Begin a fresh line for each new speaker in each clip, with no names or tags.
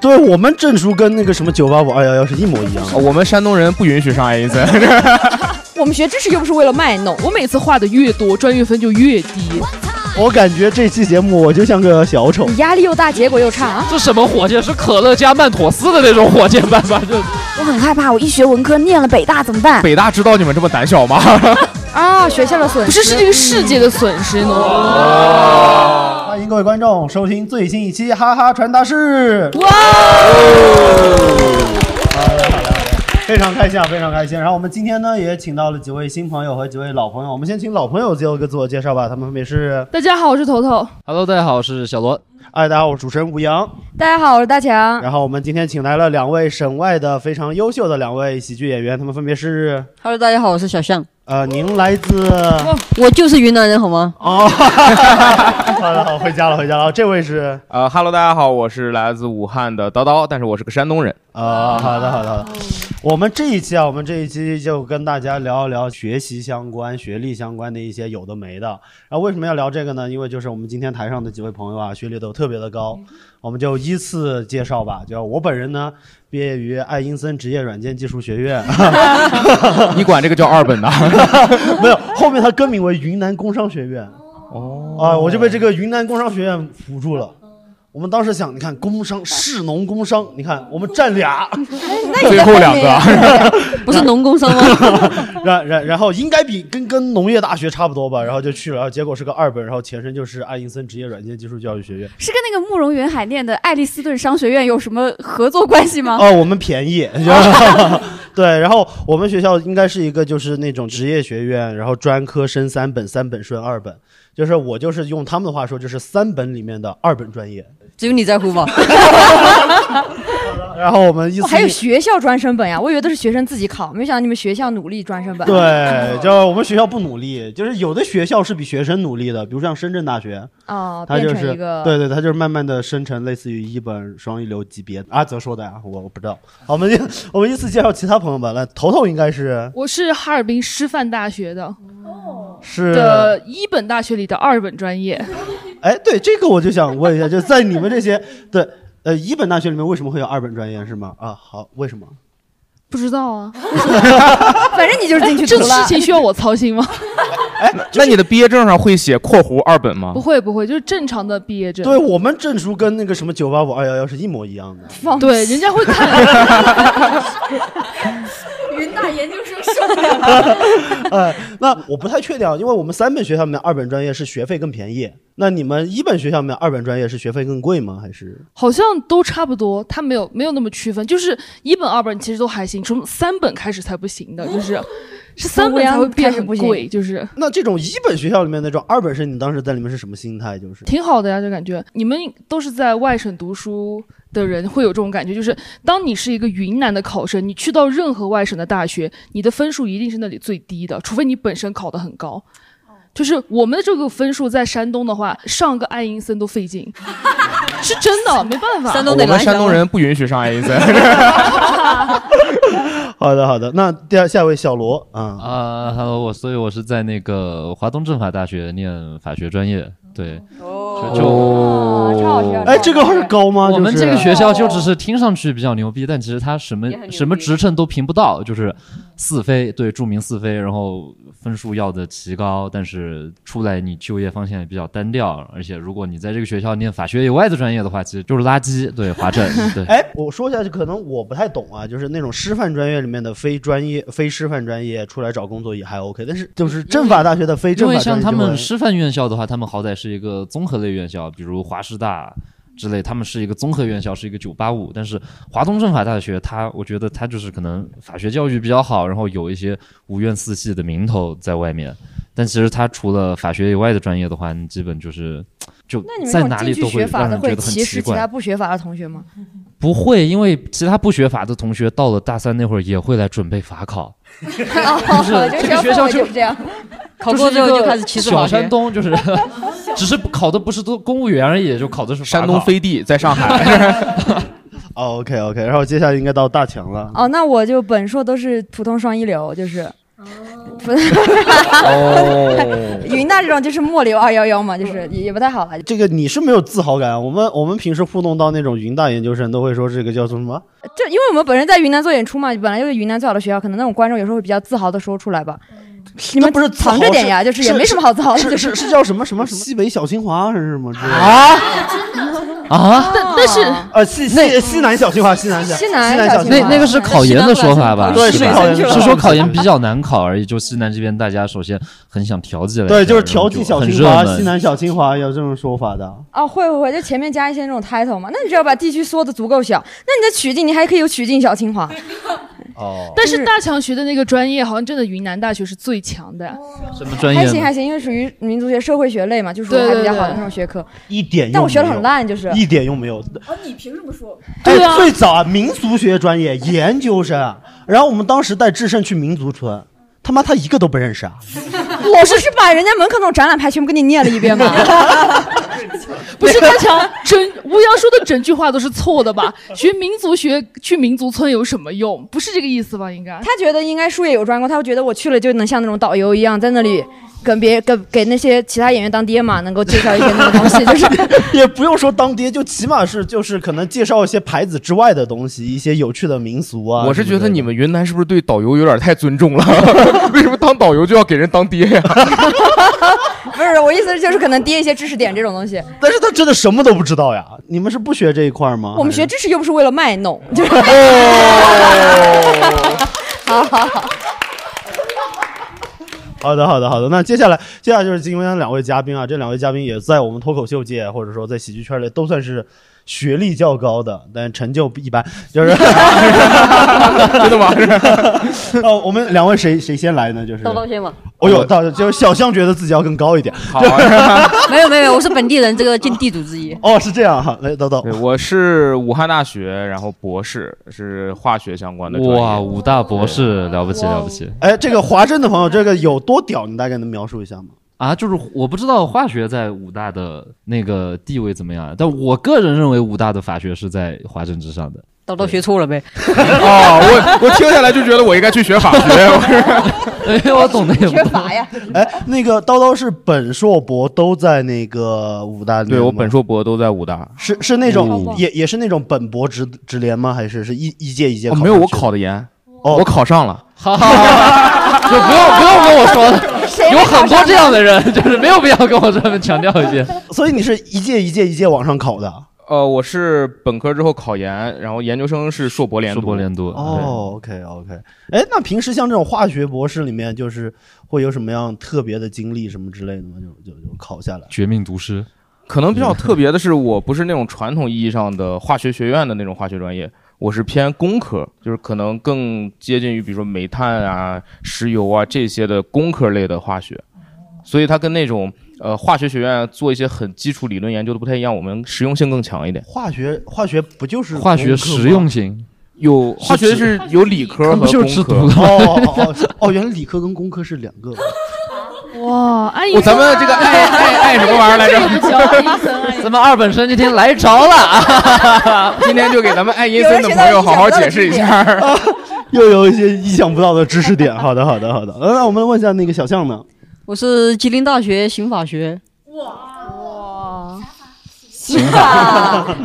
对我们证书跟那个什么九八五、二幺幺是一模一样。
哦我们山东人不允许上 A 森。
我们学知识又不是为了卖弄，我每次画的越多，专业分就越低。
我感觉这期节目我就像个小丑
你，压力又大，结果又差啊！
这什么火箭？是可乐加曼妥思的那种火箭办法，就
我很害怕，我一学文科念了北大怎么办？
北大知道你们这么胆小吗？
啊，学校的损
不是，是这个世界的损失，你懂吗？
欢迎各位观众收听最新一期《哈哈传达室》。
哇！
非常开心啊，非常开心。然后我们今天呢也请到了几位新朋友和几位老朋友，我们先请老朋友做一个自我介绍吧。他们分别是，
大家好，我是头头。
Hello，大家好，我是小罗。
哎，大家好，我是主持人吴阳。
大家好，我是大强。
然后我们今天请来了两位省外的非常优秀的两位喜剧演员，他们分别是，
Hello，大家好，我是小象，
呃，您来自，
我就是云南人，好吗？
哦， 好的，好，回家了，回家了。这位是，
呃哈喽，大家好，我是来自武汉的叨叨，但是我是个山东人。
啊，好的，好的，好的。我们这一期啊，我们这一期就跟大家聊一聊学习相关、学历相关的一些有的没的。然后为什么要聊这个呢？因为就是我们今天台上的几位朋友啊，学历都特别的高，我们就依次介绍吧。就我本人呢，毕业于爱因森职业软件技术学院，
你管这个叫二本 呐？
没有，后面他更名为云南工商学院。哦，啊，我就被这个云南工商学院唬住了。我们当时想，你看工商、士农工商，你看我们占俩，
最后两个啊，
不是农工商吗？
然然然后应该比跟跟农业大学差不多吧，然后就去了，然后结果是个二本，然后前身就是爱因森职业软件技术教育学院。
是跟那个慕容云海念的爱丽斯顿商学院有什么合作关系吗？
哦，我们便宜， 对。然后我们学校应该是一个就是那种职业学院，然后专科升三本，三本顺二本，就是我就是用他们的话说，就是三本里面的二本专业。
只有你在乎吧？
然后我们一
哦，
次
还有学校专升本呀、我以为都是学生自己考，没想到你们学校努力专升本。
对，就是我们学校不努力，就是有的学校是比学生努力的，比如像深圳大学，
啊、
它
变
就
成
是
一个
对对，它就是慢慢的生成类似于一本双一流级别啊，怎么说的呀、我我不知道。好我们 一我们依次介绍其他朋友吧。来，头头应该是
我是哈尔滨师范大学的
是
的一本大学里的二本专业，
哎，对这个我就想问一下，就在你们这些对呃一本大学里面为什么会有二本专业是吗？啊，好，为什么？
不知道 啊，
反正你就是进去
这
读
事
了。
情需要我操心吗？
那你的毕业证上会写括弧二本
啊
吗
不？会不会，就是正常的毕业证。
对我们证书跟那个什么九八五二幺幺是一模一样的。
放
对，人家会看，
云大研究生受不了。
哎，那我不太确定啊，因为我们三本学校里面二本专业是学费更便宜，那你们一本学校里面二本专业是学费更贵吗？还是
好像都差不多，他没有没有那么区分，就是一本二本其实都还行，从三本开始才不行的，就是是三本才会变很
乌鸦开始不
贵，就是
那这种一本学校里面那种二本生，你当时在里面是什么心态？就是
挺好的呀，就感觉你们都是在外省读书的人会有这种感觉，就是当你是一个云南的考生，你去到任何外省的大学，你的分数一定是那里最低的，除非你本身考得很高。就是我们的这个分数在山东的话，上个爱因森都费劲， 是真的，没办法。
山
我
东得来
们
一
山
张
东人不允许上 A 森。
好的，好的。那第二下一位小罗啊、
啊哈喽，我所以我是在那个华东政法大学念法学专业，对，就就
啊
哦，超好笑。
哎，这个是高吗？
我们
就是。
这个学校就只是听上去比较牛逼，但其实它什么
也很牛逼
什么职称都评不到，就是四非，对，著名四非，然后分数要的奇高，但是出来你就业方向也比较单调，而且如果你在这个学校念法学以外的专业的话，其实就是垃圾，对，华政，对
哎，我说一下，就可能我不太懂啊，就是那种师范专业里面的非专业、非师范专业出来找工作也还 OK，但是就是政法大学的非
因
政
为
法专
像
业
他
就会
们师范院校的话，他们好歹是一个综合类院校，比如华师大之类，他们是一个综合院校，是一个九八五。但是华东政法大学，它我觉得它就是可能法学教育比较好，然后有一些五院四系的名头在外面。但其实它除了法学以外的专业的话，你基本就是就
那你们
在
这
哪
种
里
进
都
去
会
学法
让
的
人觉
会
得很
歧
奇
视其他
怪。
不学法的同学吗？
不会，因为其他不学法的同学到了大三那会儿也会来准备法考。
哦，这
这个学校就
就是这样。
考过之后就开始歧视
小
法
山
学。
东 就是，只是考的不是都公务员而已，就考的是法
山东
考
飞地在上海，
哦 OK OK，然后接下来应该到大强了。
哦，那我就本硕都是普通双一流，就是不太
哦
云大这种就是末流二幺幺嘛，就是也也不太好啊了。
这个你是没有自豪感啊。我们我们平时互动到那种云大研究生都会说这个叫做什么？
这因为我们本身在云南做演出嘛，本来就是云南最好的学校，可能那种观众有时候会比较自豪的说出来吧。你们
不是
藏着点呀，就是也没什么好自豪的，
是
就是
是叫什么什么什么西北小清华还是什么之类的
啊？
但但是
呃西西西南小清华，西南小
西南
小
小
清
清
华
华
那那个是考研的说法吧？
对
是
是
吧
考研的
是说考研比较难考而已。就西南这边，大家首先很想调剂了一下，
对，就是
然后
调剂小
很
清
热
华、
门
西南小清华有这种说法的。
哦，会会会，就前面加一些那种 title 嘛，那你只要把地区缩的足够小，那你的取径你还可以有取径小清华。
哦，
但是大强学的那个专业，好像真的云南大学是最强的。
哦
什么专业
还
呢？
行还行，因为属于民族学、社会学类嘛，就是说
对
还
对
比较好的
对
那种学科。
一点用没有，
但我学的很烂，就是
一点用没有。
哦你凭什么说？
对啊
哎，最早啊，民俗学专业研究生啊，然后我们当时带智胜去民族村，他妈他一个都不认识啊。
我不是把人家门口那种展览牌全部给你念了一 遍吗？
不是大强，整吴阳说的整句话都是错的吧？学民族学去民族村有什么用？不是这个意思吧？应该
他觉得应该术业有专攻，他会觉得我去了就能像那种导游一样，在那里跟别跟给那些其他演员当爹嘛，能够介绍一些那种东 西， 就是
也不用说当爹，就起码是就是可能介绍一些牌子之外的东西，一些有趣的民俗啊。
我是觉得你
们
们云南是不是对导游有点太尊重了？ 为什么当导游就要给人当爹啊呀？
不是我意思是就是可能跌一些知识点这种东西。
但是他真的什么都不知道呀。你们是不学这一块吗？哎
我们学知识又不是为了卖弄，
哦
就是
好的，好的，好的。那接下来，接下来就是今天两位嘉宾啊，这两位嘉宾也在我们脱口秀界或者说在喜剧圈里都算是学历较高的，但成就一般。 就是，
真 的吗？
呃，我们两位谁谁先来呢？就是，
叨叨先吧。
哦呦，到就是小象觉得自己要更高一点。
好啊，
没有没有没有，我是本地人，这个尽地主之谊。
哦，是这样哈，来，叨叨
对，，我是武汉大学，然后博士是化学相关的专业。
哇，武大博士了不起了不起
哎，这个华真的朋友，这个有多屌？你大概能描述一下 吗？
啊！就是我不知道化学在武大的那个地位怎么样，啊但我个人认为武大的法学是在华政之上的。
叨叨学错了呗？
哦， 我我听下来就觉得我应该去学法学。我
因
是
哎为我懂得也不
缺
多。
乏呀。
哎，那个叨叨是本硕博都在那个武大里面吗，
对我本硕博都在武大。
是是那种、
哦
也也是那种本博直直联吗？还是是一一届一届
哦，
考上去
没
的、
有，我考的研，
哦
我考上了。
好 好好，
啊
就不用不用跟我 说了，有很多这样的人，就是没有必要跟我专门强调 一遍。
所以你是一届一届一届往上考的。啊
呃，我是本科之后考研，然后研究生是硕博连读。
硕博连读，
哦，OK OK，哎，那平时像这种化学博士里面，就是会有什么样特别的经历什么之类的吗？就就就考下来
对，绝命毒师
可能比较特别的是，我不是那种传统意义上的化学学院的那种化学专业，我是偏工科，就是可能更接近于比如说煤炭啊、石油啊这些的工科类的化学，所以它跟那种呃化学学院做一些很基础理论研究的不太一样，我们实用性更强一点。
化学化学不就是
化学
工科吗
实用？型，
有化学是有理科
不
和
就是
工
制毒
科。
哦 哦哦哦哦，原来理科跟工科是两 个。
哇，哎安
我
逸
咱们这个爱
哎
爱爱什么玩意儿来 着？
着？
咱们二本生今天来着了啊！
今天就给咱们爱因森的朋友好好解释一下。
又有一些意想不到的知识点。好的，好的，好的。呃那我们问一下那个小象呢？
我是吉林大学刑法学，
哇，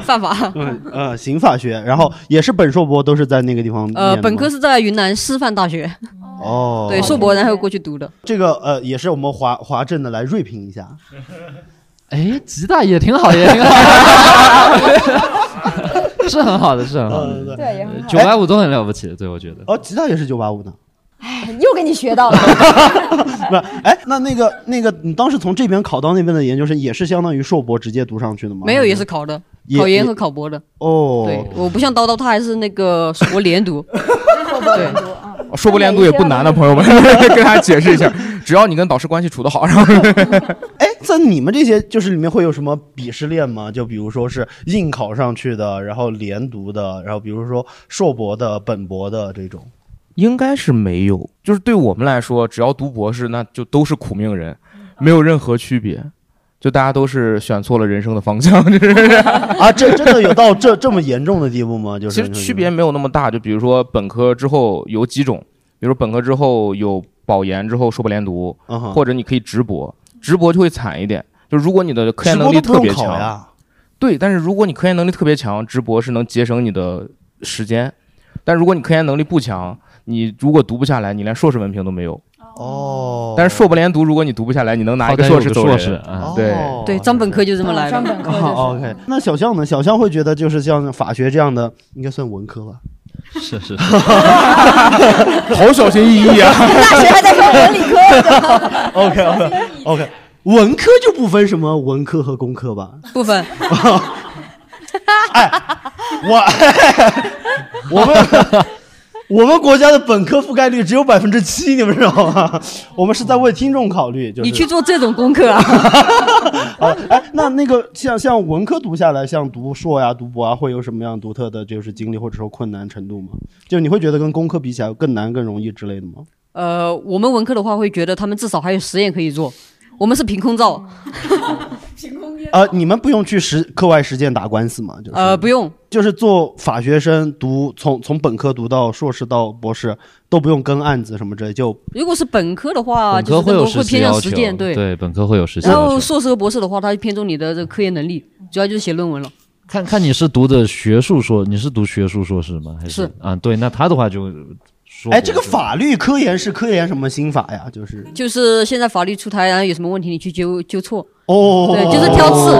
犯法。
呃，刑法学，然后也是本硕博都是在那个地方念的吗。
呃，本科是在云南师范大学，
哦，
对，硕博然后过去读的。
这个呃也是我们华华政的来锐评一下。
哎，吉大也挺好，也挺好， 是很好的，是很好的。
对对。
对，也很好。
九八五都很了不起，对我觉得。
哎哦，吉他也是九八五呢。
又给你学到了，
不是，哎，那那个那个，你当时从这边考到那边的研究生，也是相当于硕博直接读上去的吗？
没有，也是考的，
也
考研
也
和考博的。
哦。
对，我不像叨叨，他还是那个我连读。对，
硕博连读也不难的，朋友们， 跟大家解释一下，只要你跟导师关系处得好，然后
哎，在你们这些就是里面会有什么鄙视链吗？就比如说是硬考上去的，然后连读的，然后比如说硕博的、本博的这种。
应该是没有，就是对我们来说，只要读博士，那就都是苦命人，没有任何区别，就大家都是选错了人生的方向。就是
啊，这真的有到这这么严重的地步吗？就
其
是
实区别没有那么大，就比如说本科之后有几种，比如说本科之后有保研之后硕博连读，
嗯哼
或者你可以直博，直博就会惨一点。就如果你的科研
直
能
播
力
都不
特
用
别
考
强，啊
呀，
对，但是如果你科研能力特别强，直博是能节省你的时间；但如果你科研能力不强，你如果读不下来，你连硕士文凭都没有。
哦，
但是硕博连读，如果你读不下来，你能拿一个硕士走
硕
人。
士啊，
对
哦
对，张本科就这么来
专
的。
本科就是
哦 OK，那小象呢？小象会觉得就是像法学这样的，应该算文科吧？
是 是是，
好小心翼翼啊！
大学还在说文理科，
OK OK OK，文科就不分什么文科和工科吧？
部分
我 我们我们国家的本科覆盖率只有百分之七，你们知道吗？我们是在为听众考虑，就是
你去做这种功课啊？
啊，哎，那那个像像文科读下来，像读硕呀、读博啊，会有什么样独特的就是经历或者说困难程度吗？就你会觉得跟工科比起来更难、更容易之类的吗？
呃，我们文科的话会觉得他们至少还有实验可以做，我们是凭空造，
啊，你们不用去实课外实践打官司吗？就是、
呃，不用，
就是做法学生读从从本科读到硕士到博士都不用跟案子什么之类，就
如果是本科的话，啊
本
就
科
是更
会有
多
实
会
习
偏向
要
实
求，
践，对。
对，本科会有实习
然后
要求。
硕士和博士的话，它偏重你的这个科研能力，主要就是写论文了。
看看你是读的学术硕，你是读学术硕士吗？还
是
啊？对，那他的话就说
哎，这个
博士
法律科研是科研什么新法呀？就是
就是现在法律出台，然后有什么问题你去纠纠错，
哦，
对，就是挑刺。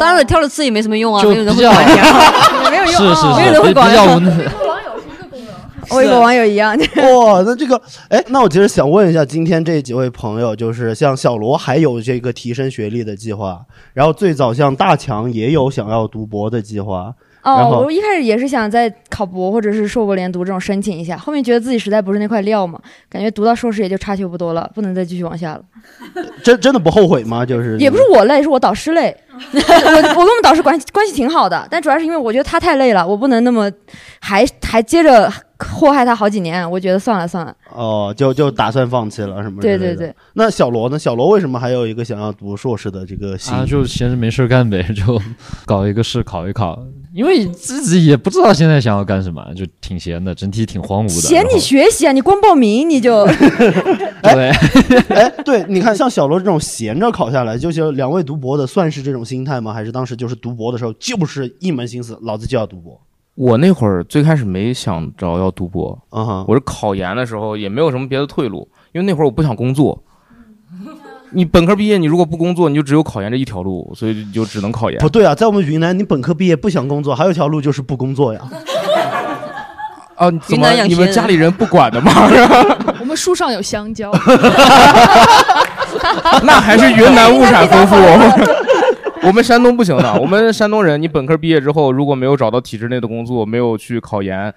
当然了，挑了刺也没什么用啊，
哦就
没有人
比
会
较
管你啊。
没有
是
用，
是
哦
没有
是
人会
比
管
比较 文，
我有个网友一样，
哇，那这个，哎，那我其实想问一下，今天这几位朋友，就是像小罗还有这个提升学历的计划，然后最早像大强也有想要读博的计划，然后
哦，我一开始也是想在考博或者是硕博连读这种申请一下，后面觉得自己实在不是那块料嘛，感觉读到硕士也就差球不多了，不能再继续往下了。
真真的不后悔吗？就是
也不是我累，是我导师累。 我我跟我们导师关系关系挺好的，但主要是因为我觉得他太累了，我不能那么还还接着祸害他好几年，我觉得算了算了。
哦、就就打算放弃了什么之类
对
的？
对对，
那小罗呢？小罗为什么还有一个想要读硕士的这个心？
啊，就闲着没事儿干呗， 就搞一个试考一考，因为自己也不知道现在想要干什么，就挺闲的，整体挺荒芜的。
写你学习啊，你光报名你就
然后对，
哎，对，你看像小罗这种闲着考下来，就是两位读博的，算是这种心态吗？还是当时就是读博的时候就是一门心思，老子就要读博？
我那会儿最开始没想着要读博，
嗯哼，
我是考研的时候也没有什么别的退路，因为那会儿我不想 工作。你本科毕业，你如果不工作，你就只有考研这一条路，所以就只能考研
不。对啊，在我们云南，你本科毕业不想工作，还有一条路就是不工作 呀。
啊，怎
云
么
南养
你们
闲人
家里人不管的 吗？
我们树上有香蕉，
那还是云南物产丰 富。我们山东不行的，我们山东人，你本科毕业之后，如果没有找到体制内的工作，没有去考研，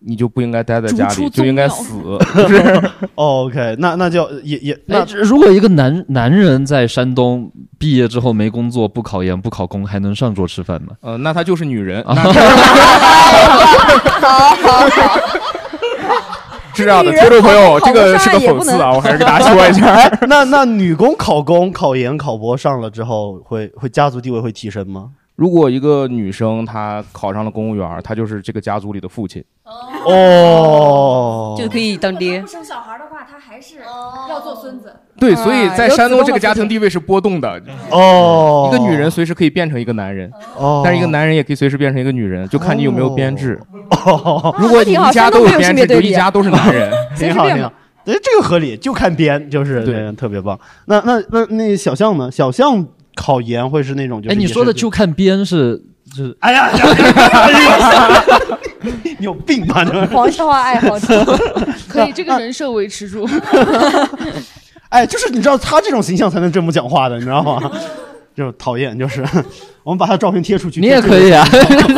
你就不应该待在家
逐
里，
出
就应该
宗
死。就是，
哦 OK，那那就也也
那
那
哎如果一个男男人在山东毕业之后没工作，不考研，不考公，还能上桌吃饭吗？
呃，那她就是女人，
啊
那是这样的，
女人
听众朋友，
考
这个
考不上
是个
也
讽
不
刺啊，
能
我还是给大家说一下。
那那女工考公、考研、考博上了之后，会会家族地位会提升吗？
如果一个女生她考上了公务员，她就是这个家族里的父亲。
哦，
就可以当爹。
生小孩的话，他还是要做孙子。
对，
啊
所以
呃
在
有
山
子宫
东
的
这个家
父亲
庭地位是波动的，一
哦，
个女人随时可以变成一个男人，
哦，
但是一个男人也可以随时变成一个女人，就看你有没有编制。
哦，
如果你
挺好
一家
山东
都
没有
编
性别
制，就
对
一
立
家都是男人。
挺好挺好。哎，这个合理，就看编，就是
对
对，特别棒。那那那那小象呢？小象考研会是那种就是
哎，你
也是
说的就看编是是
哎呀，哎呀你有病吧你们？
黄笑话爱好者。
可以这个人设维持住。
哎，就是你知道他这种形象才能这么讲话的，你知道吗？ 就是讨厌，就是 我们把他照片贴出去，
你也可以啊，
那个什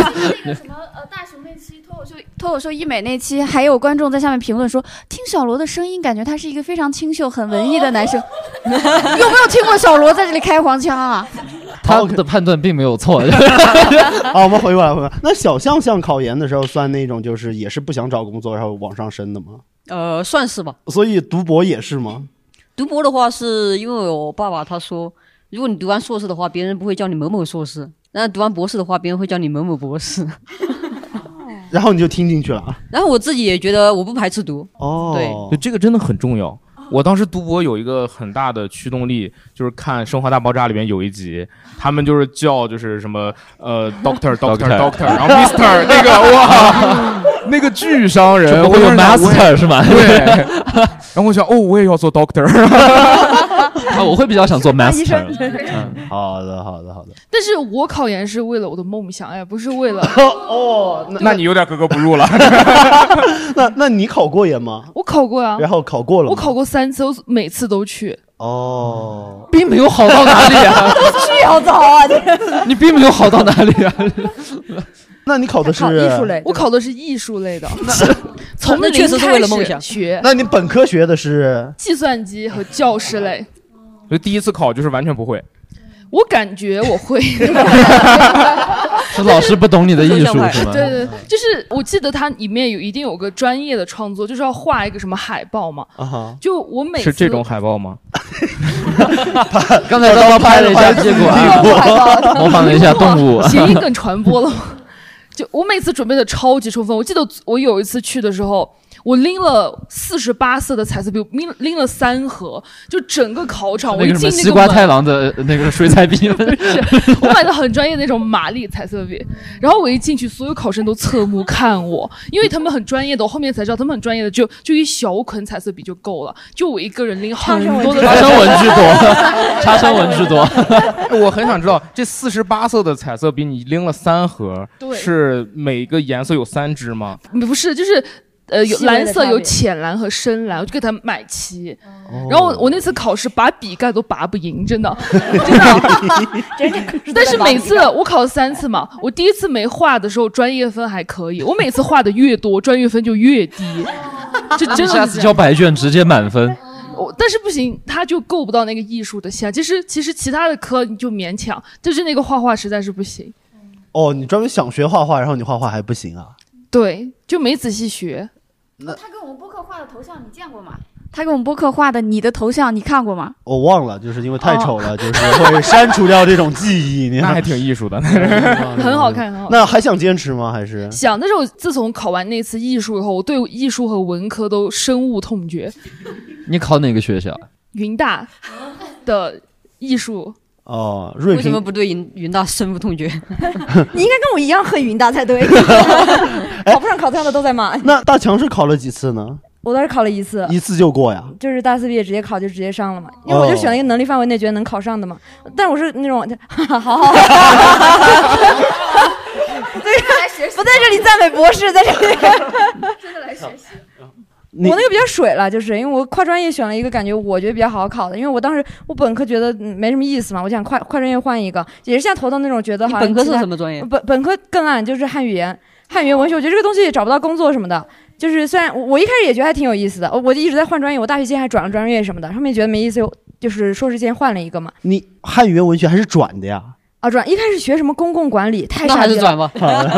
么呃，大熊那期脱口秀脱口秀医美那期，还有观众在下面评论说，听小罗的声音，感觉他是一个非常清秀、很文艺的男生。哦 有没有听过小罗在这里开黄腔啊？
他的判断并没有 错。
啊，我们回过来，回过来。那小象象考研的时候，算那种就是也是不想找工作，然后往上升的吗？
呃，算是吧。
所以读博也是吗？
读博的话，是因为我爸爸他说，如果你读完硕士的话，别人不会叫你某某硕士；那读完博士的话，别人会叫你某某博士。
然后你就听进去了啊。
然后我自己也觉得我不排斥读，
哦，
就这个真的很重要。我当时读博有一个很大的驱动力，就是看《生活大爆炸》里面有一集，他们就是叫就是什么呃 doctor doctor doctor，然后 mister 那 个哇，那个巨伤人，
这不
我
会有
当时想我也
master 是吧
对，然后我想哦，我也要做 doctor，
啊，我会比较想做
医
master
生。
嗯，好的，好的，好
嗯
的。
但是我考研是为了我的梦想，哎，不是为了
哦，
那你有点格格不入了。
那那你考过研吗？
我考过啊，
然后考过了吗
我考过三次，我每次都去。
哦，
并没有好到哪里 啊
去好早啊，这
你并没有好到哪里啊。
那你考的是
考艺术类，我考的是艺术类的，从
那
零
确实是为了梦
开始
想
学
那你本科学的是
计算机和教师类。
就第一次考就是完全不会，
我感觉我 会，
是老师不懂你的艺术是吗？
对对，就是我记得它里面有一定有个专业的创作，就是要画一个什么海报嘛。
啊
哦
哈，
就我每次
是这种海报吗？
刚才刚刚拍了一下结果啊，模仿了一下动物。
谐 音梗传播了吗？就我每次准备的超级充分，我记得我有一次去的时候，我拎了四十八色的彩色笔，我拎拎了三盒，就整个考场我
那
一
个
进
什么
那
西
个
瓜
门，
太郎的呃那个 水彩笔，
我买的很专业那种玛丽彩色笔，然后我一进去，所有考生都侧目看我，因为他们很专业的，我后面才知道他们很专业的，就就一小捆彩色笔就够了，就我一个人拎很多的
插
笔
生文具多， 插生文具多。
我很想知道这四十八色的彩色笔，你拎了三盒，
对
是每个颜色有三支吗？
不是，就是呃，有
细微的
蓝色
差
有
别哦
浅蓝和深蓝，我就给他买齐。然后我我那次考试拔笔盖都拔不赢，真的，真的。但是每次我考了三次嘛，我第一次没画的时候专业分还可以，我每次画的越多，专业分就 越低。这真的是
下次
这
交
样。
白卷直接满 分。
我但是不行，他就够不到那个艺术的线。其实其实其他的科你就勉强，就是那个画画实在是不行。
哦，你专门想学画画，然后你画画还不行啊？
对，就没仔细学。
他跟我们播客画的头像你见过吗？他给我们播客画的你的头像你看过吗？
我忘了，就是因为太丑了，就是会删除掉这种记忆。你
哦那还挺艺术的。
很好看，很好看。
那还想坚持吗？还是
想，但是我自从考完那次艺术以后，我对艺术和文科都深恶痛绝。
你考哪个学校？
云
啊
大的艺术，
哦，瑞
为什么
平，
不对云云大深恶痛绝？
你应该跟我一样恨云大才对，考不上考不上的都在骂。
哎那大强是考了几 次呢？
我当时考了一次，
一次就过呀？
就是大四毕业直接考就直接上了嘛，因为我就选了一个能力范围内觉得能考上的嘛。但我是那种，哈哈， 好好好，对，不在这里赞美博士，在这 里，
真的来学习。
我那个比较水了，就是因为我跨专业选了一个感觉我觉得比较好考的，因为我当时我本科觉得嗯没什么意思嘛，我想跨跨专业换一个，也是现在投的那种觉得好像
本科是
其他
什么专业
本本科更暗，就是汉语言、汉语言文学，我觉得这个东西也找不到工作什么的。就是虽然我我一开始也觉得还挺有意思的，我我就一直在换专业，我大学期间还转了专业什么的，后面觉得没意思，又就是硕士期间换了一个嘛。
你汉语言文学还是转的呀？
啊，转一开始学什么公共管理，太
那
傻
还是
逼了
转吧 好的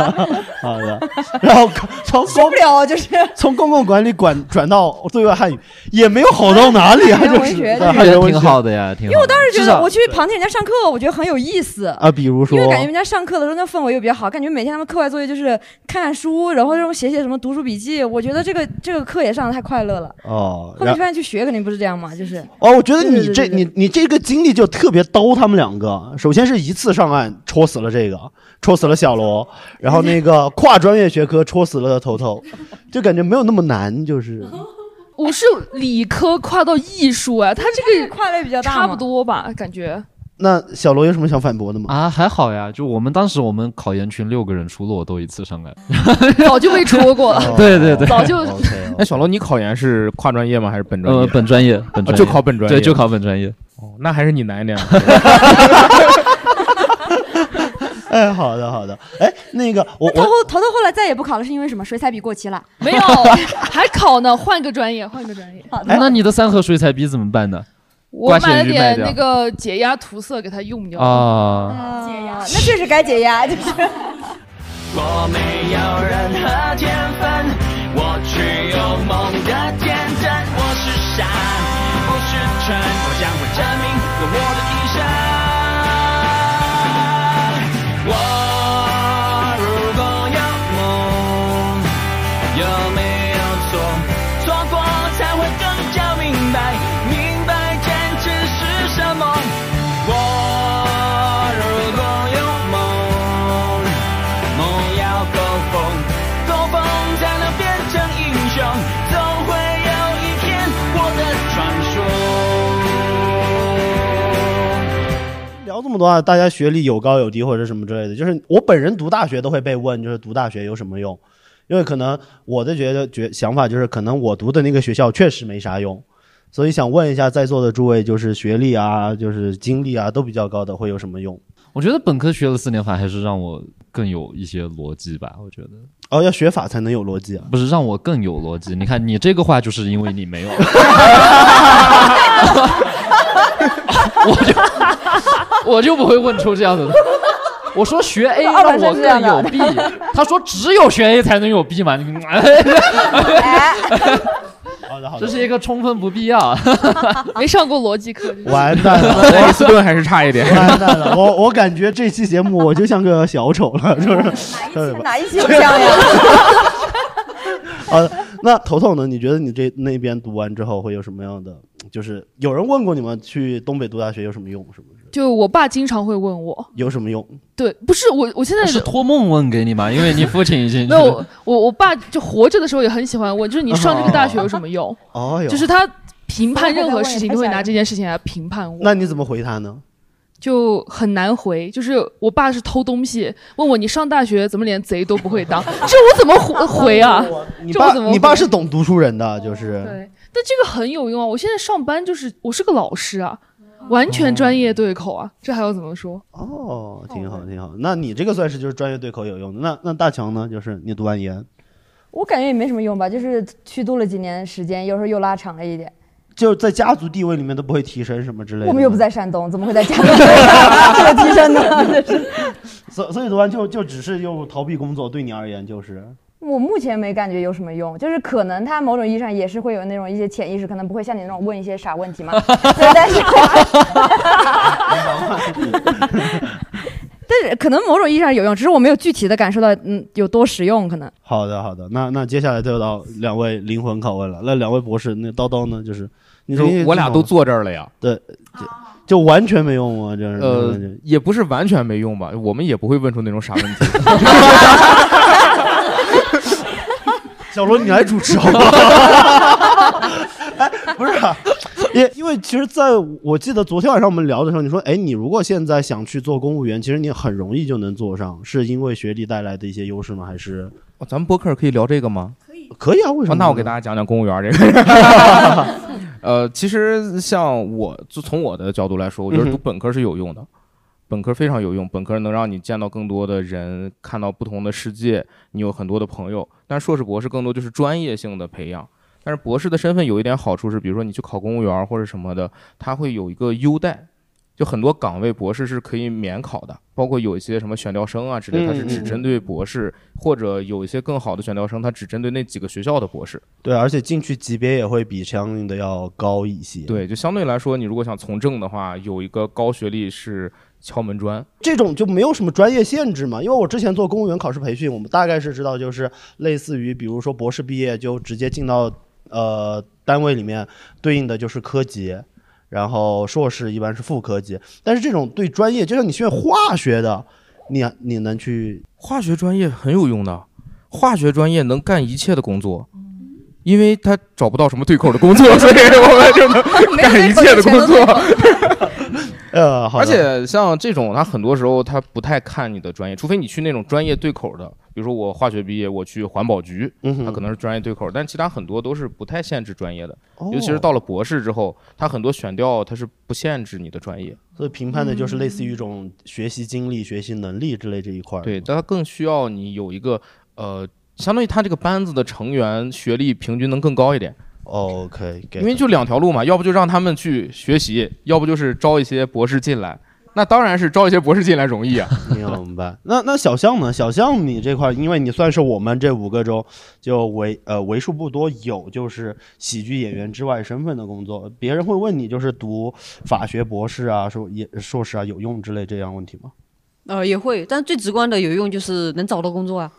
好的，然后从
受不了，啊就是
从公共管理管转到对外汉语，也没有好到哪里啊，
汉语言
就
文
是
学
对
汉语
言
言
文
挺
学
好的呀，挺
因
好的。
为我当时觉
至
得
少
我去旁听人家上课，我觉得很有意思
啊，比如说
因为感觉人家上课的时候那氛围又比较好，感觉每天他们课外作业就是看看书，然后这种写写什么读书笔记，我觉得这个这个课也上的太快乐了。
哦，
后面
然
发现去学肯定不是这样嘛，就是
哦，我觉得你
对
这
对对对
你你这个经历就特别刀他们两个。首先是一次上岸戳死了这个，戳死了小罗，然后那 个跨专业学科戳死了头头，就感觉没有那么 难，就是
我是理科跨到艺术啊，它这个
跨类比较
大，差不多吧，感觉。
那小罗有什么想反驳的吗？
啊，还好呀，就我们当时我们考研群六个人，除了我都一次上 来。。
早就被戳过了
对对哦对，
哦早就
哦
那小罗，你考研是跨专业吗？还是本专业？
呃本专业，本
啊
专业
就考本专业，
对，就考本专业。
哦，那还是你难
啊
一点。，
哎，好的好的，哎，那个我
头
我
头头头后来再也不考了，是因为什么？水彩笔过期了。
没 有，还考呢，换个专业，换个专业。
哎
哎那你的三盒水彩笔怎么办呢？
我
刮
买了
线鱼卖
点
掉
那个解压涂色给它用掉。
啊。
解压，那确实该解压，就是。
我没有任何天分，我只有梦的天真。我是傻，不是蠢，我将会证明了我的一生。我如果有梦，有没有错？错过才会更加明白。
聊这么多啊，大家学历有高有低或者什么之类的，就是我本人读大学都会被问，就是读大学有什么用？因为可能我的觉得觉想法就是，可能我读的那个学校确实没啥用，所以想问一下在座的诸位，就是学历啊，就是经历啊都比较高的会有什么用？
我觉得本科学了四年法，还是让我更有一些逻辑吧。我觉得
哦，要学法才能有逻辑啊，
不是让我更有逻辑。你看你这个话，就是因为 你没有。我就
我就不会问出这样子的。我说学 A
老
让
板是
我
这样
更
的
有 B，他说只有学 A 才能有 B 嘛。你
好的好
这
的，
是一个充分不必 要。
没上过逻辑课，就是
完蛋了
爱丽斯顿还是差一点
完蛋了，我我感觉这期节目我就像个小丑了，是不是？哎
哪
一期有这样呀？
好的，那头头呢？你觉得你这那边读完之后会有什么样的？就是有人问过你们去东北读大学有什么用？是不是
就我爸经常会问我，
有什么用？
对，不是我，我现在
是托梦问给你嘛？因为你父亲已经
没有我，我爸就活着的时候也很喜欢问，就是
啊
你上这个大学有什么 用？
哦哟，
就是他评判任何事情都会拿这件事情来评判我，
那你怎么回他呢？
就很难回。就是我爸是偷东西，问我你上大学怎么连贼都不会 当，这我怎么回回啊？
你
这我
爸
怎么
你爸
回哦
是懂读书人的，就是
但这个很有用啊！我现在上班就是我是个老师啊，完全专业对口啊，这还要怎么说？
哦，挺好挺好。那你这个算是就是专业对口有用的。那那大强呢？就是你读完研，
我感觉也没什么用吧，就是虚度了几年时间，有时候又拉长了一点。
就是在家族地位里面都不会提升什么之类的。
我们又不在山东，怎么会在家里 这个提升呢？ 真是
所所以读完就就只是又逃避工作，对你而言就是。
我目前没感觉有什么用，就是可能他某种意义上也是会有那种一些潜意识，可能不会像你那种问一些傻问题嘛。对，但是， 但是可能某种意义上有用，只是我没有具体的感受到嗯有多实用，可能。
好的，好的，那那接下来就到两位灵魂拷问了。那两位博士，那叨叨呢？就是你
就
说
我俩都坐这儿了呀，
对，就就完全没用啊，这是
呃，也不是完全没用吧，我们也不会问出那种傻问 题。
小罗，你来主持好 不好？哎，不是、啊， 因因为其实在我记得昨天晚上我们聊的时候，你说，哎，你如果现在想去做公务员，其实你很容易就能做上，是因为学历带来的一些优势吗？还是
哦咱们播客可以聊这个吗？
可以，可以啊，为什么呢、
哦那我给大家讲讲公务员这个。 呃，其实像我，就从我的角度来说，我觉得
嗯
读
哼
本科是有用的，本科非常有用，本科能让你见到更多的人，看到不同的世界，你有很多的朋友。但硕士、博士更多就是专业性的培养。但是博士的身份有一点好处是，比如说你去考公务员或者什么的，它会有一个优待，就很多岗位博士是可以免考的，包括有一些什么选调生啊之类，它是
嗯
只
嗯嗯
针对博士，或者有一些更好的选调生，它只针对那几个学校的博士。
对，而且进去级别也会比相应的要高一些。
对，就相对来说，你如果想从政的话，有一个高学历是敲门砖。
这种就没有什么专业限制嘛，因为我之前做公务员考试培训，我们大概是知道，就是类似于比如说博士毕业就直接进到呃单位里面，对应的就是科级，然后硕士一般是副科级，但是这种对专业，就像你学化学的，你你能去
化学专业很有用的，化学专业能干一切的工作，因为他找不到什么对口的工作，所以我们就能干一切的工作。
呃，好的
而且像这种，他很多时候他不太看你的专业，除非你去那种专业对口的，比如说我化学毕业，我去环保局，
嗯
他可能是专业对口，但其他很多都是不太限制专业的，
哦
尤其是到了博士之后，他很多选调他是不限制你的专业。
所以评判的就是类似于一种学习经历、学习能力之类这一块儿。
对，但它更需要你有一个呃，相当于他这个班子的成员学历平均能更高一点。
OK，
因为就两条路嘛，要不就让他们去学习，要不就是招一些博士进来。那当然是招一些博士进来容易啊。
明白。那那小象呢？小象你这块儿，因为你算是我们这五个中就为呃为数不多有就是喜剧演员之外身份的工作，别人会问你就是读法学博士啊、硕也硕士啊有用之类这样问题吗？
呃，也会，但最直观的有用就是能找到工作啊。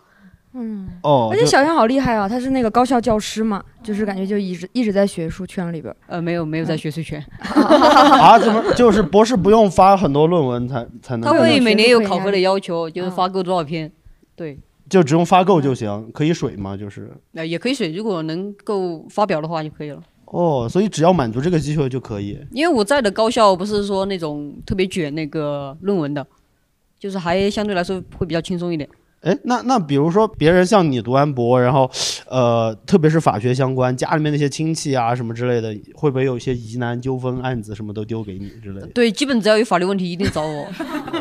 嗯，
哦
而且小象好厉害啊，他是那个高校教师嘛，就是感觉就一直一直在学术圈里边儿。
呃，没有没有在学术圈，
啊，怎么就是博士不用发很多论文才才能？
他会每年有考核的要求，就是发够多少篇。对，呃
就只用发够就行，可以水吗？就是
那、也可以水，如果能够发表的话就可以了。
哦，所以只要满足这个需求就可以。
因为我在的高校不是说那种特别卷那个论文的，就是还相对来说会比较轻松一点。
哎，那那比如说别人像你读完博，然后，呃，特别是法学相关，家里面那些亲戚啊什么之类的，会不会有一些疑难纠纷案子什么都丢给你之类的？
对，基本只要有法律问题一定找我，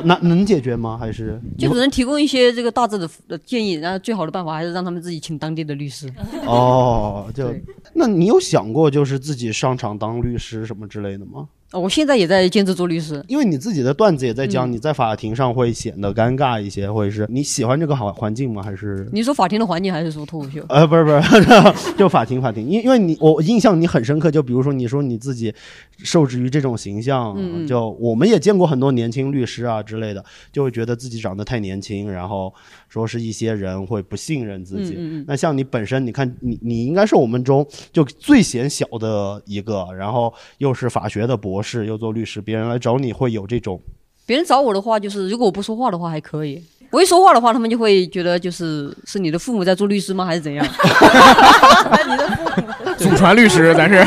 那能解决吗？还是
就只能提供一些这个大致的的建议，然后最好的办法还是让他们自己请当地的律师。
哦，就那你有想过就是自己上场当律师什么之类的吗？
哦，我现在也在兼职做律师，
因为你自己的段子也在讲，
嗯
你在法庭上会显得尴尬一些，或者是你喜欢这个环环境吗？还是
你是说法庭的环境还是说脱口秀？
呃，不是不 是，就法庭法庭，因因为你我印象你很深刻，就比如说你说你自己受制于这种形象，
嗯嗯
就我们也见过很多年轻律师啊之类的，就会觉得自己长得太年轻，然后说是一些人会不信任自
嗯
己。
嗯嗯
那像你本身，你看你你应该是我们中就最显小的一个，然后又是法学的博士，又做律师，别人来找你会有这种
别人找我的话，就是如果我不说话的话还可以，我一说话的话，他们就会觉得就是是你的父母在做律师吗？还是怎样？
祖传律师，咱是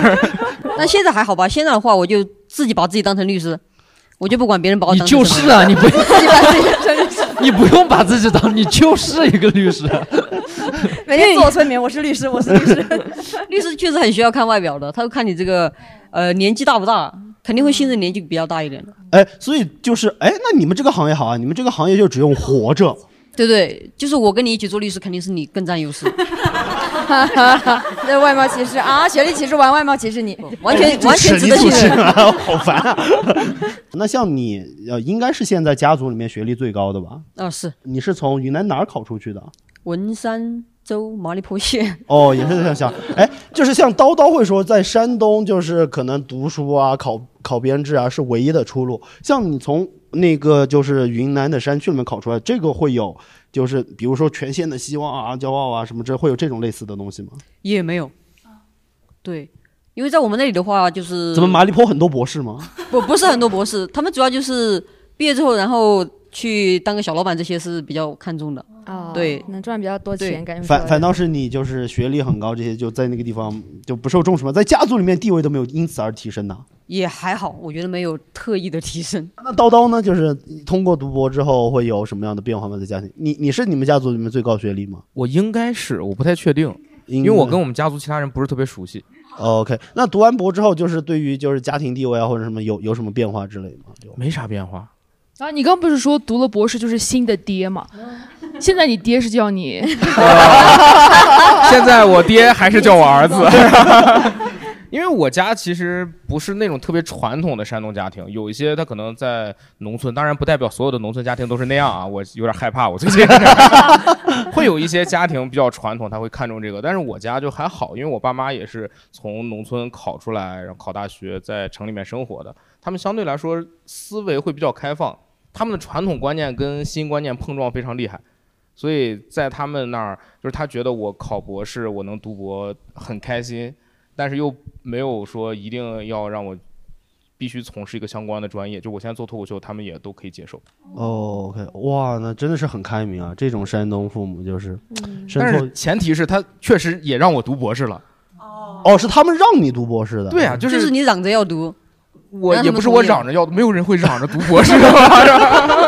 但现在还好吧，现在的话我就自己把自己当成律师，我就不管别人把我
你
当成
就
什么
是啊，你不
律师。
你不用把自己当，你就是一个 律师。
每天自我催眠，我是律师，我是律师。 嗯
律师确实很需要看外表的，他会看你这个呃年纪大不大，肯定会信任年纪比较大一点的。
哎，所以就是哎，那你们这个行业好啊，你们这个行业就只用活着。
对对，就是我跟你一起做律师，肯定是你更占 优 势，啊
那外貌歧视啊，学历歧视完外貌歧视你，
完全完全值得
主
信
持
任
人。啊， 好烦啊！ 那像你呃，应该是现在家族里面学历最高的吧？
啊，是
你是从云南哪儿考出去的？
文山州麻栗坡县，
哦，也是在想，哎，就是像叨叨会说，在山东就是可能读书啊、考考编制啊是唯一的出路。像你从那个就是云南的山区里面考出来，这个会有就是比如说全县的希望啊、骄傲啊什么这会有这种类似的东西吗？
也没有。
嗯
对，因为在我们那里的话，就是
怎么麻栗坡很多博士吗？
不不是很多博士， 他们主要就是毕业之后，然后去当个小老板，这些是比较看重的。
哦
对，
能赚比较多钱，感觉
反反倒是你就是学历很高，这些就在那个地方就不受重视嘛，在家族里面地位都没有因此而提升呐。
也还好，我觉得没有特意的提升。
那叨叨呢？就是通过读博之后会有什么样的变化吗？在家庭，你你是你们家族里面最高学历吗？
我应该是，我不太确定，
因
为我跟我们家族其他人不是特别熟悉。
OK，那读完博之后，就是对于就是家庭地位啊或者什么有有什么变化之类吗？
没啥变化。
啊，你刚不是说读了博士就是新的爹 嘛？现在你爹是叫你，
现在我爹还是叫我儿子， 因为我家其实不是那种特别传统的山东家庭，有一些他可能在农村，当然不代表所有的农村家庭都是那样啊，我有点害怕，我最近 会有一些家庭比较传统，他会看重这个，但是我家就还好，因为我爸妈也是从农村考出来，然后考大学，在城里面生活的，他们相对来说思维会比较开放，他们的传统观念跟新观念碰撞非常厉害。所以在他们那儿，就是他觉得我考博士，我能读博很开心，但是又没有说一定要让我必须从事一个相关的专业。就我现在做脱口秀，他们也都可以接受。
哦，OK，哇，那真的是很开明啊！这种山东父母就是，深
但
错
是前提是他确实也让我读博士了。
哦，是他们让你读博士的，
对啊，就是
你嚷着要读，
我
让他
也
们
不是
同
我
意
嚷着要，没有人会嚷着读博士的吧？是吧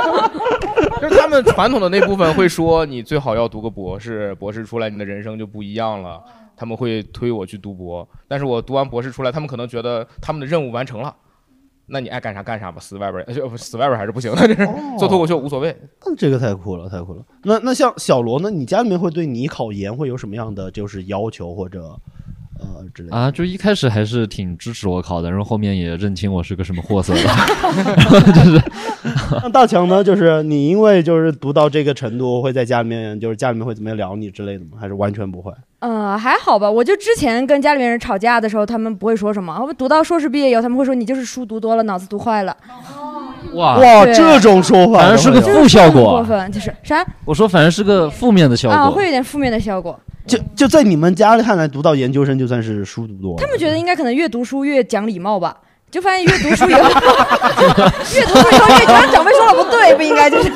就是他们传统的那部分会说，你最好要读个博士，博士出来你的人生就不一样了。他们会推我去读博，但是我读完博士出来，他们可能觉得他们的任务完成了，那你爱干啥干啥吧，死外边儿， 呃就不死外边儿还是不行的，这是
哦
做脱口秀无所谓。
那这个太酷了，太酷了。那那像小罗呢？你家里面会对你考研会有什么样的就是要求或者呃之类的？
啊，就一开始还是挺支持我考的，然后后面也认清我是个什么货色 了，然后就是
那大强呢？就是你因为就是读到这个程度，会在家里面就是家里面会怎么样聊你之类的吗？还是完全不会？
嗯，还好吧。我就之前跟家里面人吵架的时候，他们不会说什么。我们读到硕士毕业以后，他们会说你就是书读多了，脑子读坏了。
哇
哇，这种说法
啊反而是个
就是
负效
啊
很过
果。
分，就是啥
我说反而是个负面的效
啊，
果。
会有点负面的效果。
就就在你们家看来，读到研究生就算是书读多了
他。们觉得应该可能越读书越讲礼貌吧，就发现越读书以后， 越读书以后越觉得长辈说哎的不对，不应该就是。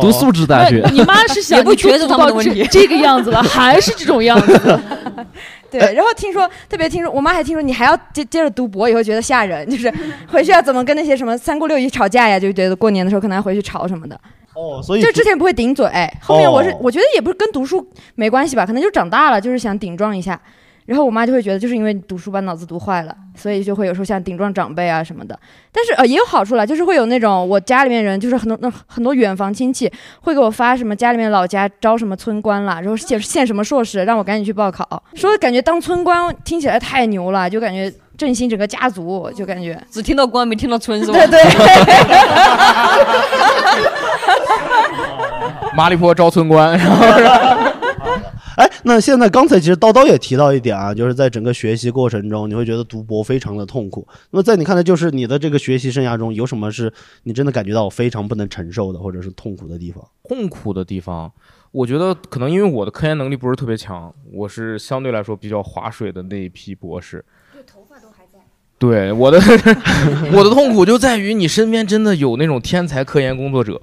读素质大学，
你妈是想
也不
你就
觉得
读
他们
到
的问
这
题
这个样子了，还是这种样子？
对，然后听说特别听说，我妈还听说你还要接接着读博，以后觉得吓人，就是回去要怎么跟那些什么三姑六姨吵架呀，就觉得过年的时候可能要回去吵什么的。
哦，所以
就之前不会顶嘴，哎后面我是、
哦
我觉得也不是跟读书没关系吧，可能就长大了，就是想顶撞一下。然后我妈就会觉得，就是因为你读书把脑子读坏了，所以就会有时候想顶撞长辈啊什么的。但是呃也有好处啦，就是会有那种我家里面人，就是很 多那很多远房亲戚会给我发什么家里面老家招什么村官啦，然后写现什么硕士，让我赶紧去报考。说感觉当村官听起来太牛了，就感觉振兴整个家族，就感觉
只听到官没听到村是吧？
对对。
麻栗坡招村官，然后
哎，那现在刚才其实叨叨也提到一点啊，就是在整个学习过程中，你会觉得读博非常的痛苦。那么在你看来，就是你的这个学习生涯中，有什么是你真的感觉到我非常不能承受的，或者是痛苦的地方？
痛苦的地方，我觉得可能因为我的科研能力不是特别强，我是相对来说比较划水的那一批博士。对，我的 我的痛苦就在于你身边真的有那种天才科研工作者，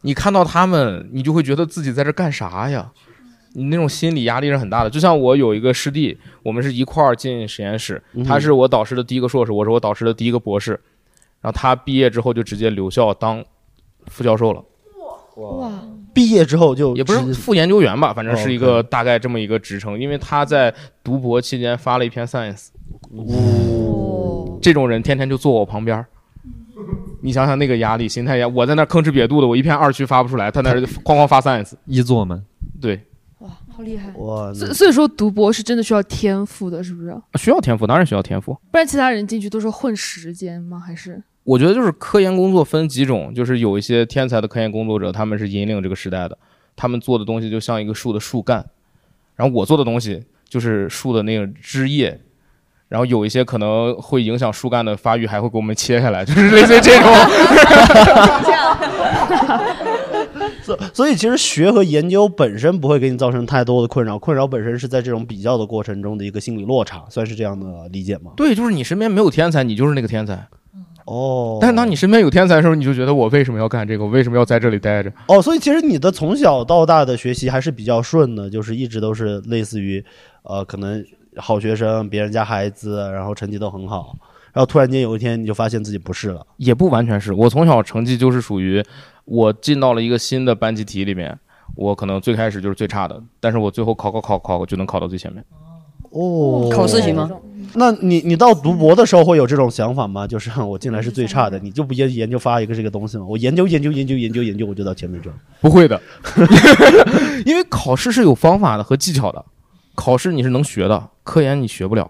你看到他们，你就会觉得自己在这干啥呀？你那种心理压力是很大的。就像我有一个师弟，我们是一块儿进实验室，他是我导师的第一个硕士，我是我导师的第一个博士，然后他毕业之后就直接留校当副教授了。
哇，毕业之后就
也不是
直
副研究员吧，反正是一
哦
个大概这么一个职称。因为他在读博期间发了一篇 Science，这
哦
种人天天就坐我旁 边儿你想想那个压力、心态压，我在那儿吭哧瘪肚的，我一篇二区发不出来，他那儿哐哐发 Science，
一作吗？
对，
好厉害。
我
嗯
所所以说读博是真的需要天赋的，是不是？
需要天赋，当然需要天赋。
不然其他人进去都是混时间吗？还是
我觉得就是科研工作分几种，就是有一些天才的科研工作者，他们是引领这个时代的，他们做的东西就像一个树的树干，然后我做的东西就是树的那个枝叶，然后有一些可能会影响树干的发育，还会给我们切下来，就是类似于这种。
所所以其实学和研究本身不会给你造成太多的困扰，困扰本身是在这种比较的过程中的一个心理落差，算是这样的理解吗？
对，就是你身边没有天才，你就是那个天才。
哦，
但是当你身边有天才的时候，你就觉得我为什么要干这个？我为什么要在这里待着？
哦，所以其实你的从小到大的学习还是比较顺的，就是一直都是类似于，呃，可能好学生，别人家孩子，然后成绩都很好，然后突然间有一天你就发现自己不是了。
也不完全是我从小成绩就是属于我进到了一个新的班级体里面，我可能最开始就是最差的，但是我最后考考考考就能考到最前面。
哦
考试行吗？
那你你到读博的时候会有这种想法吗？就是哼我进来是最差的，你就不研研究发一个这个东西吗？我研究研究研究研究研究，我就到前面去了。
不会的， 因为考试是有方法的和技巧的，考试你是能学的，科研你学不了。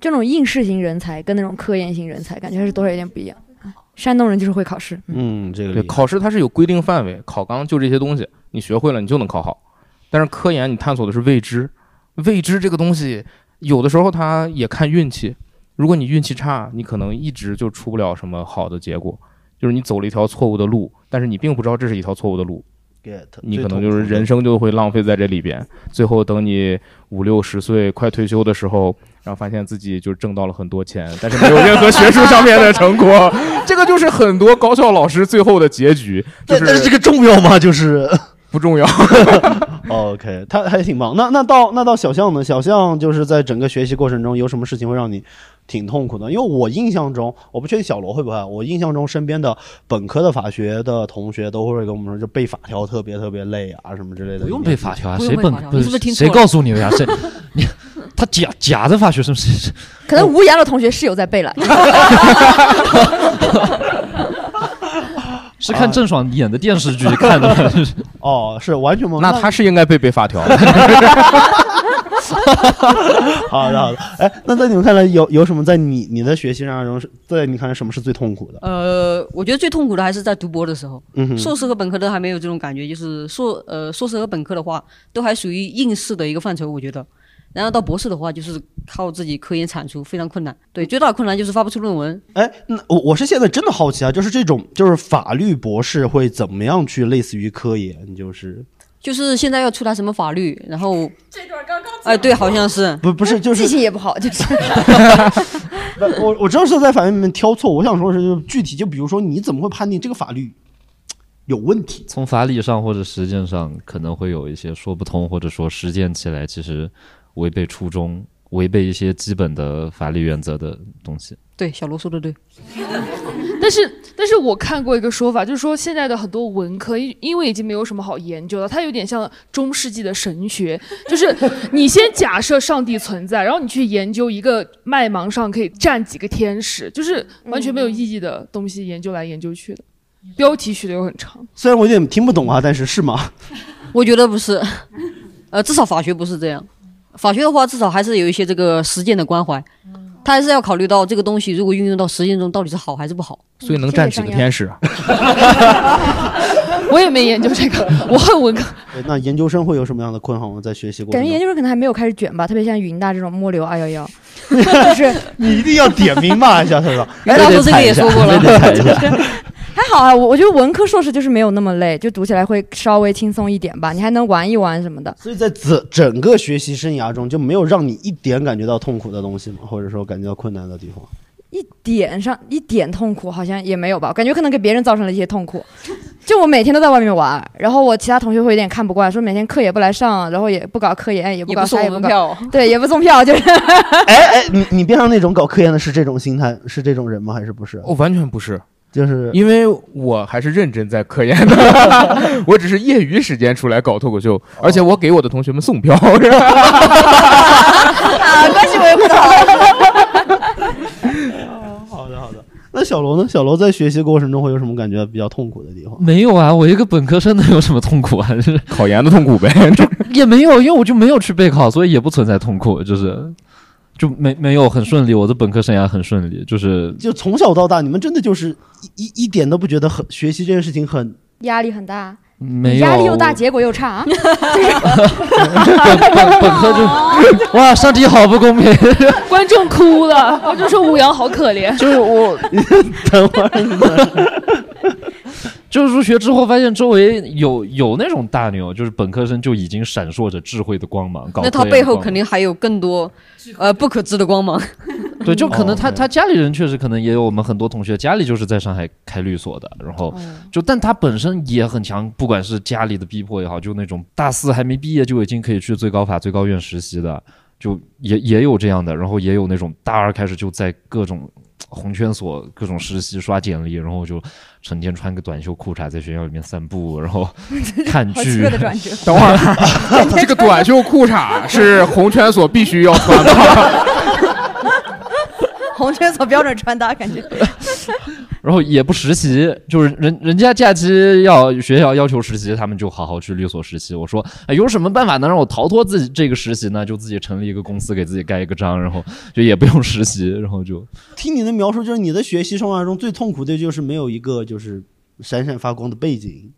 这种应试型人才跟那种科研型人才，感觉还是多少有点不一样。
嗯
山东人就是会考试，
嗯，这个
对，考试它是有规定范围，考纲就这些东西，你学会了你就能考好。但是科研你探索的是未知，未知这个东西有的时候它也看运气。如果你运气差，你可能一直就出不了什么好的结果，就是你走了一条错误的路，但是你并不知道这是一条错误的路。
get，
你可能就是人生就会浪费在这里边。最后等你五六十岁快退休的时候，然后发现自己就挣到了很多钱，但是没有任何学术上面的成果。 这个就是很多高校老师最后的结局。就是、
但是这个重要吗？就是
不重要。
OK，他还挺忙。那那到那到小象呢？小象就是在整个学习过程中有什么事情会让你挺痛苦的？因为我印象中，我不确定小罗会不会啊，我印象中身边的本科的法学的同学都会跟我们说，就背法条特别特别累啊，什么之类的。
不用背法条啊，
不
谁
用
本
背法条
不
你是不是听错
谁
了
告诉你的呀？ 谁你他假假的法学生谁谁
可能无言的同学是有在背了。
是看郑爽演的电视剧看 的？
哦，是完全懵。
那他是应该被被法条。
好的好的。哎，那在你们看来，有有什么在你你的学习生涯中是，在你看来什么是最痛苦的？
呃，我觉得最痛苦的还是在读博的时候，
嗯哼
硕士和本科都还没有这种感觉，就是硕呃硕士和本科的话，都还属于应试的一个范畴，我觉得。然后到博士的话，就是靠自己科研产出，非常困难。对，最大的困难就是发不出论文。
哎，那我我是现在真的好奇啊，就是这种就是法律博士会怎么样去类似于科研？就是
就是现在要出台什么法律，然后这段刚刚哎，对，好像是
不不是就是
记性也不好，就是
不我我知道是在法院里面挑错，我想说的是就是具体，就比如说你怎么会判定这个法律有问题？
从法理上或者实践上可能会有一些说不通，或者说实践起来其实违背初衷，违背一些基本的法律原则的东西。
对，小罗说的对。
但是，但是我看过一个说法，就是说现在的很多文科，因因为已经没有什么好研究了，它有点像中世纪的神学，就是你先假设上帝存在，然后你去研究一个麦芒上可以站几个天使，就是完全没有意义的东西，研究来研究去的，标题取的又很长。
虽然我有点听不懂啊，但是是吗？
我觉得不是，呃，至少法学不是这样。法学的话，至少还是有一些这个实践的关怀，他还是要考虑到这个东西如果运用到实践中到底是好还是不好。
所以能站几个天使？啊
我也没研究这个，我恨文科。
对哎那研究生会有什么样的困惑吗？在学习过
感
程
觉
中？
研究生可能还没有开始卷吧，特别像云大这种末流二幺 幺，就是
你一定要点名骂一下他说，
原来我这个也说过了
非得踩一下
就是 还好啊。我我觉得文科硕士就是没有那么累，就读起来会稍微轻松一点吧，你还能玩一玩什么的。
所以在整整个学习生涯中，就没有让你一点感觉到痛苦的东西吗？或者说感觉到困难的地方？
一点上一点痛苦好像也没有吧，我感觉可能给别人造成了一些痛苦。就我每天都在外面玩，然后我其他同学会有点看不惯，说每天课也不来上，然后也不搞科研，也不搞
也不送
啥，也
我
不
们
搞
票，
对，也不送票， 就是
哎哎，你你边上那种搞科研的是这种心态，是这种人吗？还是不是？
我哦完全不是，
就是
因为我还是认真在科研的，我只是业余时间出来搞脱口秀，而且我给我的同学们送票。是吧
啊，关系维护的
好的好的。那小罗呢？小罗在学习过程中会有什么感觉比较痛苦的地方？
没有啊，我一个本科生能有什么痛苦啊？ 就是
考研的痛苦呗，
也没有，因为我就没有去备考，所以也不存在痛苦，就是就没没有很顺利，我的本科生涯很顺利，就是
就从小到大，你们真的就是一一一点都不觉得很学习这件事情很
压力很大，
没有
压力又 大，结果又差， 就是
本本
哦
科就哇，上帝好不公平，
观众哭了，观众说吴阳好可怜。
就是我，
等会儿。
就是入学之后发现周围有有那种大牛，就是本科生就已经闪烁着智慧的光芒，搞
那他
科研的
背后
光芒
肯定还有更多呃不可知的光芒。
对，就
哦
可能他、他家里人确实可能也有我们很多同学家里就是在上海开律所的，然后
嗯
就但他本身也很强，不管是家里的逼迫也好，就那种大四还没毕业就已经可以去最高法最高院实习的，就也也有这样的，然后也有那种大二开始就在各种红圈所各种实习刷简历，然后就成天穿个短袖裤衩在学校里面散步，然 后看
好
剧
奇怪的转折。等会 儿啊这个短袖裤衩是红圈所必须要穿的。
红圈所标准穿搭 感觉。
然后也不实习，就是人人家假期要学校要求实习，他们就好好去律所实习。我说，哎，有什么办法能让我逃脱自己这个实习呢？就自己成立一个公司，给自己盖一个章，然后就也不用实习，然后就
听你的描述，就是你的学习生涯中最痛苦的就是没有一个就是闪闪发光的背景。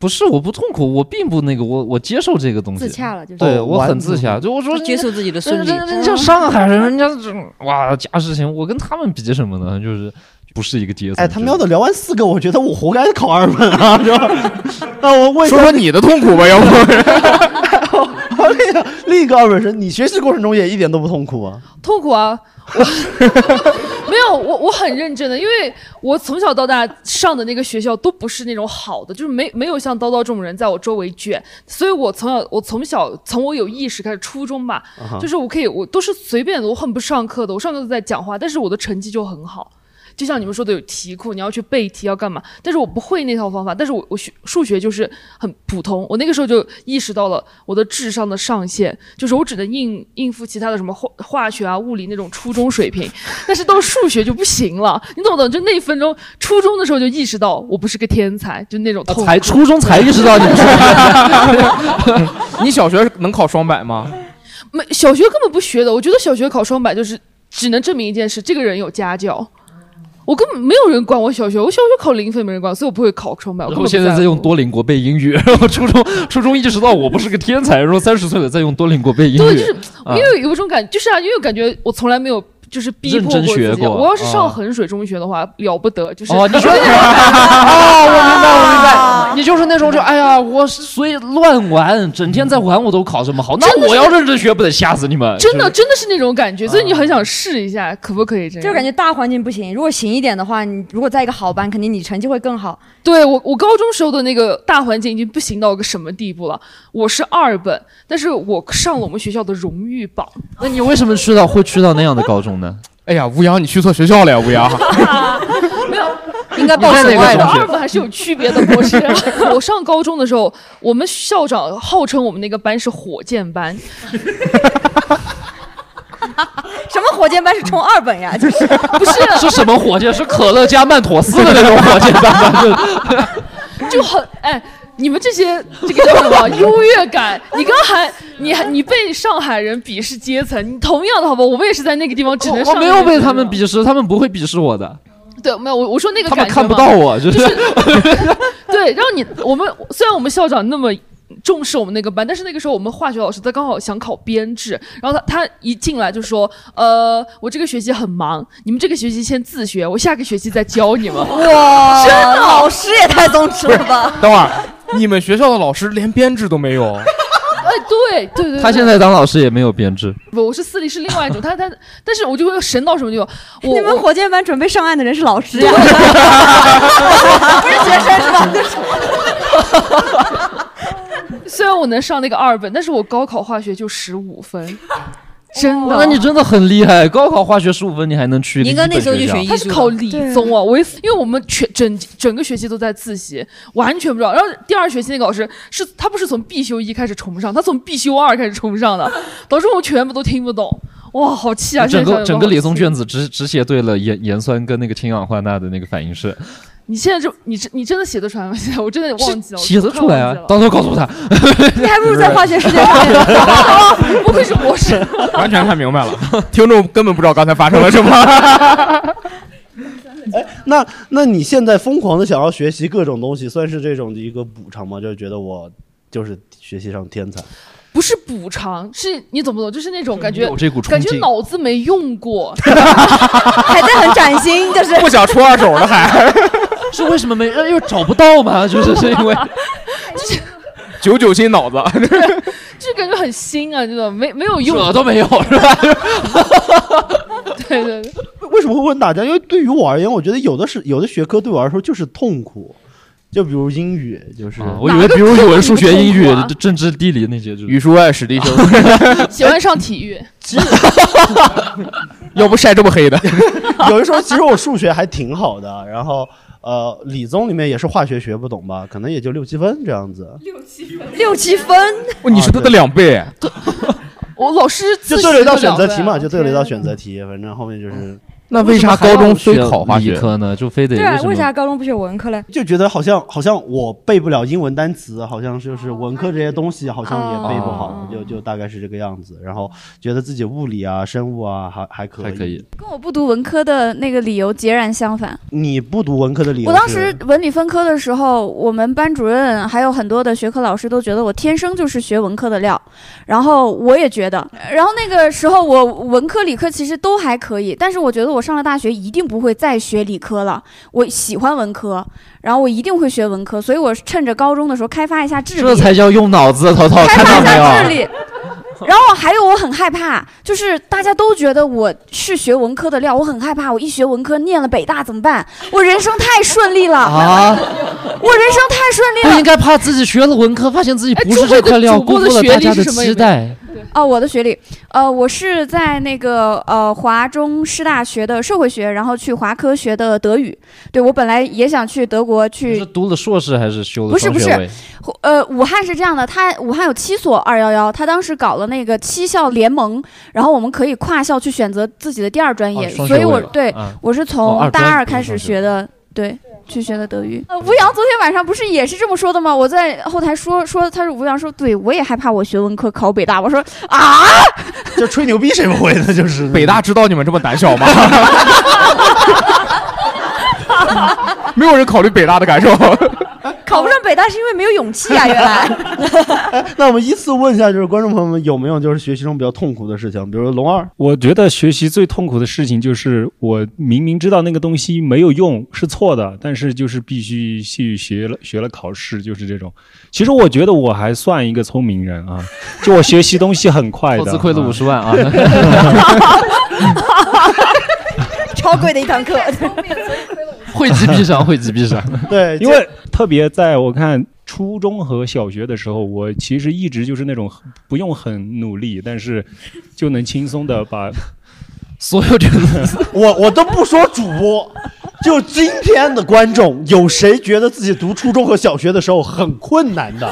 不是我不痛苦，我并不那个，我我接受这个东西，
自洽了就是
对
哦
我
完
很自洽，
全
就我说
就接受自己的顺利
人人人家上海人，人家这种哇家世情，我跟他们比什么呢？就是不是一个阶层。
哎，他喵的聊完四个，我觉得我活该考二本啊，是吧？那我为什
说
么
说你的痛苦 吧，要不？
另一个另一个二本生，你学习过程中也一点都不痛苦啊？
痛苦啊！我 没有，我我很认真的，因为我从小到大上的那个学校都不是那种好的，就是没没有像叨叨这种人在我周围卷，所以我从小我从小从我有意识开始，初中吧
啊哈
就是我可以我都是随便的，我很不上课的，我上课都在讲话，但是我的成绩就很好。就像你们说的，有题库，你要去背题，要干嘛？但是我不会那套方法，但是我我学数学就是很普通。我那个时候就意识到了我的智商的上限，就是我只能应应付其他的什么化化学啊、物理那种初中水平，但是到数学就不行了，你懂不懂？就那一分钟，初中的时候就意识到我不是个天才，就那种痛苦、
哦才初中才意识到你不是
你小学能考双百吗？
没小学根本不学的，我觉得小学考双百就是只能证明一件事，这个人有家教。我根本没有人管我小学，我小学考零分没人管，所以我不会考双百。我
然
根
后
本
现
不
在
在
在
乎
用多邻国背英语，然后初中初中意识到我不是个天才，然后三十岁了再用多邻国背英语，
对，就是
啊
因为有一种感，就是啊，因为感觉我从来没有就是逼迫
认真
自己
学。过
我要是
啊
上衡水中学的话，了不得，就是
哦 哦你说
哦，
哦我明白我明白
啊
吗？
你就是那种就哎呀，我随乱玩，整天在玩，我都考这么好，
真的
那
是
我要认真学，不得吓死你们？
真的
就是
真的是那种感觉，所以你很想试一下，可不可以这样？
就是感觉大环境不行，如果行一点的话，你如果在一个好班，肯定你成绩会更好。
对我，我高中时候的那个大环境已经不行到个什么地步了。我是二本，但是我上了我们学校的荣誉榜。
那你为什么去到会去到那样的高中呢？
哎呀，吴阳，你去错学校了呀，吴阳。
没有，
应该报省外的
二本还是有区别的博士。 我上高中的时候，我们校长号称我们那个班是火箭班，
什么火箭班是冲二本呀？就是
不是
是什么火箭？是可乐加曼妥思的那种火箭弹吗？就
就很哎，你们这些这个叫什么优越感？你刚还你还你被上海人鄙视阶层，你同样的好吧？我也是在那个地方只能
我
上。
没有被他们。鄙视，他们不会鄙视我的，
对，没有我我说那个
他们
感觉
看不
嘛
到我， 就是
对，然后你我们虽然我们校长那么。重视我们那个班，但是那个时候我们化学老师他刚好想考编制，然后他他一进来就说，呃，我这个学期很忙，你们这个学期先自学，我下个学期再教你们。
哇
真的，
老师也太松弛了吧！
等会儿，你们学校的老师连编制都没有，
哎，对对对对，
他现在当老师也没有编制。
不，我是私立是另外一种，他他，但是我就会神到什么地方，我
你们火箭班准备上岸的人是老师呀， 不是学生是吧？
虽然我能上那个二本，但是我高考化学就十 五分，真的。
那你真的很厉害，高考化学十五分，你还能去一个一本
他
学
是
校
考理综啊，我一因为我们全整整个学期都在自习，完全不知道。然后第二学期那个老师是他不是从必修一开始重上，他从必修二开始重上的，导致我全部都听不懂。哇，好气啊！
整
现在
个
想
整个
想
理综卷子只只写对了盐盐酸跟那个氢氧化钠的那个反应式，
你现在就你真你真的写得出来吗？现 在我真的忘记了，我
写得
真的
出来啊
忘记！了
到时候告诉他，
你还
不如在化学世界上面
不愧是博士。
完全看明白了。 听众根本不知道刚才发生了什 么。
那那你现在疯狂的想要学习各种东西，算是这种的一个补偿吗？就是觉得我就是学习上天才。
不是补偿，是你懂不懂？就是那种感觉
有这股，冲
感
劲
觉脑子没用过，
还在很崭新，就是
不想出二手 了还。
是为什么没？呃因为找不到嘛，就是是因为啊
九九 新脑子，
就感觉很新啊，这种没没有用，
褶都没有是
吧？ 对对对，
为什么会问大家？因为对于我而言，我觉得有的是有的学科对我来说就是痛苦，就比如英语，就是、
啊
我以为比如语文、数学、英语、政治、地理那些，就是
语数外史地 修，
喜欢上体育，啊
要不晒这么黑的。
有的时候其实我数学还挺好的，然后呃，理综里面也是化学学不懂吧，可能也就六七分这样子。啊
六七分
六七分，
哦你是他的两倍，
我老师
就
自
对了一道
学
选
不
择
了
题嘛，
呗
就对了一道选择
嗯
题，反正后面就是。
那为啥高中非考化
理
学
科呢？就非得
对啊，
为
为
什么？
啥高中不学文科嘞？
就觉得好像好像我背不了英文单词，好像就是文科这些东西好像也背不好，就就大概是这个样子。然后觉得自己物理啊、生物啊还还可以。还可
以。
跟我不读文科的那个理由截然相反。
你不读文科的理由
我
是？
当时文理分科的时候，我们班主任还有很多的学科老师都觉得我天生就是学文科的料，然后我也觉得，然后那个时候我文科理科其实都还可以，但是我觉得我上了大学一定不会再学理科了，我喜欢文科，然后我一定会学文科，所以我趁着高中的时候开发一下智力，
这才叫用脑子，淘淘
开
哦看
发一
到没
下智
有？
力。
啊
然后还有我很害怕，就是大家都觉得我是学文科的料，我很害怕，我一学文科念了北大怎么办？我人生太顺利了
啊！
我人生太顺利
不
了。
应该怕自己学了文科，发现自己不是这块料，辜负了大家期待。
哦，我的学历，呃，我是在那个呃华中师大学的社会学，然后去华科学的德语。对我本来也想去德国去
读了硕士还是修了
不是
双
不
学
是
位？，
呃，武汉是这样的，他武汉有七所二幺幺，他当时搞了那个七校联盟，然后我们可以跨校去选择自己的第二专业，
哦双
所以
学位
我
了
对、
啊
我是
哦
从
二专
大二
不是
开始
双学
学的，对，去学的德语。呃，吴阳昨天晚上不是也是这么说的吗？我在后台说说，他是吴阳说，对我也害怕我学文科考北大，我说啊，
就吹牛逼谁不会呢？就是
北大知道你们这么胆小吗？ 没有人考虑北大的感受。
考不上北大是因为没有勇气啊，原 来。
那我们依次问一下，就是观众朋友们有没有就是学习中比较痛苦的事情，比如龙二，
我觉得学习最痛苦的事情就是，我明明知道那个东西没有用，是错的，但是就是必须去学了，学了考试，就是这种。其实我觉得我还算一个聪明人 啊，就我学习东西很快的。
投资亏了50万啊
超贵的一堂课。
会籍必上，会籍必 上。
对，
因为特别在我看初中和小学的时候，我其实一直就是那种不用很努力，但是就能轻松的把
所有这个，
我我都不说主播，就今天的观众，有谁觉得自己读初中和小学的时候很困难的？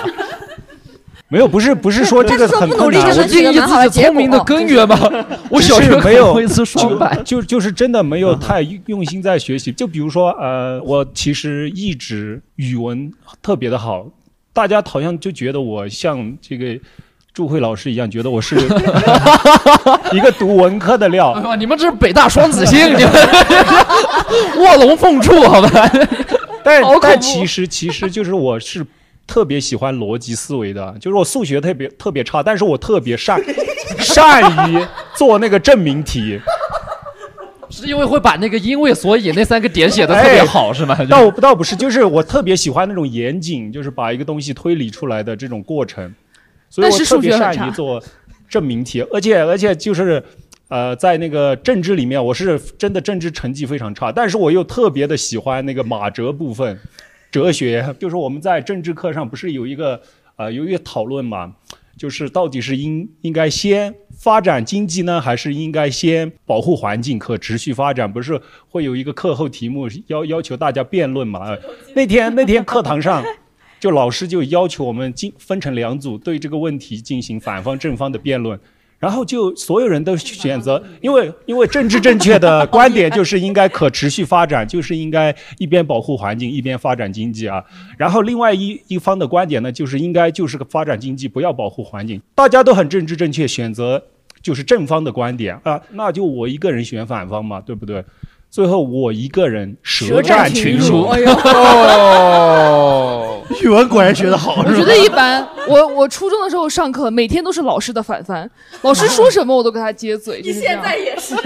没有，不是不是说这个很困难，
我定义自己聪明的根源吧。 我小学
只是没有
考过一次双嗯百，
就就就是真的没有太用心在学习。就比如说，呃，我其实一直语文特别的好，大家好像就觉得我像这个祝慧老师一样，觉得我是 一个读文科的料。
你们这是北大双子 星，你们卧龙凤雏，好吧？
但
好恐怖
但其实其实就是我是特别喜欢逻辑思维的，就是我数学特别特别差，但是我特别善善于做那个证明 题。
是因为会把那个因为所以那三个点写的特别好，是吗？
哎倒倒不是，就是我特别喜欢那种严谨，就是把一个东西推理出来的这种过程，所以
但
我
是
特
数学
别
很
善
差
于做证明题，而且而且就是。呃，在那个政治里面，我是真的政治成绩非常差，但是我又特别的喜欢那个马哲部分，哲学， 就是我们在政治课上不是有一个呃有一个讨论嘛，就是到底是应应该先发展经济呢，还是应该先保护环境可持续发展？不是会有一个课后题目要要求大家辩论嘛？呃那天那天课堂上。就老师就要求我们进分成两组，对这个问题进行反方正方的辩论，然后就所有人都选择，因为因为政治正确的观点就是应该可持续发展，就是应该一边保护环境一边发展经济啊。然后另外一一方的观点呢，就是应该就是个发展经济，不要保护环境。大家都很政治正确，选择就是正方的观点啊，那就我一个人选反方嘛，对不对？最后我一个人舌战群儒，哎
舌 战群儒
哦，语文果然学得好，
我觉得一般。我我初中的时候上课，每天都是老师的反翻，老师说什么我都跟他接嘴。你现在也是，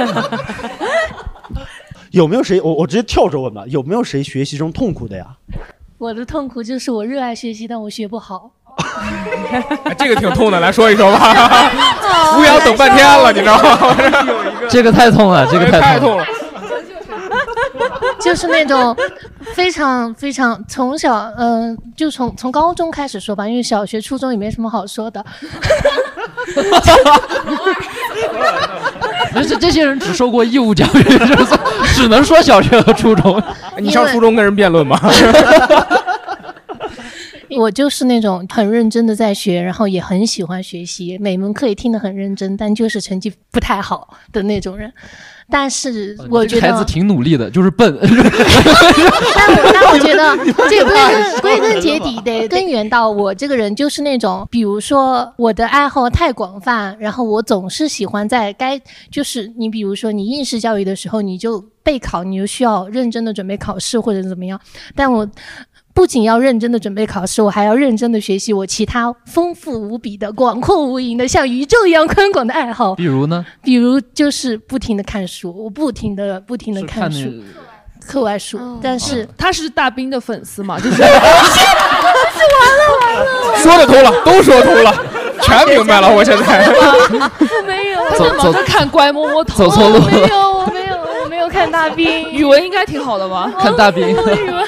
有没有谁？我我直接跳着问吧，有没有谁学习中痛苦的呀？
我的痛苦就是我热爱学习，但我学不 好。
哎这个挺痛的，来 说一说吧。
乌
吴阳等半天了，你知道 吗？
这哎个太痛了，这个
太
痛
痛了。
就是那种非常非常从小，嗯、就从从高中开始说吧，因为小学、初中也没什么好说的。
这这些人只受过义务教育，就是只能说小学和初 中。
你上初
中跟人辩论吗？
我就是那种很认真的在学，然后也很喜欢学习，每门课也听得很认真，但就是成绩不太好的那种人。但是
哦
我觉
这
得，
孩子挺努力的，就是笨。
但我觉得这归根归根结底得根源到我这个人就是那种，比如说我的爱好太广泛，然后我总是喜欢在该就是你比如说你应试教育的时候，你就备考，你就需要认真的准备考试或者怎么样，但我。不仅要认真的准备考试，我还要认真的学习我其他丰富无比的、广阔无垠的、像宇宙一样宽广的爱好
比，如呢？
比如就是不停的看书，我不停的、不停的看书，课外书。但是
啊他是大兵的粉丝嘛， 就是。
完了完了！
说得通了，都说通 了，全明 白了。我现在
我没有，
走
他在忙着看乖摸摸头，
走错路了
我没有，我没有，我没有看大兵，语文应该挺好的吧？
看大兵
我以为哦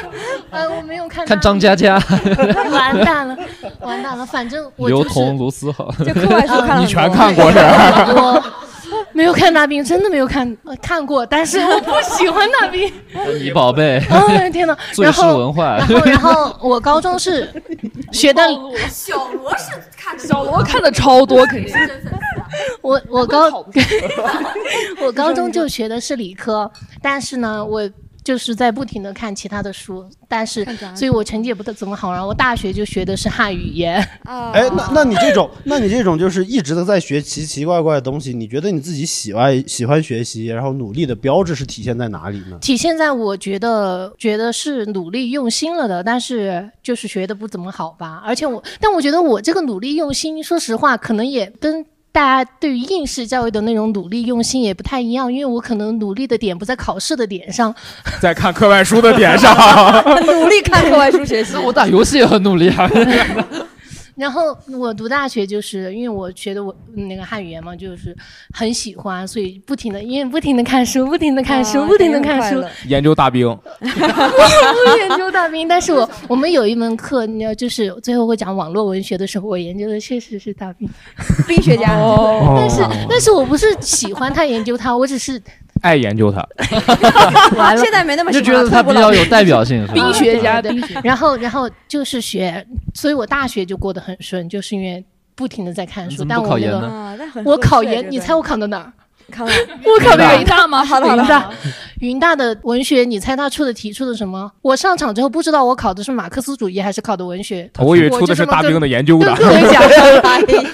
呃，我没有看
看
大
张嘉佳，
完蛋 了，完蛋了，反正我
刘
就是
同、卢思浩，
你全看过是？
我没有看大兵，真的没有看、呃看过，但是我不喜欢大兵。
你宝贝。
哎天哪！
最
然
是
后
文化。
然后然后我高中是学的
小罗是看
小罗看的超多，肯定。
我 我高我高中就学的是理科，但是呢，我就是在不停的看其他的书，但是
看杂志
所以我成绩也不怎么好，然后我大学就学的是汉语言。
哎，那那你这种，那你这种就是一直的在学奇奇怪怪的东西，你觉得你自己喜欢喜欢学习，然后努力的标志是体现在哪里呢？
体现在我觉得觉得是努力用心了的，但是就是学的不怎么好吧。而且我，但我觉得我这个努力用心，说实话，可能也跟大家对于应试教育的那种努力用心也不太一样，因为我可能努力的点不在考试的点上，，
在看课外书的点上
努力看课外书学习
那我 打游戏也很努力啊。
然后我读大学就是因为我学的我嗯那个汉语言嘛，就是很喜欢，所以不停的因为不停的看书，不停的看
啊
书，不停的看书，
研究大兵，
我研究大兵，但是我我们有一门课，你知道，就是最后会讲网络文学的时候，我研究的确实是大兵，
冰雪家
哦
但是但是我不是喜欢他研究他，我只是
爱研究他。
完了，现在
没那
么就喜欢觉得他比较有代表性是吧
冰
冰
雪
雪
家
家
的。然后，然后就是学，所以我大学就过得很顺，就是因为不停的在看书。
你
但
怎么不
我
考
那
研
个
呢啊
那很
我
合
考
适
研
这，
你
个
猜我考的哪儿？
考
我考的
云大吗好的好的
云
好
大
的，
云大的文学，你猜他出的题出的什么？我上场之后不知道我考的是马克思主义还是考的文学。
我以为
就
出的是
这么
大
跟
兵的研究的
跟各位讲一下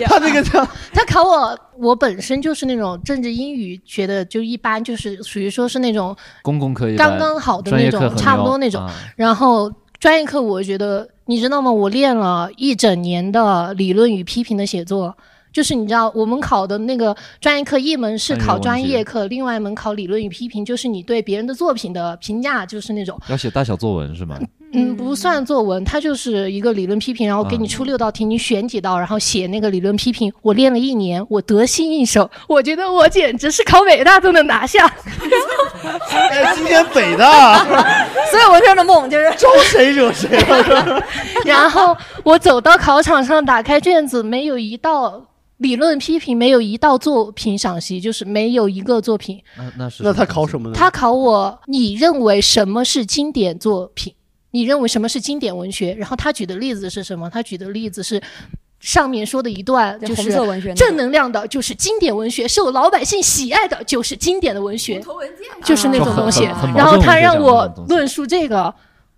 他那个叫
他考我，我本身就是那种政治英语学的就一般，就是属于说是那种
公共可以
刚刚好的那种，差不多那
啊
种。然后专业课，我觉得你知道吗？我练了一整年的理论与批评的写作。就是你知道，我们考的那个专业课，一门是考专业课，另外一门考理论与批评，就是你对别人的作品的评价，就是那种
要写大小作文是吗？
嗯，不算作文，它就是一个理论批评，然后给
啊
你出六道题，你选几道，然后写那个理论批评。我练了一年，我得心应手，我觉得我简直是考北大都能拿下。
哎，今天北大，
所以我这样的梦就是
招谁惹谁了？
然后我走到考场上，打开卷子，没有一道理论批评，没有一道作品赏析，就是没有一个作品。
那那是
那他考什么呢？
他考我，你认为什么是经典作品？你认为什么是经典文学？然后他举的例子是什么？他举的例子是。上面说的一段
对
就
红
是
色文学那个
正能量的，就是经典文学，受老百姓喜爱的，就是经典的文学，就是那种东西
就很很。
然后他
很矛
让
盾
我论述这个，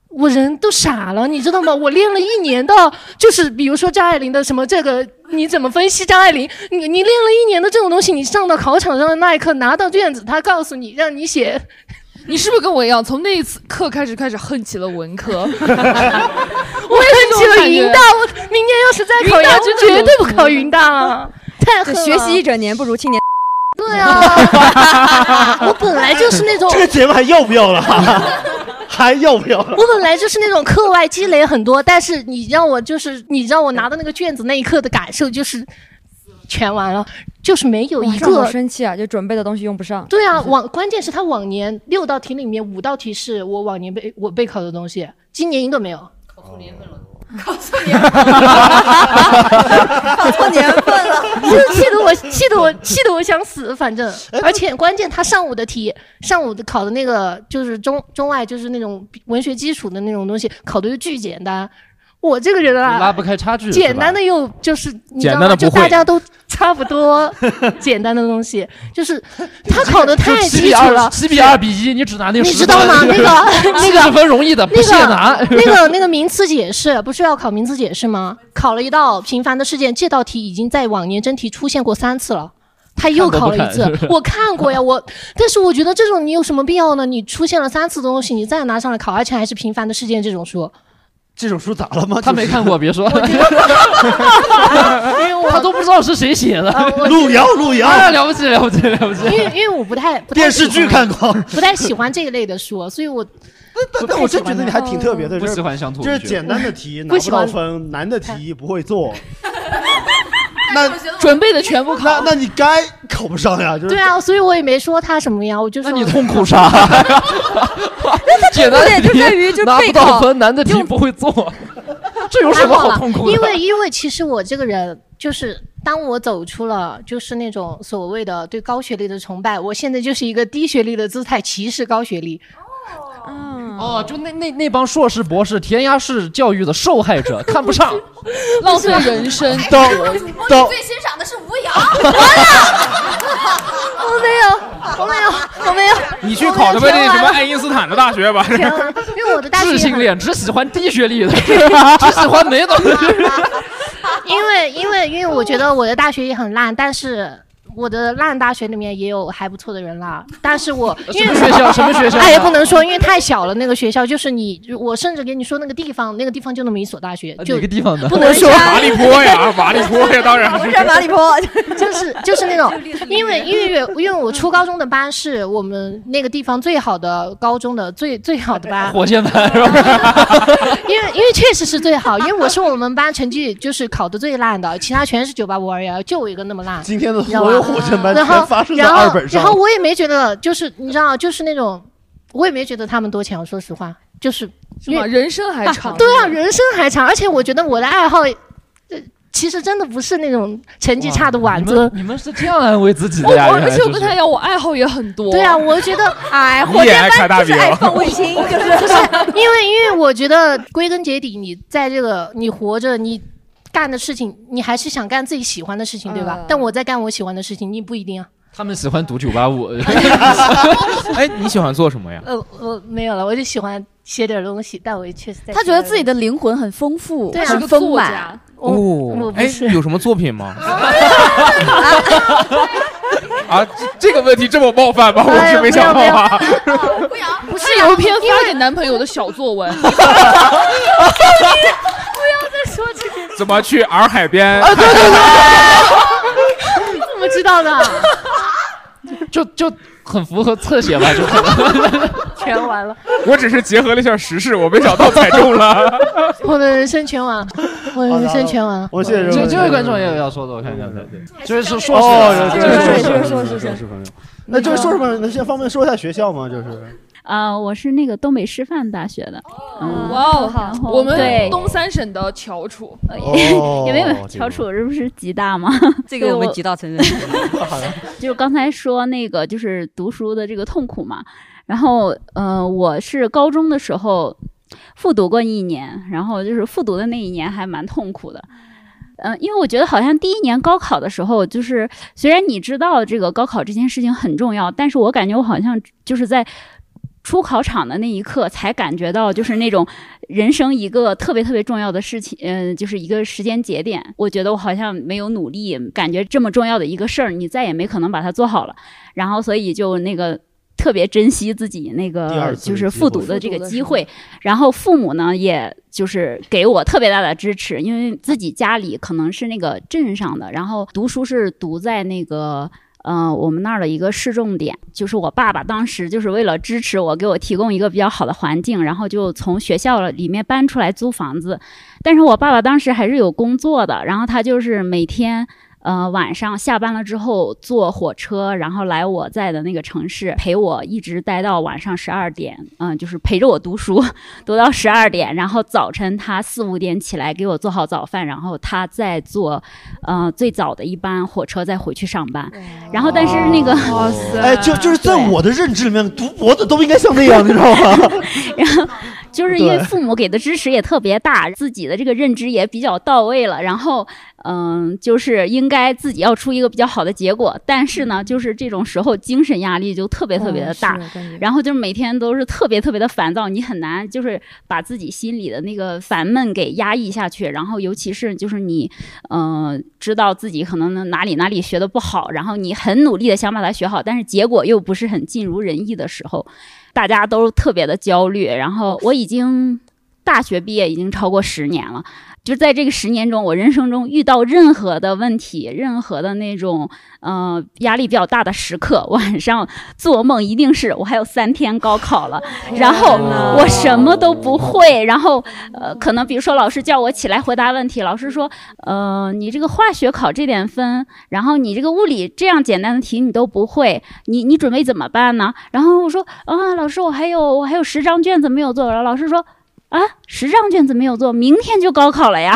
我人都傻了，你知道吗？我练了一年的，就是比如说张爱玲的什么这个，你怎么分析张爱玲？你你练了一年的这种东西，你上到考场上的那一刻，拿到卷子，他告诉你让你写，
你是不是跟我一样，从那一次课开始开始恨起了文 科？
我恨起了云大，我明年要是再考研，我绝对不考云大啊了， 太
这
狠了。
学习一整年不如青年。
对啊，我本来就是那种
这个节目还要不要了？ 还要不要了？
我本来就是那种课外积累很多，但是你让我就是你让我拿到那个卷子那一刻的感受就是，全完了，就是没有一
哇这
个
好生气啊！就准备的东西用不上。
对啊，往关键是他往年六道题里面五道题是我往年备我备考的东西，今年一个没有。哦 考错年份了，考错年份，考错年份了，就是气得我气得我气得我想死，反正而且关键他上午的题，上午的考的那个就是中中外就是那种文学基础的那种东西，考的又巨简单。我这个人啊，
拉不开差距是吧
简单的又就是你知道
简
吗
单的
就
不会
大家都差不多，简单的东西就是他考的太
七
基
比
础
二
了，
七比二比一，你只拿那个
你
10
知道吗？那
分
个那个
70分容易的，不
那
屑拿
个 那个那个名词解释不是要考名词解释吗？考了一道平凡的事件，这道题已经在往年真题出现过三次了。他又考了一次
看 都不看是，吧
我看过呀，我，但是我觉得这种你有什么必要呢？你出现了三次的东西，你再拿上来考，而且还是平凡的事件这种书，
这种书咋了吗？
他没看过，别说，
他
都不知道是谁写的
啊我。
路遥路遥
哎了不起了不起了不起。
因为因为我不太不太
电视剧
喜欢
看过
不太喜欢这一类的书，所以我
但但我真觉得你还挺特别的，
不
就是
喜欢乡土
就是
文学
简单的 题拿
不喜
不到
欢
分，难的题不会做。那
准备的全部考，
那你该考不上呀，就是
对啊，所以我也没说他什么呀，我就说那你
痛苦啥？
简
单的
就
题
在于就
拿
备
不到
考
分，难的题不会做， 这有什么好痛苦的？
因为因为其实我这个人就是，当我走出了就是那种所谓的对高学历的崇拜，我现在就是一个低学历的姿态歧视高学历。嗯
哦，就那那那帮硕士博士填鸭式教育的受害者看 不上，
浪费人生。
懂懂
最欣赏的是吴瑶。
我没有，我没有，我没有。
你去考他妈那什么爱因斯坦的大学吧。
天啊因为我的大学
智性
很
恋只喜欢低学历的，只喜欢没懂。
因为因为因为我觉得我的大学也很烂，但是我的烂大学里面也有还不错的人啦。但是 我
呃
因为
什么学 校什么学校
哎，也不能说，因为太小了。那个学校就是你，我甚至给你说那个地方，那个地方就那么一所大学，就
呃哪个地方的？
不能说
马里坡呀，马里坡呀，当然是。
坡， 就是就是那种，因为因为因为我初高中的班是我们那个地方最好的高中的最最好的班，
火箭班是吧？
因为因为确实是最好，因为我是我们班成绩就是考的最烂的，其他全是九八五二幺，就我一个那么烂。
今天的
你知道
所有
吧
火箭班
然
全
后
发生在
然后
二本上
然后我也没觉得，就是你知道，就是那种，我也没觉得他们多强，说实话，就是因
吗
为
人生还
啊
长
对啊，人生还长，而且我觉得我的爱好。呃其实真的不是那种成绩差的晚
你们
尊，
你们是这样安慰自己的
我
呀？
我
原
而
来
且
就
我跟
是
他一样，我爱好也很多。
对啊，我觉 得哎
你也火箭爱班看大就是饼哦爱放
卫星，
就是因为因为我觉得归根结底，你在这个你活着你。干的事情，你还是想干自己喜欢的事情，对吧？但我在干我喜欢的事情，你不一定啊。
他们喜欢读九八五。
哎，你喜欢做什么呀？
呃，我没有了，我就喜欢写点东西，但我也确实在。
他觉得自己的灵魂很丰富，
对啊
很丰满。
哦
我，不
哎，有什么作品吗？啊，这这个问题这么冒犯吗？我是没想到啊吧。
不是有一篇发给男朋友的小作文， 不要
再说这些。
怎么去洱海边？
你怎么知道的？
就就很符合侧写吧，就可能
全完了，
我只是结合了一下时事，我没想到踩中了。
我的人生全完了，我的人生全完了。
我谢谢
这这位观众也有要说的，我看看。这是硕
哦
士，
是是是是朋友。那这位硕士朋友，能先方便说一下学校吗？就是
啊，我是那个东北师范大学的，嗯
哇哦
然，后
我们
对
东三省的翘楚，
哦
哦
也没有翘楚，这不是吉大吗？
这个
所以
我们吉大承认。
就是刚才说那个，就是读书的这个痛苦嘛。然后，呃，我是高中的时候复读过一年，然后就是复读的那一年还蛮痛苦的。嗯、因为我觉得好像第一年高考的时候，就是虽然你知道这个高考这件事情很重要，但是我感觉我好像就是在出考场的那一刻才感觉到，就是那种人生一个特别特别重要的事情，嗯、就是一个时间节点。我觉得我好像没有努力，感觉这么重要的一个事儿，你再也没可能把它做好了。然后，所以就那个特别珍惜自己那
第二
个
次
就是
的
复
机会
读的这个
复读的
机
时候
会。然后父母呢，也就是给我特别大的支持，因为自己家里可能是那个镇上的，然后读书是读在那个。嗯，我们那儿的一个市重点，就是我爸爸当时就是为了支持我，给我提供一个比较好的环境，然后就从学校里面搬出来租房子。但是我爸爸当时还是有工作的，然后他就是每天。呃，晚上下班了之后坐火车，然后来我在的那个城市陪我一直待到晚上十二点，嗯，就是陪着我读书，读到十二点，然后早晨他四五点起来给我做好早饭，然后他再坐，呃，最早的一班火车再回去上班，然后但是那个，哇塞
哎，就就是在我的认知里面，读博的都应该像那样，你知道 吗？
然后 就是因为
对
父母给的支持也特别大，自己的这个认知也比较到位了，然后嗯，就是应该自己要出一个比较好的结果，但是呢，就是这种时候精神压力就特别特别的大，然后就是每天都是特别特别的烦躁，你很难就是把自己心里的那个烦闷给压抑下去，然后尤其是就是你嗯、呃知道自己可能哪里哪里学的不好，然后你很努力的想把它学好，但是结果又不是很尽如人意的时候。大家都特别的焦虑。然后我已经大学毕业已经超过十年了，就在这个十年中，我人生中遇到任何的问题，任何的那种呃压力比较大的时刻， 晚上做梦一定是我还有三天高考了，然后我什么都不会，然后呃可能比如说老师叫我起来回答问题，老师说呃你这个化学考这点分，然后你这个物理这样简单的题你都不会，你你准备怎么办呢？然后我说啊老师我还有我还有十张卷子没有做，然后老师说。啊，十张卷子没有做，明天就高考了呀。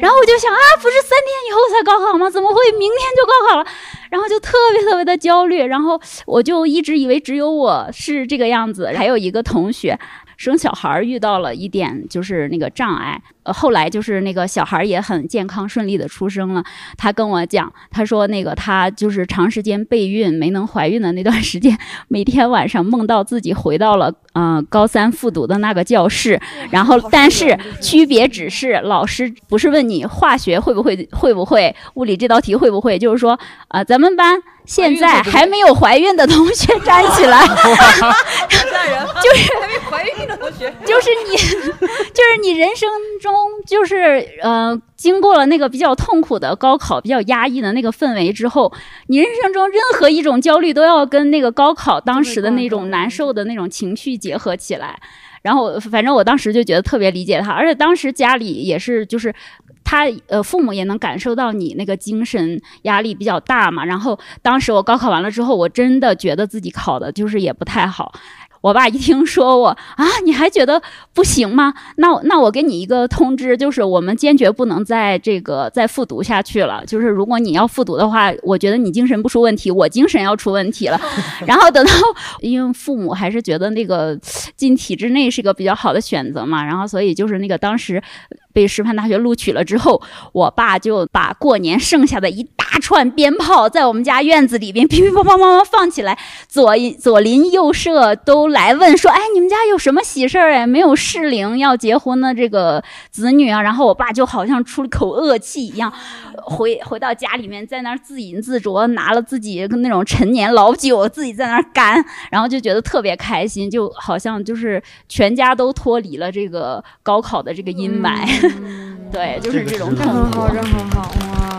然后我就想啊，不是三天以后才高考吗？怎么会明天就高考了？然后就特别特别的焦虑。然后我就一直以为只有我是这个样子。还有一个同学生小孩儿遇到了一点就是那个障碍，呃后来就是那个小孩儿也很健康顺利的出生了，她跟我讲，她说那个她就是长时间备孕没能怀孕的那段时间，每天晚上梦到自己回到了嗯、呃高三复读的那个教室，然后但是区别只是老师不是问你化学会不会会不会，物理这道题会不会，就是说啊、咱们班。现在还没有怀孕的同学 站起来，就是
还没怀孕的同学，
就是你， 就是你人生中，就是呃，经过了那个比较痛苦的高考，比较压抑的那个氛围之后，你人生中任何一种焦虑都要跟那个高考当时的那种难受的那种情绪结合起来。然后，反正我当时就觉得特别理解他，而且当时家里也是，就是他呃父母也能感受到你那个精神压力比较大嘛。然后当时我高考完了之后，我真的觉得自己考的就是也不太好。我爸一听说我啊，你还觉得不行吗？那我那我给你一个通知，就是我们坚决不能在这个再复读下去了。就是如果你要复读的话，我觉得你精神不出问题，我精神要出问题了。然后等到，因为父母还是觉得那个进体制内是个比较好的选择嘛，然后所以就是那个当时被师范大学录取了之后，我爸就把过年剩下的一大串鞭炮在我们家院子里边 乒乒乓乓乓乓放起来，左一左邻右舍都来问说：“哎，你们家有什么喜事儿哎？没有适龄要结婚的这个子女啊？”然后我爸就好像出了口恶气一样，回回到家里面在那儿自饮自酌，拿了自己那种陈年老酒自己在那儿干，然后就觉得特别开心，就好像就是全家都脱离了这个高考的这个阴霾。 对，就是这种
这
痛
很
苦。
好，这很好哇！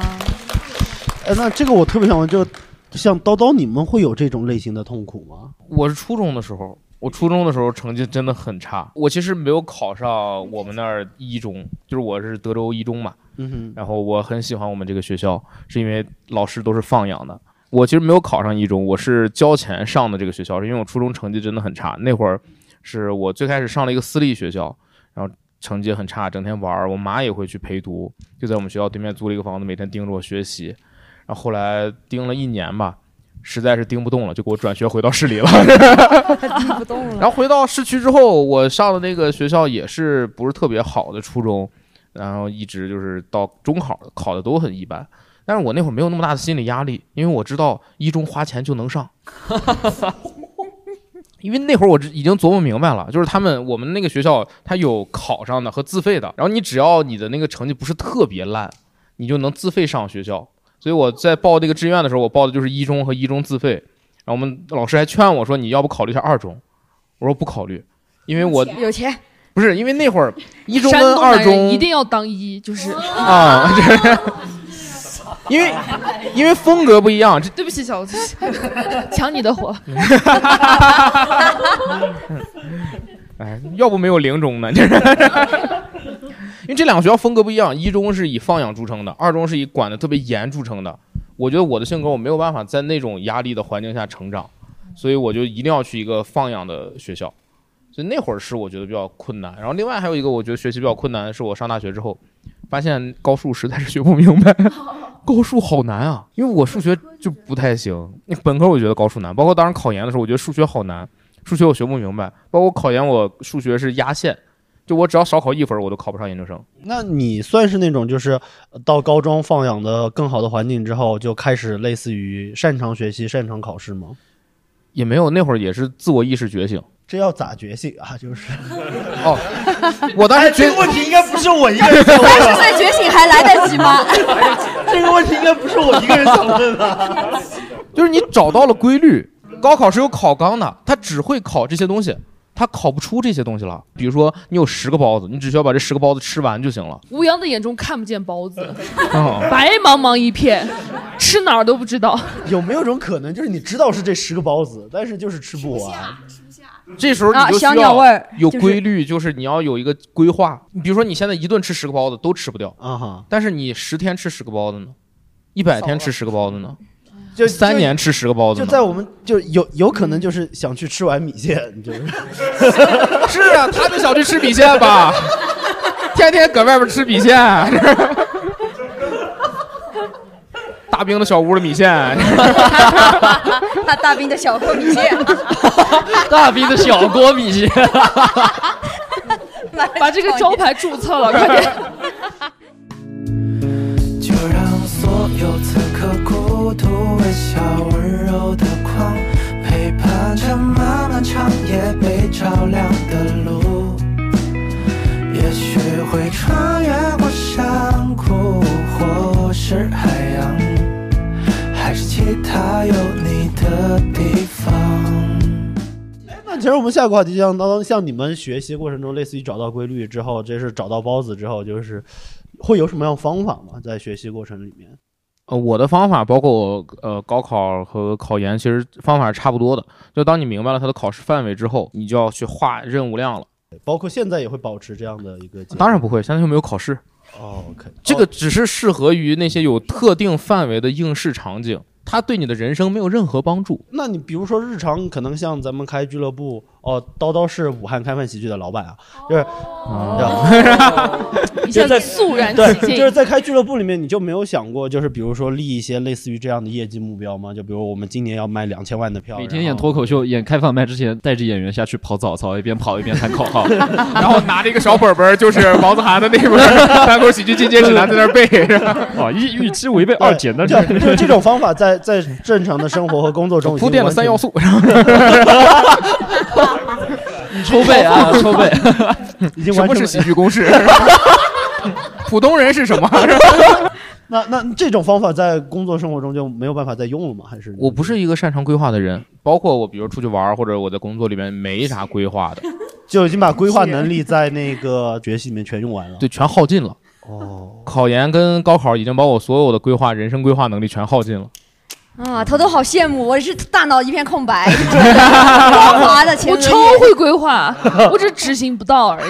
哎，那这个我特别想问，就像叨叨，你们会有这种类型的痛苦吗？
我是初中的时候，我初中的时候成绩真的很差，我其实没有考上我们那儿一中，就是我是德州一中嘛，
嗯哼
然后我很喜欢我们这个学校，是因为老师都是放养的。我其实没有考上一中，我是交钱上的这个学校，是因为我初中成绩真的很差。那会儿是我最开始上了一个私立学校，然后成绩很差，整天玩儿。我妈也会去陪读，就在我们学校对面租了一个房子，每天盯着我学习。然后后来盯了一年吧，实在是盯不动了，就给我转学回到市里了。
听不动了。
然后回到市区之后，我上的那个学校也是不是特别好的初中，然后一直就是到中考考的都很一般。但是我那会儿没有那么大的心理压力，因为我知道一中花钱就能上。因为那会儿我已经琢磨明白了，就是他们我们那个学校，它有考上的和自费的，然后你只要你的那个成绩不是特别烂，你就能自费上学校。所以我在报那个志愿的时候，我报的就是一中和一中自费。然后我们老师还劝我说，你要不考虑一下二中？我说不考虑，因为我
有钱，
不是因为那会 儿一中
山
跟
东男
二
人
中
一定要当一，就是
啊， 这是因为因为风格不一样，这
对不起，小子， 抢你的火。
哎，要不没有零中呢，这是。 因为这两个学校风格不一样，一中是以放养著称的，二中是以管得特别严著称的。我觉得我的性格我没有办法在那种压力的环境下成长，所以我就一定要去一个放养的学校。所以那会儿是我觉得比较困难。然后另外还有一个我觉得学习比较困难，是我上大学之后发现高数实在是学不明白，高数好难啊，因为我数学就不太行。那本科我觉得高数难，包括当时考研的时候，我觉得数学好难，数学我学不明白。包括我考研，我数学是压线，就我只要少考一分，我都考不上研究生。
那你算是那种就是呃到高中放养的更好的环境之后，就开始类似于擅长学习、擅长考试吗？
也没有，那会儿也是自我意识觉醒。
这要咋觉醒啊？ 就是
哦，我当时觉
哎这个问题应该不是我一个人想问的。
30岁觉醒还来得及吗
这个问题应该不是我一个人想问 的。
就是你找到了规律，高考是有考纲的，它只会考这些东西，它考不出这些东西了。比如说，你有十个包子，你只需要把这十个包子吃完就 行了。
吴阳的眼中看不见包子，
嗯
白茫茫一片，
哎
吃哪儿都不知道。
有没有种可能，就是你知道是这十个包子，但是就是吃不完？
这时候
啊
你就需
小鸟味
要
儿
有
就是
规律，就是你要有一个规划。你比如说，你现在一顿吃十个包子都吃不掉，
啊哈，
但是你十天吃十个包子呢，一百天吃十个包子呢，
就
三年吃十个包子
就
呢，
在我们就有有可能就是想去吃碗米 线，就是
是啊，他就想去吃米线吧，天天搁外边吃米线， 大兵的小屋的米线，
大大兵的小锅米线，
大兵的小锅米线，
把这个招牌注册了，快 点。
就让所有此刻孤独微笑温柔的光，陪伴着漫漫长夜被照亮的路。也许会穿越过山谷，或是海洋，还是其他有你的地方。
那其实我们下一个话题像当像你们学习过程中，类似于找到规律之后，这是找到包子之后，就是会有什么样的方法吗？在学习过程里面，
呃，我的方法包括我呃高考和考研，其实方法是差不多的。就当你明白了它的考试范围之后，你就要去画任务量了。
包括现在也会保持这样的一个节奏。
当然不会，现在又没有考试。
哦，OK，
这个只是适合于那些有特定范围的应试场景，它对你的人生没有任何帮助。
那你比如说日常可能像咱们开俱乐部哦，叨叨是武汉开饭喜剧的老板啊，就是，
哦
一下
就是在
子肃然起
对，
敬
就是在开俱乐部里面，你就没有想过就是比如说立一些类似于这样的业绩目标吗？就比如我们今年要卖两千万的票，
每天演脱口秀，演开放麦之前，带着演员下去跑早操，一边跑一边喊口号，然后
拿着一个小本本，就是王子涵的那本《 单口喜剧进阶指南》在那儿背着。
哦，预预期违背二减 的
就就这种方法在在正常的生活和工作中已经
铺垫了
完全
三要素
抽背 啊抽背已经
什
完成了
么是喜剧 公式？普通人是什么？
那那这种方法在工作生活中就没有办法再用了吗？还是
我不是一个擅长规划的人，包括我，比如出去玩儿或者我在工作里面没啥规划的，
就已经把规划能力在那个学习里面全用完了？
对，全耗尽了。
哦，
考研跟高考已经把我所有的规划、人生规划能力全耗尽了。
啊，头头好羡慕，我是大脑一片空白，光滑的前额
我
叶
超会规划，我只是执行不到而已。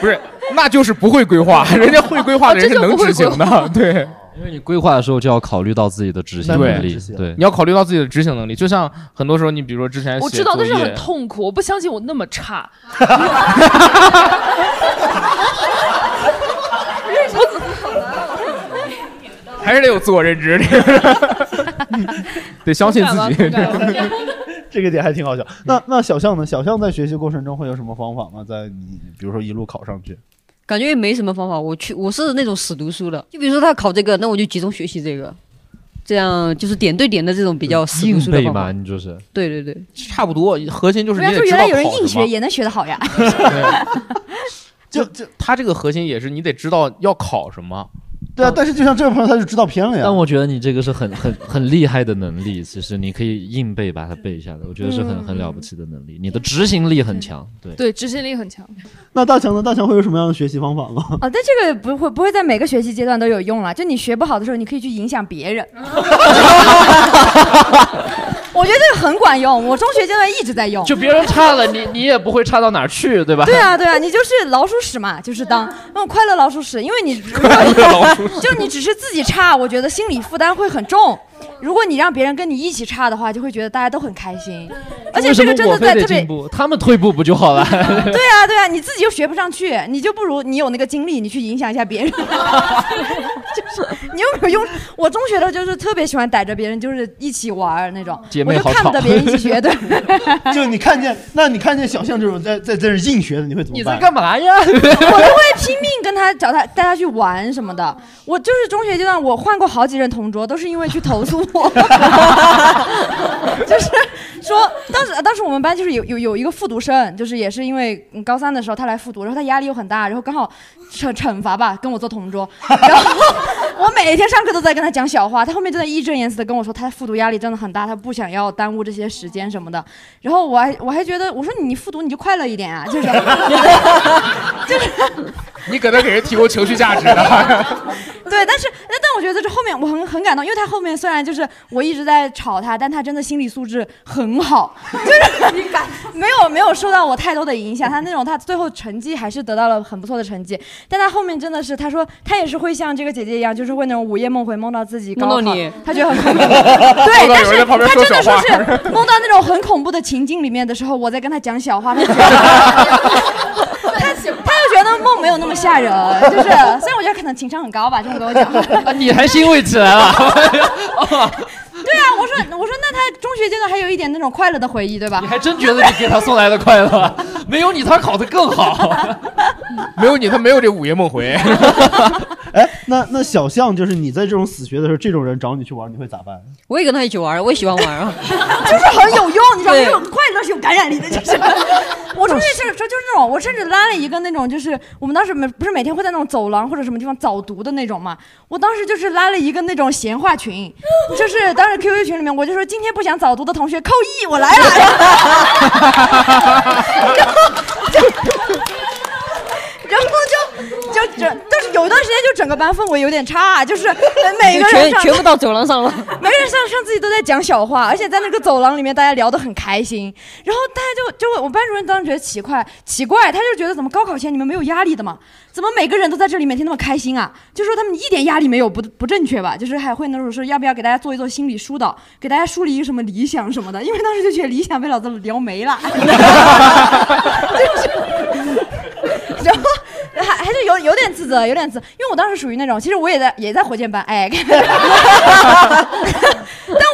不是，那就是不会规 划，人家会规
哦
划的人是能执行的。对，
因为你规划的时候就要考虑到自己的执行能力，对，
你要考虑到自己的执行能力。就像很多时候，你比如说之前
我
写
知道，
作
但是
业
很 痛苦，我不相信我那 么差。
还是得有自我认知， 得相信自 己。 嗯
这个点还挺好笑。那那小象呢？小象在学习过程中会有什么方法吗？在你比如说一路考上去，
感觉也没什么方法。我去，我是那种死读书的，就比如说他考这个，那我就集中学习这个，这样就是点对点的这种比较死读
硬
书的
背
方法
嘛，。你就是
对对对，
差不多，核心就
人家说原来有人硬学也能学得好呀，
就就他这个核心也是你得知道要考什么。
对啊，但是就像这位朋友他就知道偏了呀。
但我觉得你这个是很很很厉害的能力，其实你可以硬背把它背下来，我觉得是很很了不起的能力。你的执行力很强，
嗯
对。
对，执行力很强。
那大强呢？大强会有什么样的学习方法吗？
哦，但这个不会不会在每个学习阶段都有用了。就你学不好的时候，你可以去影响别人。 我觉得这个很管用，我中学阶段一直在用。
就别人差了，你你也不会差到哪儿去，对吧？
对 啊，对啊，你就是老鼠屎嘛，就是当那种快乐老鼠屎，因为你如果就你只是自己差，我觉得心理负担会很重。如果你让别人跟你一起差的话，就会觉得大家都很开心，而且
为什
这
么
个真
我
的
非
在
得
特别
进步，他们退步不就好 了？
对啊，对啊，你自己又学不上去，你就不如你有那个精力，你去影响一下别人。就是你有没有用？我中学的时候就是特别喜欢逮着别人，就是一起玩儿那种，
姐
我
妹
就
好
看不得别人一起学，对。
就你看见，那你看见小象这种在在在这硬学的，你会怎么办？
嘛呀？
我就会拼命跟他找他带他去玩什么的。我就是中学阶段，我换过好几任同桌，都是因为去投诉我。 就是说，当时当时我们班就是有有有一个复读生，就是也是因为嗯高三的时候他来复读，然后他压力又很大，然后刚好惩惩罚吧，跟我做同桌，然后我每天上课都在跟他讲小话，他后面真的义正言辞的跟我说，他复读压力真的很大，他不想要耽误这些时间什么的。然后我还我还觉得，我说你复读你就快乐一点啊，就是。
你搁那给人提供情绪价值的，
对，但是但但我觉得这后面我很很感动，因为他后面虽然就是我一直在吵他，但他真的心理素质很好，就是 你感没有没有受到我太多的影响。他那种他最后成绩还是得到了很不错的成绩，但他后面真的是他说他也是会像这个姐姐一样，就是会那种午夜梦回，梦到自己高考
梦到你，
他觉得很恐怖。
梦
对，
到
但
有人在
是
旁边
他
说
真的
小
说
话
是 梦到那种很恐怖的情境里面的时候，我在跟他讲小话，他觉得 他他又觉得梦没有那么吓人，就是虽然我觉得可能情商很高吧，这么跟我讲。
啊，你还欣慰起来了？
对啊，我说我说那他中学学阶段还有一点那种快乐的回忆，对吧？
你 还真觉得你给他送来的快乐，没有你他考得更好。
没有你，他没有这午夜梦回。
哎，那那小象就是你在这种死学的时候，这种人找你去玩，你会咋办？
我也跟他一起玩儿，我也喜欢玩儿 啊。
就是很有用，你知道吗？
对
这种 快乐是有感染力的，就是。我出去是时候就是那种，我甚至拉了一个那种，就是我们当时每不是每天会在那种走廊或者什么地方早读的那种嘛。我当时就是拉了一个那种闲话群，就是当时 QQ 群里面，我就说今天不想早读的同学扣一，我来了。然后就，然后就就整，但是有一段时间就整个班氛围有点差，啊就是每个人
全
上
全部到走廊上了。
每个人上上自己都在讲小话，而且在那个走廊里面，大家聊得很开心。然后大家就就我我班主任当时觉得奇怪，奇怪，他就觉得怎么高考前你们没有压力的嘛？怎么每个人都在这里每天那么开心啊？就说他们一点压力没有，不不正确吧？就是还会那种说要不要给大家做一做心理疏导，给大家树立一个什么理想什么的，因为当时就觉得理想被老子聊没了。然后还还是有有点自责，有点自责，因为我当时属于那种，其实我也在也在火箭班，哎， 但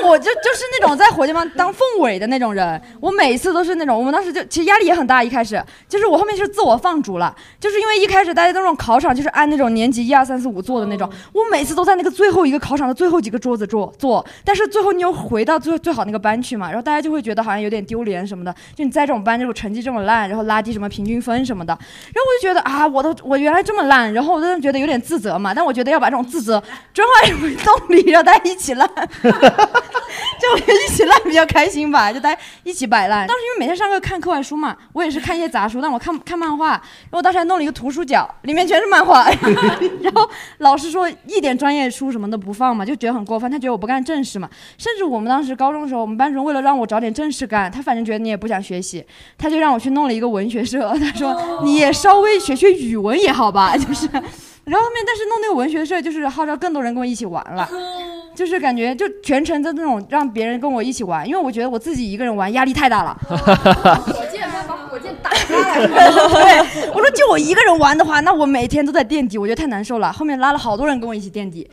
我就就是那种在火箭班当凤尾的那种人，我每次都是那种，我们当时就其实压力也很大，一开始就是我后面是自我放逐了，就是因为一开始大家都那种考场就是按那种年级一二三四五坐的那种，我每次都在那个最后一个考场的最后几个桌子坐坐，但是最后你又回到最最好那个班去嘛，然后大家就会觉得好像有点丢脸什么的，就你在这种班这种成绩这么烂，然后拉低什么平均分什么的，然后我就觉得啊，我都我原来这么烂，然后我真的觉得有点自责嘛，但我觉得要把这种自责转化为动力，让大家一起烂。 就我觉得一起烂比较开心吧，就大家一起摆烂。当时因为每天上课看课外书嘛，我也是看一些杂书，但我看看漫画。然后我当时还弄了一个图书角，里面全是漫画。 然后老师说一点专业书什么的不放嘛，就觉得很过分。他觉得我不干正事嘛，甚至我们当时高中的时候，我们班主任为了让我找点正事干，他反正觉得你也不想学习，他就让我去弄了一个文学社。 他说你也稍微学学语文也好吧， 就是。然后后面，但是弄那个文学社，就是号召更多人跟我一起玩了，就是感觉就全程的那种让别人跟我一起玩，因为我觉得我自己一个人玩压力太大了。
火
箭把 火箭打下来 对，我说就我一个人玩的话，那我每天都在垫底，我觉得太难受了。后面拉了好多人跟我一起垫底，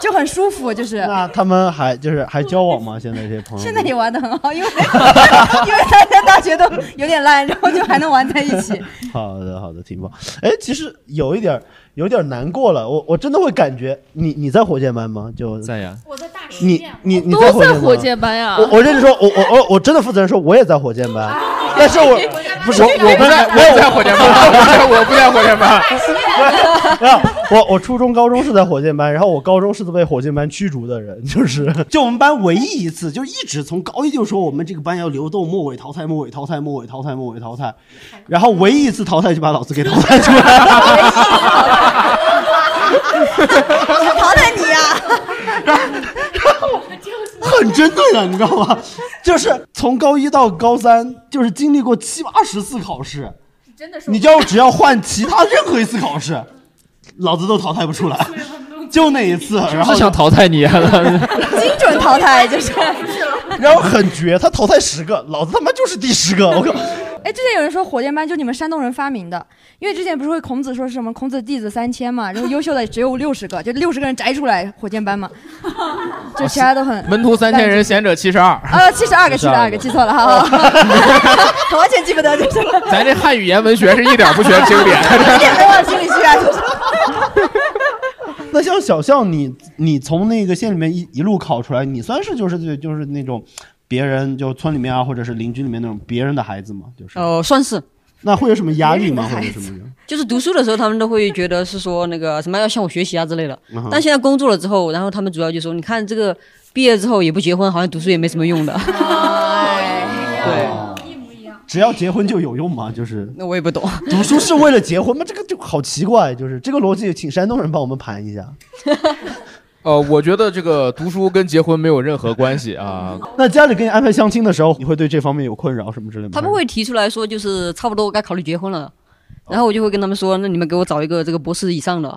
就很舒服，就是。
那他们还就是还交往吗？现在这些朋友？
现在也玩的很好，因为 因为大家大学都有点烂，然后就还能玩在一 起。
好的，好的，挺棒。哎，其实有一点儿，有点儿难过了。我我真的会感觉你你在火箭班吗？就在呀。
我在大实
你你你
都
火
在
吗
火箭班呀。
我我认真说，我我我我真的负责任说，我也在火箭 班，但 是我不是我我不在没有
在火箭班，我不在火 箭班。啊
没有， 我我初中、高中是在火箭班，然后我高中是被火箭班驱逐的人，就是
就我们班唯一一次，就一直从高一就说我们这个班要流动，末尾淘汰，末尾淘汰，末尾淘汰，末尾淘汰，然后唯一一次淘汰就把老子给淘汰出来了。
淘汰
啊
你呀、
很针对啊的，你知道吗？就是从高一到高三，就是经历过七八十次考试，
真的是
你就只要换其他任何一次考试，老子都淘汰不出来，就那一次，然后
是想淘汰 你啊？
精准淘汰就是。
然后很绝，他淘汰十个，老子他妈就是第十个，我靠！
哎，之前有人说火箭班就你们山东人发明的，因为之前不是会孔子说是什么孔子弟子三千嘛，然后优秀的只有六十个，就六十个人摘出来火箭班嘛，就其他都很
门徒三千人，贤者七十二。
呃七十二个七十二个记错了哈， 完全记不得就是了，
咱这汉语言文学是一点儿不学经典。
一点没往心里去啊，就是。
那像小象你，你从那个县里面一一路考出来，你算是就是对就是那种别人就村里面啊，或者是邻居里面那种别人的孩子吗？就是
哦，算是。
那会有什么压力吗？
别人的
或
孩
者
子
什么的？
就是读书的时候，他们都会觉得是说那个什么要向我学习啊之类的
嗯哼。
但现在工作了之后，然后他们主要就说，你看这个毕业之后也不结婚，好像读书也没什么用 的。
只要结婚就有用吗？就是
那我也不懂，
读书是为了结婚吗？这个就好奇怪，就是这个逻辑，请山东人帮我们盘一下。
呃，我觉得这个读书跟结婚没有任何关系啊。
那家里给你安排相亲的时候，你会对这方面有困扰什么之类
他
吗？
们会提出来说，就是差不多该考虑结婚了。然后我就会跟他们说，那你们给我找一个这个博士以上的。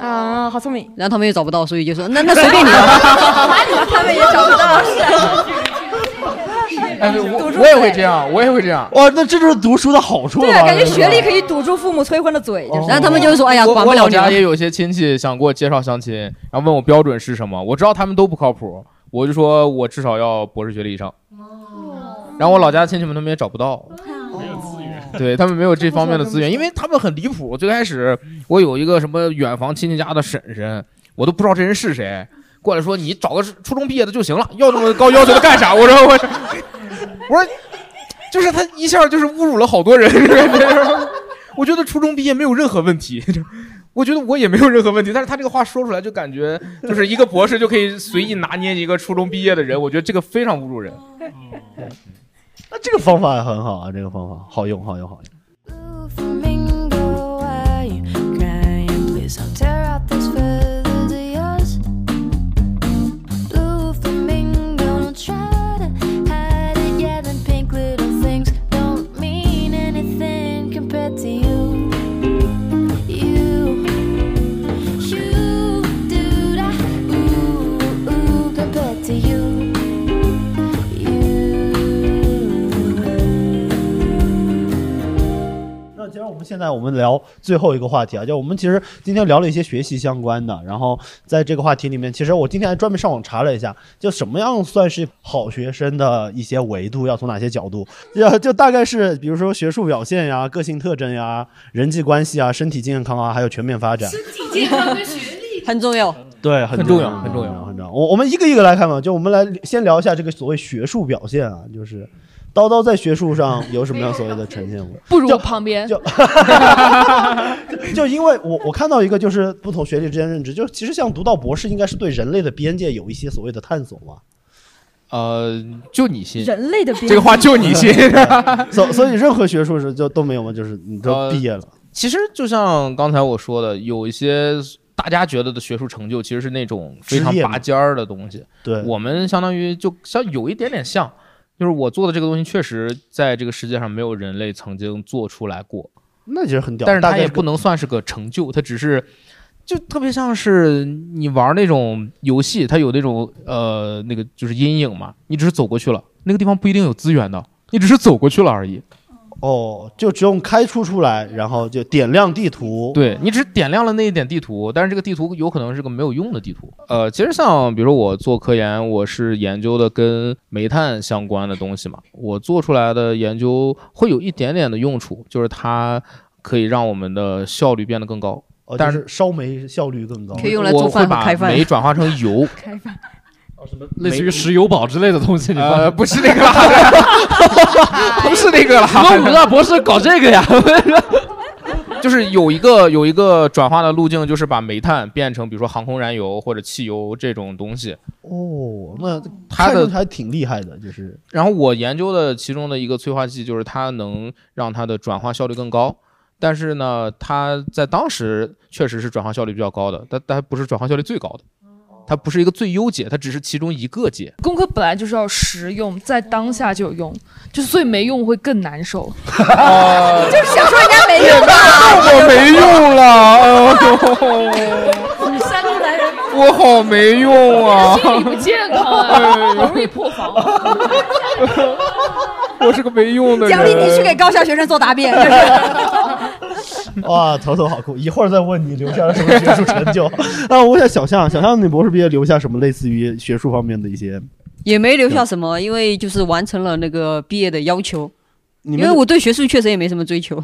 啊，好聪明。
然后他们又找不到，所以 就说那那随便你吧。
他们也找不到
哎，对我 我也会这样，我也会这样。
哇，那这就是读书的好处
对啊，感觉学历可以堵住父母催婚的嘴，
哦
就是。哎
我我老家也有些亲戚想给我介绍相亲，然后问我标准是什么，我知道他们都不靠谱，我就说我至少要博士学历以上。然后我老家亲戚们他们也找不到， 对他们没有这方面的资源，因为他们很离谱。最开始我有一个什么远房亲戚家的婶婶，我都不知道这人是谁，过来说你找个初中毕业的就行了，要那么高要求的干啥？我说我，我说，就是他一下就是侮辱了好多人。 我觉得初中毕业没有任何问题， 我觉得我也没有任何问题，但是他这个话说出来就感觉就是一个博士就可以随意拿捏一个初中毕业的人，我觉得这个非常侮辱人。
嗯
那这个方法很好啊，这个方法好用，好用，好用。
Flamingo, are you crying? Please don't tear out these feathers of yours. Blue flamingo, don't try to hide it. Yeah, them pink little things don't mean anything compared to you. You, you, do da, ooh, ooh, compared to you. You.
那既然我们现在我们聊最后一个话题啊，就我们其实今天聊了一些学习相关的，然后在这个话题里面，其实我今天还专门上网查了一下，就什么样算是好学生的一些维度，要从哪些角度，就就大概是比如说学术表现呀、个性特征呀、人际关系啊、身体健康啊，还有全面发展，
健康跟
学
历 很重要。
对，很重要，很重要，很重要。我我们一个一个来看吧，就我们来先聊一下这个所谓学术表现啊，就是叨叨在学术上有什么样所谓的呈现过？
不如我旁边。
就因为我我看到一个就是不同学历之间认知，就其实像读到博士，应该是对人类的边界有一些所谓的探索嘛。
呃，就你信
人
类的
边界，
这个话就你信
所所以任何学术是就都没有嘛，就是你都毕业了。
呃其实就像刚才我说的，有一些大家觉得的学术成就，其实是那种非常
职业嘛
拔尖儿的东西。
对
我们相当于就像有一点点像，就是我做的这个东西，确实在这个世界上没有人类曾经做出来过。
那其实很屌，
但是
大
它
概
也
是
不能算是个成就，它只是就特别像是你玩那种游戏，它有那种呃那个就是阴影嘛，你只是走过去了，那个地方不一定有资源的，你只是走过去了而已。
哦，就只用开出出来，然后就点亮地图。
对你只点亮了那一点地图，但是这个地图有可能是个没有用的地图。呃，其实像比如说我做科研，我是研究的跟煤炭相关的东西嘛，我做出来的研究会有一点点的用处，就是它可以让我们的效率变得更高。
哦，
但
就是是烧煤效率更高，
可以用来做饭和开饭我会把煤转化成 油
开饭。
类似于石油宝之类的东西，你
呃，不是那个
啦，
不是那个啦，
我武大博士搞这个呀，
就是有一个有一个转化的路径，就是把煤炭变成比如说航空燃油或者汽油这种东西。
哦，那
它
看
的
上去还挺厉害的，就是
然后我研究的其中的一个催化剂，就是它能让它的转化效率更高。但是呢，它在当时确实是转化效率比较高的，但但它不是转化效率最高的，它不是一个最优解，它只是其中一 个解。
工科本来就是要实用，在当下就有用，就是所以没用会更难受。
就是想说人家没用吧
我没用
哎
了，哎呦
山东男人
我好没用
哦
啊！
心理不健康 啊，好容易破防。
我是个没用的人。
奖励你去给高校学生做答辩，这是。
哦
哇，头头好酷！一会儿再问你留 下了什么学术成就。啊，我想想象，想象你博士毕业留下什么类似于学术方面的一些，
也没留下什么，因为就是完成了那个毕业的要求。
你
因
们
为我对学术确实也没什么追求，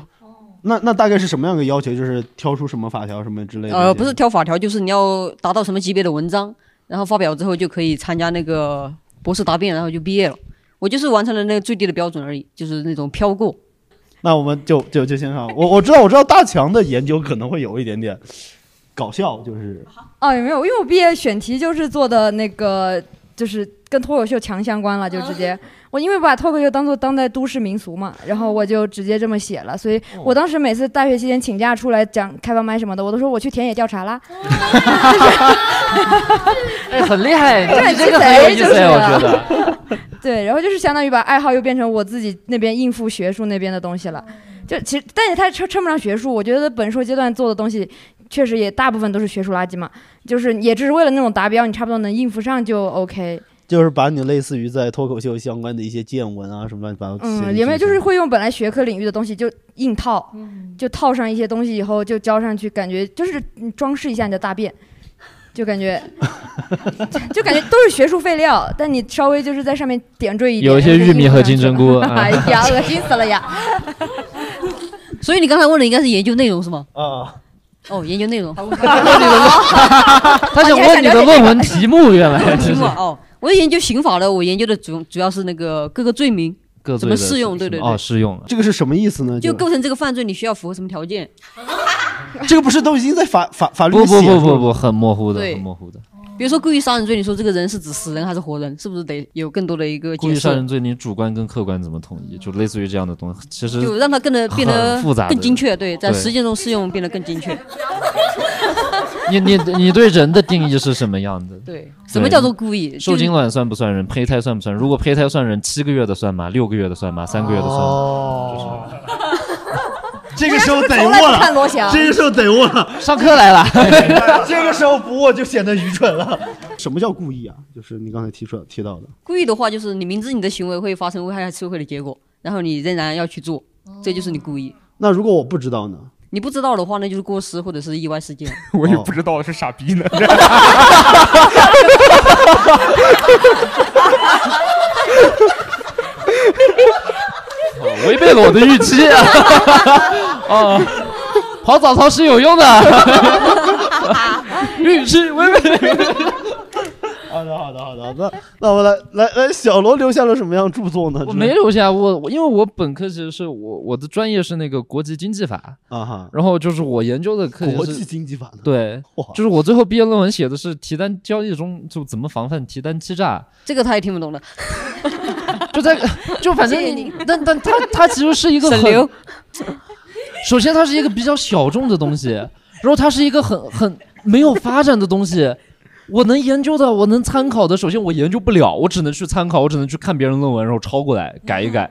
那那大概是什么样的要求？就是挑出什么法条什么之类的。
呃，不是挑法条，就是你要达到什么级别的文章，然后发表之后就可以参加那个博士答辩，然后就毕业了。我就是完成了那个最低的标准而已，就是那种飘过。
那我们就就就先上。我我知道我知道大强的研究可能会有一点点搞笑，就是
哦，也没有，因为我毕业选题就是做的那个，就是跟脱口秀强相关了，就直接、我因为把脱口秀当做当代都市民俗嘛，然后我就直接这么写了，所以我当时每次大学期间请假出来讲开放麦什么的，我都说我去田野调查啦，
哎，很厉 害，
这很
你这个
鸡
很有
贼
意
就
思，
是
我
了
觉得。
对，然后就是相当于把爱好又变成我自己那边应付学术那边的东西
嗯
了。就其实，但是它称称不上学术，我觉得本硕阶段做的东西，确实也大部分都是学术垃圾嘛，就是也只是为了那种达标，你差不多能应付上就 OK。
就是把你类似于在脱口秀相关的一些见闻啊什么乱七八糟写进去。
嗯，也没有，就是会用本来学科领域的东西就硬套，
嗯
就套上一些东西以后就交上去，感觉就是你装饰一下你的大便。就感 觉就感觉都是学术废料，但你稍微就是在上面点缀一点，
有一些玉米和金 针菇啊
哎 呀，恶心死了呀！
所以你刚才问的应该是研究内容是 吗？
啊，
哦，研究 内 容。
他
他
想问你的论文题目，原 来
题
就
目
是
啊哦，我研究刑法的，我研究的主主要是那个各个罪名
各
怎
罪
么
的
适用，对对对，
哦，适用
这个是什么意思呢？
就
这个
构成这个犯罪，你需要符合什么条件？
这个不是都已经在法法
啊
法律
不
里写
不不
出来
不不，很模糊的，
对
很模糊的。
比如说故意杀人罪，你说这个人是指死人还是活人，是不是得有更多的一个
故
解
意杀
释
人？罪，你主观跟客观怎么统一？就类似于这样的东西，其实
就让它更的变得
很复杂的
更精确，对，在实践中适用变得更精确。
你你你对人的定义是什么样的？
对，什么叫做故意？
受精
了。
卵算不算人？胚胎算不算人？如果胚胎算人，七个月的算吗？六个月的算吗？三个月的算吗？
哦，这个时候得握
我要是从来不看罗
了
翔，
这个时候得握 了，
上课来了
这个时候不握就显得愚蠢了。什么叫故意啊？就是你刚才提出提到的，
故意的话，就是你明知你的行为会发生危害社会的结果，然后你仍然要去做，这就是你故意。
那如果我不知道呢？
你不知道的话，那就是过失或者是意外事件。
我
哦
也不知道是傻逼呢。
违背了我的预期 啊！哦，跑早操是有用的。 预期违背。
好的，好的，好的。那那我们来来来，小罗留下了什么样著作呢？
我没留下我，我因为我本科其实是我我的专业是那个国际经济法
啊哈，
然后就是我研究的课题是
国际经济法呢
对，就是我最后毕业论文写的是提单交易中就怎么防范提单欺诈，
这个他也听不懂的，
就在就反正但但他他其实是一个
省
很
流，
首先它是一个比较小众的东西，然后它是一个很很没有发展的东西。我能研究的，我能参考的，首先我研究不了，我只能去参考，我只能去看别人论文，然后抄过来改一改，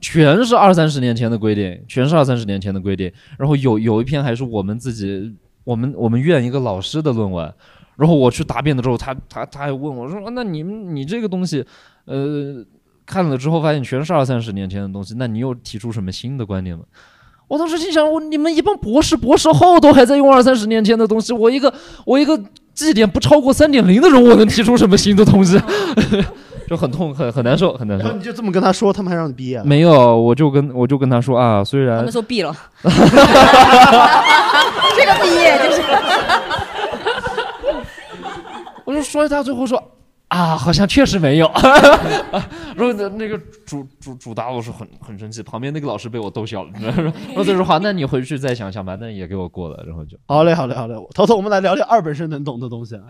全是二三十年前的规定，全是二三十年前的规定。然后有有一篇还是我们自己，我们我们院一个老师的论文，然后我去答辩的时候，他他他还问我说：“啊那你们你这个东西，呃，看了之后发现全是二三十年前的东西，那你又提出什么新的观 点吗？” 我当时心想，我你们一帮博士、博士后都还在用二三十年前的东西，我一个我一个绩点不超过三点零的人，我能提出什么新的东西？就很痛，很很难受，很难
然
受
后。你就这么跟他说，他们还让你毕业了？啊
没有，我就跟我就跟他说啊，虽
他
然
们说 毙了。
这个毕业就是
我就说他最后说 啊，好像确实 没有。然后那那个主主主答我是很很生气，旁边那个老师被我逗笑了。然后他说好，那你回去再想想吧，那也给我过了。然后就
好嘞，好嘞，好嘞。头头，我们来聊聊二本身能懂的东 西啊。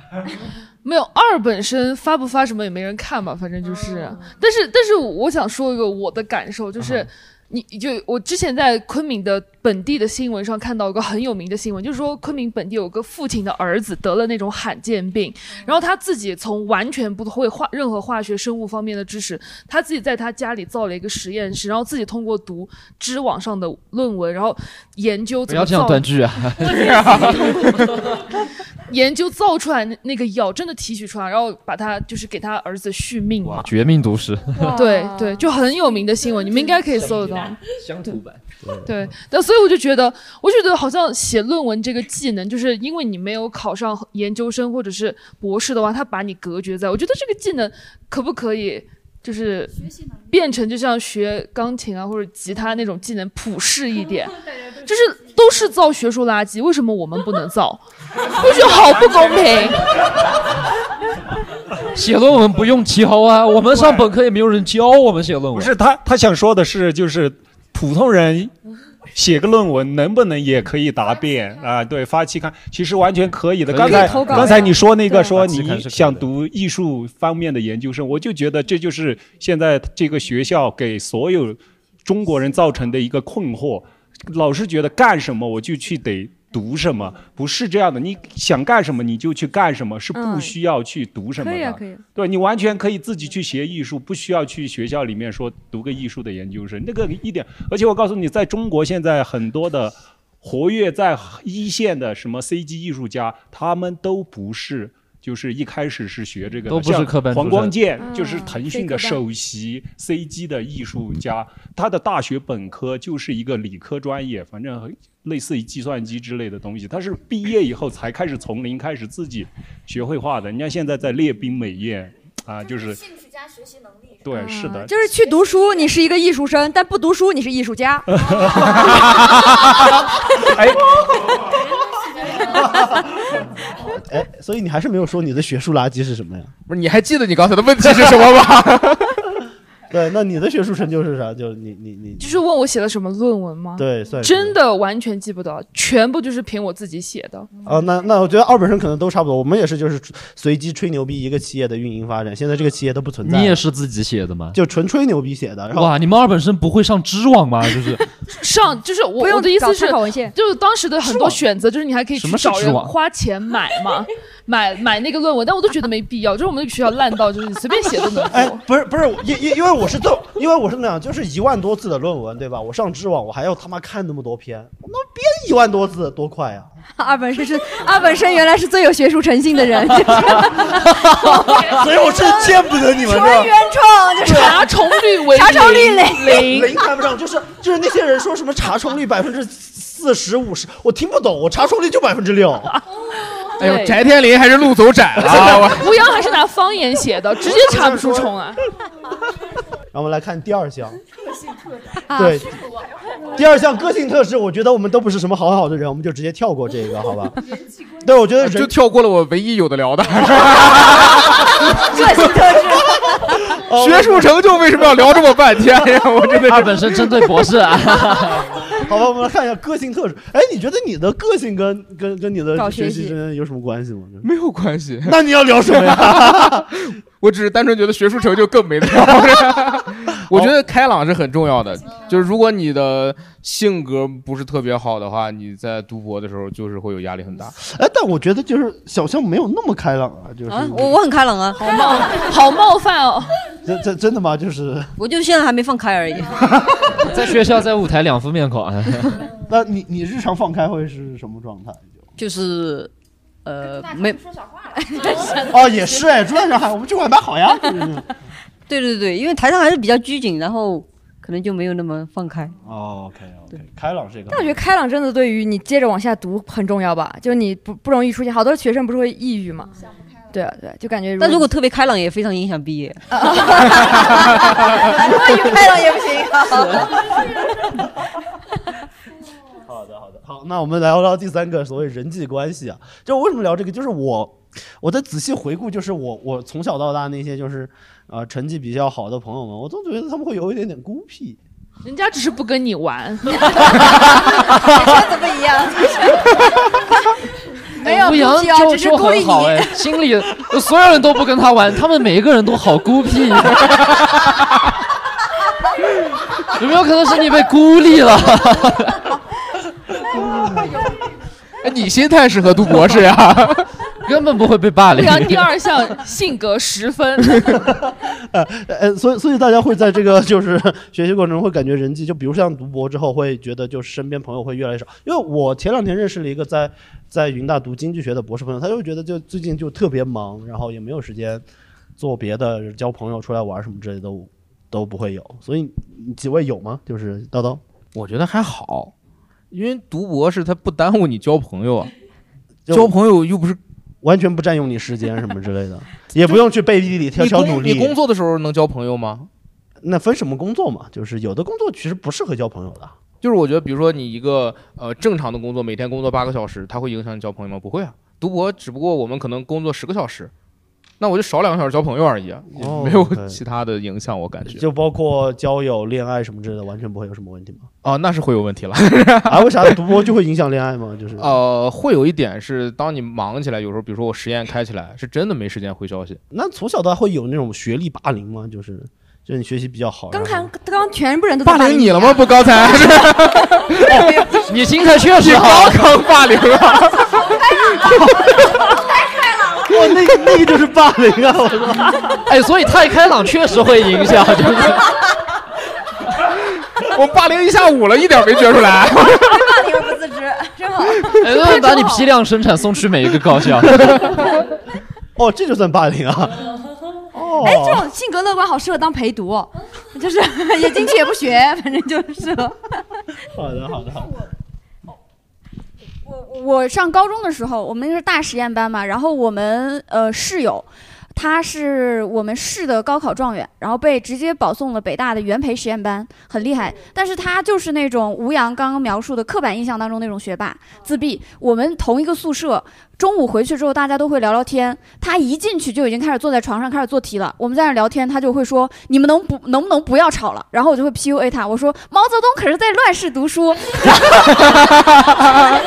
没有二本身发不发什么也没人看吧，反正就是。
哦
但是但是我想说一个我的感受，就是
嗯
你就我之前在昆明的本地的新闻上看到一个很有名的新闻，就是说昆明本地有个父亲的儿子得了那种罕见病，
嗯
然后他自己从完全不会化任何化学生物方面的知识，他自己在他家里造了一个实验室，然后自己通过读知网上的论文，然后研究
不
怎么
要这样
造
断 句啊！
研究造出来那那个药真的提取出来，然后把它就是给他儿子续命嘛。
绝命 毒师。
对对，就很有名的新闻，你们应该可以搜得到。
乡土版。
对，那所以我就觉得，我觉得好像写论文这个技能，就是因为你没有考上研究生或者是博士的话，他把你隔绝在。我觉得这个技能可不可以就是变成就像学钢琴啊或者吉他那种技能普适一点，就是都是造学术垃圾，为什么我们不能造？我觉得好 不公平。
写论文不用教啊，我们上本科也没有人教我们写论文。
不是他，他想说的是，就是普通人写个论文能不能也可以答 辩啊？对，发期刊其实完全可以的。
可以
刚才
投稿呀
刚才你说那个
对
说
发期刊
你
是可以的
想读艺术方面的研究生，我就觉得这就是现在这个学校给所有中国人造成的一个困惑，老是觉得干什么我就去得。读什么不是这样的，你想干什么你就去干什么，是不
嗯
需要去读什么的。
可以啊可以啊
对你完全可以自己去学艺术，不需要去学校里面说读个艺术的研究生，那个一点。而且我告诉你，在中国现在很多的活跃在一线的什么 CG 艺术家，他们都不是。就是一开始是学这个的，
都不是
像
科班出
黄
身
光健
啊
嗯就是腾讯
非科
的
班
首席 CG 的艺术家，他的大学本科就是一个理科专业，反正类似于计算机之类的东西，他是毕业以后才开始从零开始自己学会画的。人家现在在列兵美业啊，就是兴趣加学习能力。对，是嗯的，
就是去读书，你是一个艺术生，但不读书，你是艺术家。
哎，
哎，所以你还是没有说你的学术垃圾是什么呀？
不是，你还记得你刚才的问题是什么吗？
对，那你的学术成就是啥？就是你你你，
就是问我写了什么论文吗？
对算是
真的完全记不得，全部就是凭我自己写的。
啊，那那我觉得二本生可能都差不多，我们也是就是随机吹牛逼一个企业的运营发展，现在这个企业都不存在，
你也是自己写的吗？
就纯吹牛逼写的，然后
哇，你们二本生不会上知网吗？就是
上就是
嗯
我
不用
我的意思
找
是
参考文献，
就是当时的很多选择，就是你还可以去
什么是
找
知
人
网
花钱买嘛，买买那个论文，但我都觉得没必要，就是我们那个学校烂到就是你随便写都 能做。
哎，不是不是，我因因因为我是这，因为我是那样，就是一万多字的论文，对吧？我上知网，我还要他妈看那么多篇，我能编一万多字多快 呀、
二本生是二本生，原来是最有学术诚信的人， 就是
所以我是见不得你们
纯原
的。
创，就是
啊
查重率为
查重率
零
零看不上，就是就是那些人说什么查重率百分之四十五十，我听不懂，我查重率就百分之六。
哎呦，
对
翟天临还是路走窄 了啊！我
吴阳还是拿方言写的，直接查不出虫啊。
然后我们来看第二项，
特性特
大
啊
对第二项个性特质，我觉得我们都不是什么好好的人，我们就直接跳过这个，好吧？对，我觉得人
啊就跳过了我唯一有的 聊的。
个性
哦
学术成就为什么要聊这么半天呀？我真的
二本生针对博士 啊。
好吧，我们来看一下个性特质。哎，你觉得你的个性跟跟跟你的
搞
学
学
习
习
之间有什么关系吗？
没有关系。
那你要聊什么 呀？
我只是单纯觉得学术成就 更没得聊。 我觉得开朗是很重要的，就是如果你的性格不是特别好的话，你在读博的时候就是会有压力很大。
哎，但我觉得就是小象没有那么开朗啊，就是、
啊，我我很开朗啊，好
冒好冒犯哦，
这这真的吗？就是
我就现在还没放开而已。
在学校，在舞台两副面孔啊。
那你你日常放开会是什么 状态？
就是，呃，没说 小话了
哦，也是哎，住在上海，我们这晚蛮好呀。
对对对，因为台上还是比较拘谨，然后可能就没有那么放开。
哦，OK OK，开朗是一个
但我觉得开朗真的对于你接着往下读很重要吧，就你不不容易出现，好多学生不是会抑郁嘛。对啊对啊，就感觉
但如果特别开朗，也非常影响毕业。
过于开朗也不行
好的，好的，好，那我们聊聊第三个所谓人际关系啊，就为什么聊这个？就是我，我在仔细回顾，就是我，我从小到大那些就是，呃，成绩比较好的朋友们，我总觉得他们会有一点点孤僻。
人家只是不跟你玩，
怎么一样？
没有
吴阳
不需要
啊
就
只是
就
故意
很好哎，心里所有人都不跟他玩，他们每一个人都好孤僻。有没有可能是你被孤立了？
哎，你心态适合读博士呀，
根本不会被霸
不然第二项性格十分，
呃呃，所以所以大家会在这个就是 学习过程中会感觉人际，就比如像读博之后，会觉得就身边朋友会越来越少。因为我前两天认识了一个在在云大读经济学的博士朋友，他就觉得就最近就特别忙，然后也没有时间做别的，交朋友、出来玩什么之类的都都不会有。所以你几位有吗？就是叨叨，
我觉得还好，因为读博士它不耽误你交朋友啊。
就
交朋友又不是
完全不占用你时间什么之 类的，也不用去背地里挑挑
你工
努力。
你工作的时候能交朋友吗？
那分什么工作嘛？就是有的工作其实不适合交朋友的。
就是我觉得，比如说你一个呃正常的工作，每天工作八个小时，它会影响你交朋友吗？不会啊。读博只不过我们可能工作十个小时，那我就少两个小时交朋友而已啊，
哦
没有
对
其他的影响，我感觉。
就包括交友、恋爱什么之类的，完全不会有什么问题吗？
哦，那是会有问题了。
啊， 为啥读博就会影响恋爱吗？就是
呃，会有一点是，当你忙起来，有时候比如说我实验开起来，是真的没时间回消息。
那从小到大会有那种学历霸凌吗？就是就是你学习比较好，
刚看刚刚全部人都在
霸凌你了吗？不，刚 才
你心态确实好
你刚刚霸 凌了。
哇，那个那个就是霸凌啊！我
说， 哎，所以太开朗确实会影响，就是
我霸凌一下午了，一点没觉出来。
霸凌而不自知，真好。
哎那把你批量生产送去每一个高校。
哦，这就算霸凌啊！哦
哎，这种性格乐观好适合当陪读哦，就是 也进去也不学，反正就是了。
好的好的，好的
我上高中的时候，我们那是大实验班嘛，然后我们呃室友，他是我们市的高考状元，然后被直接保送了北大的元培实验班，很厉害。但是他就是那种吴阳刚刚描述的刻板印象当中那种学霸，自闭。我们同一个宿舍，中午回去之后大家都会聊聊天，他一进去就已经开始坐在床上开始做题了。我们在那聊天，他就会说：“你们能不能不能不要吵了？”然后我就会 PUA 他，我说：“毛泽东可是在乱世读书。”
还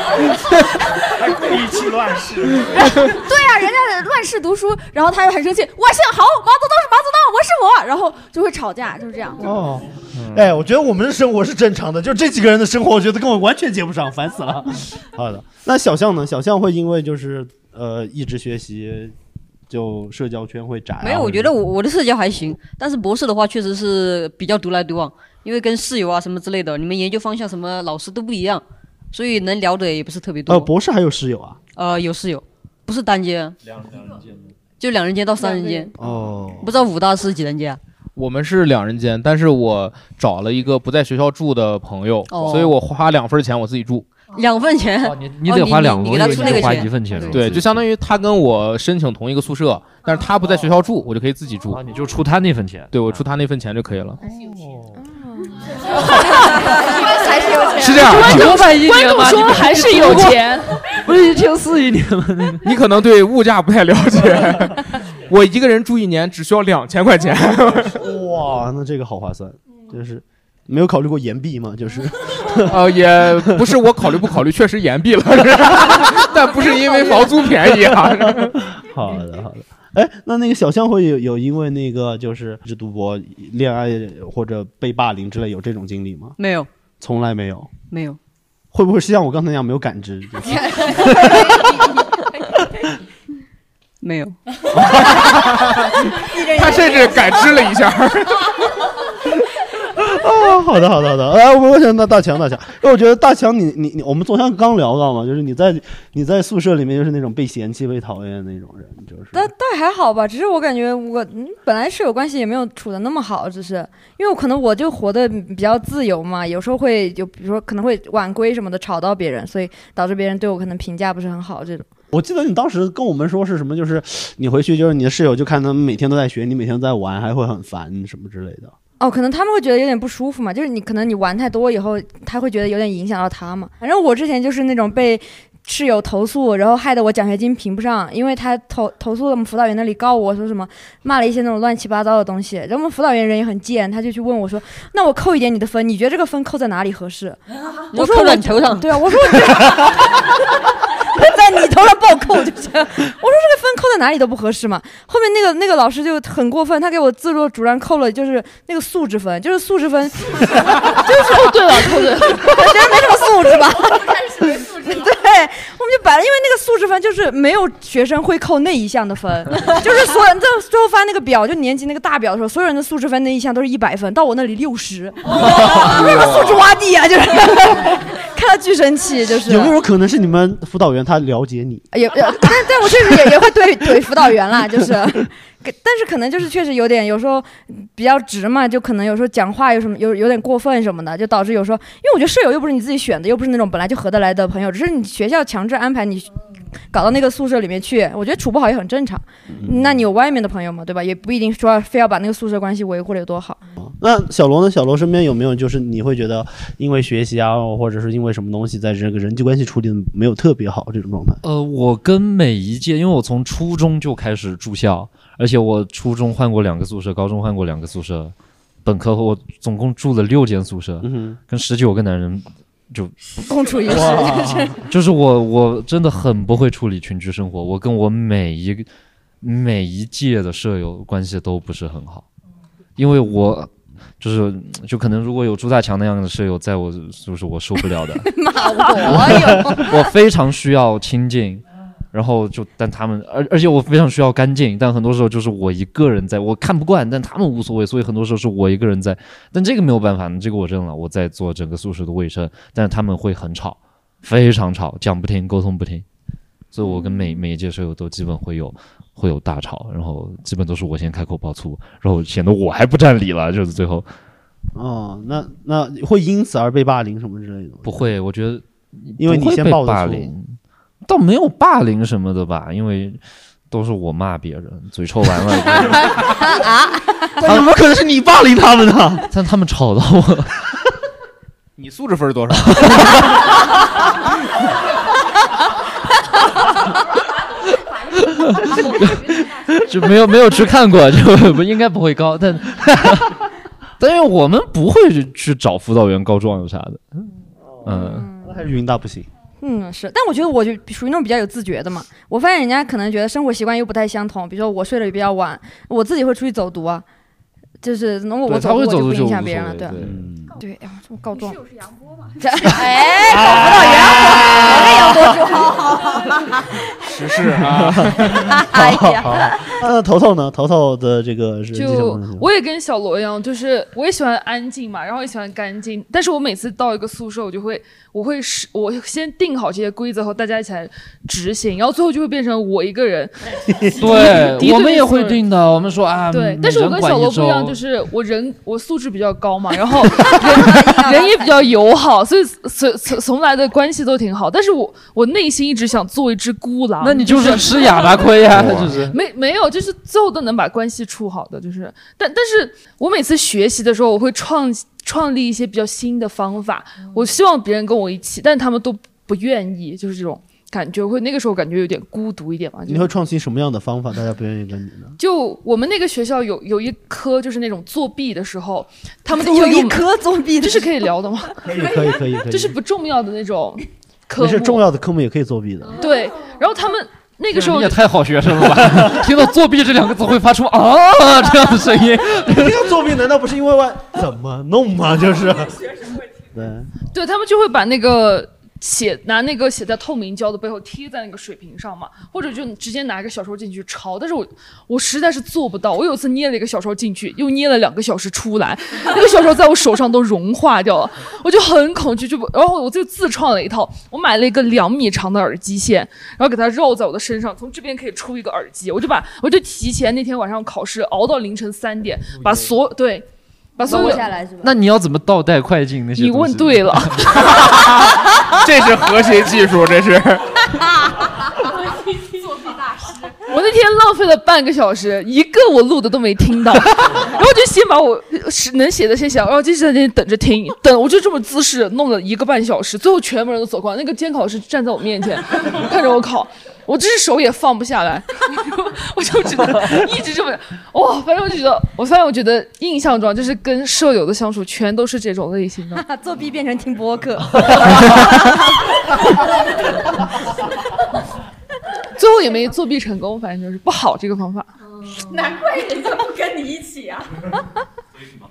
故意去乱世，
对啊，人家乱世读书，然后他又很生气，我姓侯，毛泽东是毛泽东，我是我，然后就会吵架，就是这样。
哦，
嗯
哎，我觉得我们的生活是正常的，就这几个人的生活，我觉得跟我完全接不上，烦死了。好的，那小象呢？小象会因为就是呃一直学习，就社交圈会窄啊、
没有，我觉得我我的社交还行，但是博士的话确实是比较独来独往，因为跟室友啊什么之类的，你们研究方向什么老师都不一样，所以能聊的也不是特别多。
呃博士还有室友啊？
呃，有室友，不是单间，
两两人间
就两人间到三人间，
哦，
不知道武大是几人间啊、
我们是两人间，但是我找了一个不在学校住的朋友，
哦
所以我花两份钱我自己住。
哦
两份钱，你
你
哦、你你给他出那个钱，
对，就相当于他跟我申请同一个宿舍，但是他不在学校住，我就可以自己住。
你就出他那份钱，
对我出他那份钱就可以了。
还是有
是这样
观众
九百一
观
年
众
吗
说
你
还是有 钱，
不是一千四一年吗？
你可能对物价不太了解， 我一个人住一年只需要两千块钱。
哇，啊那这个好划算，
嗯
就是没有考虑过岩壁吗？就是
呃，也不是 我考虑不考虑，确实延毕了， 但不是因为房租便宜 啊。
好的，好的。哎，那那个小象会有有因为那个就是一直读博、恋爱或者被霸凌之类有这种经历吗？
没有，
从来没有。
没有。
会不会是像我刚才那样没有感知？就是
没 有。
他甚至感知了一下。
啊，好的，好的，好的。哎，我我想到大强，大强，因为我觉得大强你，你你我们昨天刚聊到嘛，就是你在你在宿舍里面就是那种被嫌弃、被讨厌的那种人，就是
但但还好吧，只是我感觉我嗯本来室友关系也没有处的那么好，只是因为我可能我就活得比较自由嘛，有时候会就比如说可能会晚归什么的吵到别人，所以导致别人对我可能评价不是很好这种。
我记得你当时跟我们说是什么，就是你回去就是你的室友就看他们每天都在学，你每天都在玩，还会很烦什么之类的。
哦，可能他们会觉得有点不舒服嘛，就是你可能你玩太多以后，他会觉得有点影响到他嘛。反正我之前就是那种被室友投诉，然后害得我奖学金评不上，因为他投投诉我们辅导员那里告我说什么骂了一些那种乱七八糟的东西，然后我们辅导员人也很贱，他就去问我说，那我扣一点你的分，你觉得这个分扣在哪里合适？ 我说
扣在
我
你头上
对啊，我说我这在你头上暴扣就是。 我说这个分扣在哪里都不合适嘛。后面那个那个老师就很过分，他给我自作主张扣了，就是那个素质分，就是素质分，就是
扣对了，扣对了，
觉得没什么素质吧。 对，我们就摆了，因为那个素质分就是没有学生会扣那一项的分，就是所有人最后最后翻那个表，就年级那个大表的时候，所有人的素质分那一项都是一百分，到我那里六十， 我说素质洼地啊，就是看他巨生气，就是啊
有没有可能是你们辅导员他了解你？
也也，但但我确实也也会怼怼辅导员啦，就是，给但是可能就是确实有点，有时候比较直嘛，就可能有时候讲话有什么有有点过分什么的，就导致有时候，因为我觉得舍友又不是你自己选的，又不是那种本来就合得来的朋友，只是你学校强制安排你搞到那个宿舍里面去，我觉得处不好也很正常。那你有外面的朋友嘛，对吧？也不一定说非要把那个宿舍关系维护的有多好。
那小罗呢？小罗身边有没有就是你会觉得因为学习啊，或者是因为什么东西，在这个人际关系处理的没有特别好这种状态？
呃，我跟每一届，因为我从初中就开始住校，而且我初中换过两个宿舍，高中换过两个宿舍，本科和我总共住了六间宿舍，
嗯、
跟十九个男人就
共处一室
哇
就是
就是我我真的很不会处理群居生活，我跟我每一个每一届的舍友关系都不是很好，因为我。就是，就可能如果有朱大强那样的舍友在我，就是我受不了的。
骂
我我非常需要清静，然后就但他们，而而且我非常需要干净，但很多时候就是我一个人在，我看不惯，但他们无所谓，所以很多时候是我一个人在，但这个没有办法，这个我认了，我在做整个宿舍的卫生，但是他们会很吵，非常吵，讲不听，沟通不听，所以我跟每每一届舍友都基本会有。会有大吵，然后基本都是我先开口爆粗，然后显得我还不占理了，就是最后
哦，那那会因此而被霸凌什么之类的吗？
不会，我觉得
因为你
不会
先
被
爆的
霸
粗
凌，倒没有霸凌什么的吧，因为都是我骂别人，嘴臭完了以后。
那怎么可能是你霸凌他们呢？
啊 但他们吵到 我，
你素质分是多少？
就没有没有去看过，就不应该不会高，但 但因为我们不会去去找辅导员告状有啥的，
哦
嗯，
还是云大不行。
嗯，是，但我觉得我就属于那种比较有自觉的嘛。我发现人家可能觉得生活习惯又不太相同，比如说我睡得比较晚，我自己会出去走读啊，就是能我
对
我
他
走
会
我
走
就
读
不
就
影响
无
别人
所
了，
谓
对啊
对嗯
对，哎呀，这我告状。室友是杨波嘛？ 这哎，我
说
杨波
好好，
实事 啊
哎
好
呀
好好呃，头头呢？头头的这个是
就我也跟小罗一样，就是我也喜欢安静嘛，然后也喜欢干净。但是我每次到一个宿舍，我就会，我会是，我先定好这些规则后，大家一起来执行，然后最后就会变成我一个人。敌
对，
对
我们也会
所有人
定的，我们说啊，
对
嗯，
但是我
人
跟
管
小罗不一样，
周
就是我人我素质比较高嘛，然后人人也比较友好，所以从从从来的关系都挺好。但是我我内心一直想做一只孤狼，
那你就是吃哑巴亏呀，就是
没没有，就是最后都能把关系处好的，就是，但但是我每次学习的时候，我会创创立一些比较新的方法，我希望别人跟我一起，但他们都不愿意，就是这种感觉，会那个时候感觉有点孤独一点嘛。就
你会创新什么样的方法？大家不愿意跟你呢？
就我们那个学校有有一科，就是那种作弊的时候，他们都
有
会
一
用
科
作弊，这是可以聊的吗？
可以可以可以可以
就是不重要的那种科
没事，
目。
重要的科目也可以作弊的。
对，然后他们那个时候
你也太好学生 了吧？听到作弊这两个字会发出啊这样的声 音，
这个作弊难道不是因为外怎么弄吗？就是，对，
对他们就会把那个写拿那个写在透明胶的背后贴在那个水瓶上嘛，或者就直接拿一个小抄进去抄。但是我我实在是做不到，我有一次捏了一个小抄进去，又捏了两个小时出来， 那个小抄在我手上都融化掉了，我就很恐惧，就不然后我就自创了一套，我买了一个两米长的耳机线，然后给它绕在我的身上，从这边可以出一个耳机，我就把我就提前那天晚上考试熬到凌晨三点，把所对。把所有
下来是吧？
那你要怎么倒带快进那些？
你问对 了，
这是和谐技术，这是。
作弊大师。
我那天浪费了半个小时，一个我录的都没听到，然后我就先把我是能写的先写好，然后就在那里等着听，等我就这么姿势弄了一个半小时，最后全部人都走光，那个监考师站在我面前看着我考，我真是手也放不下来，我就只能一直这么哇、反正我就觉得，我发现我觉得印象中啊就是跟舍友的相处全都是这种 类型的，
作弊变成听播 客。
最后也没作弊成功，反正就是不好这个方法。
难怪人家不跟你一起啊！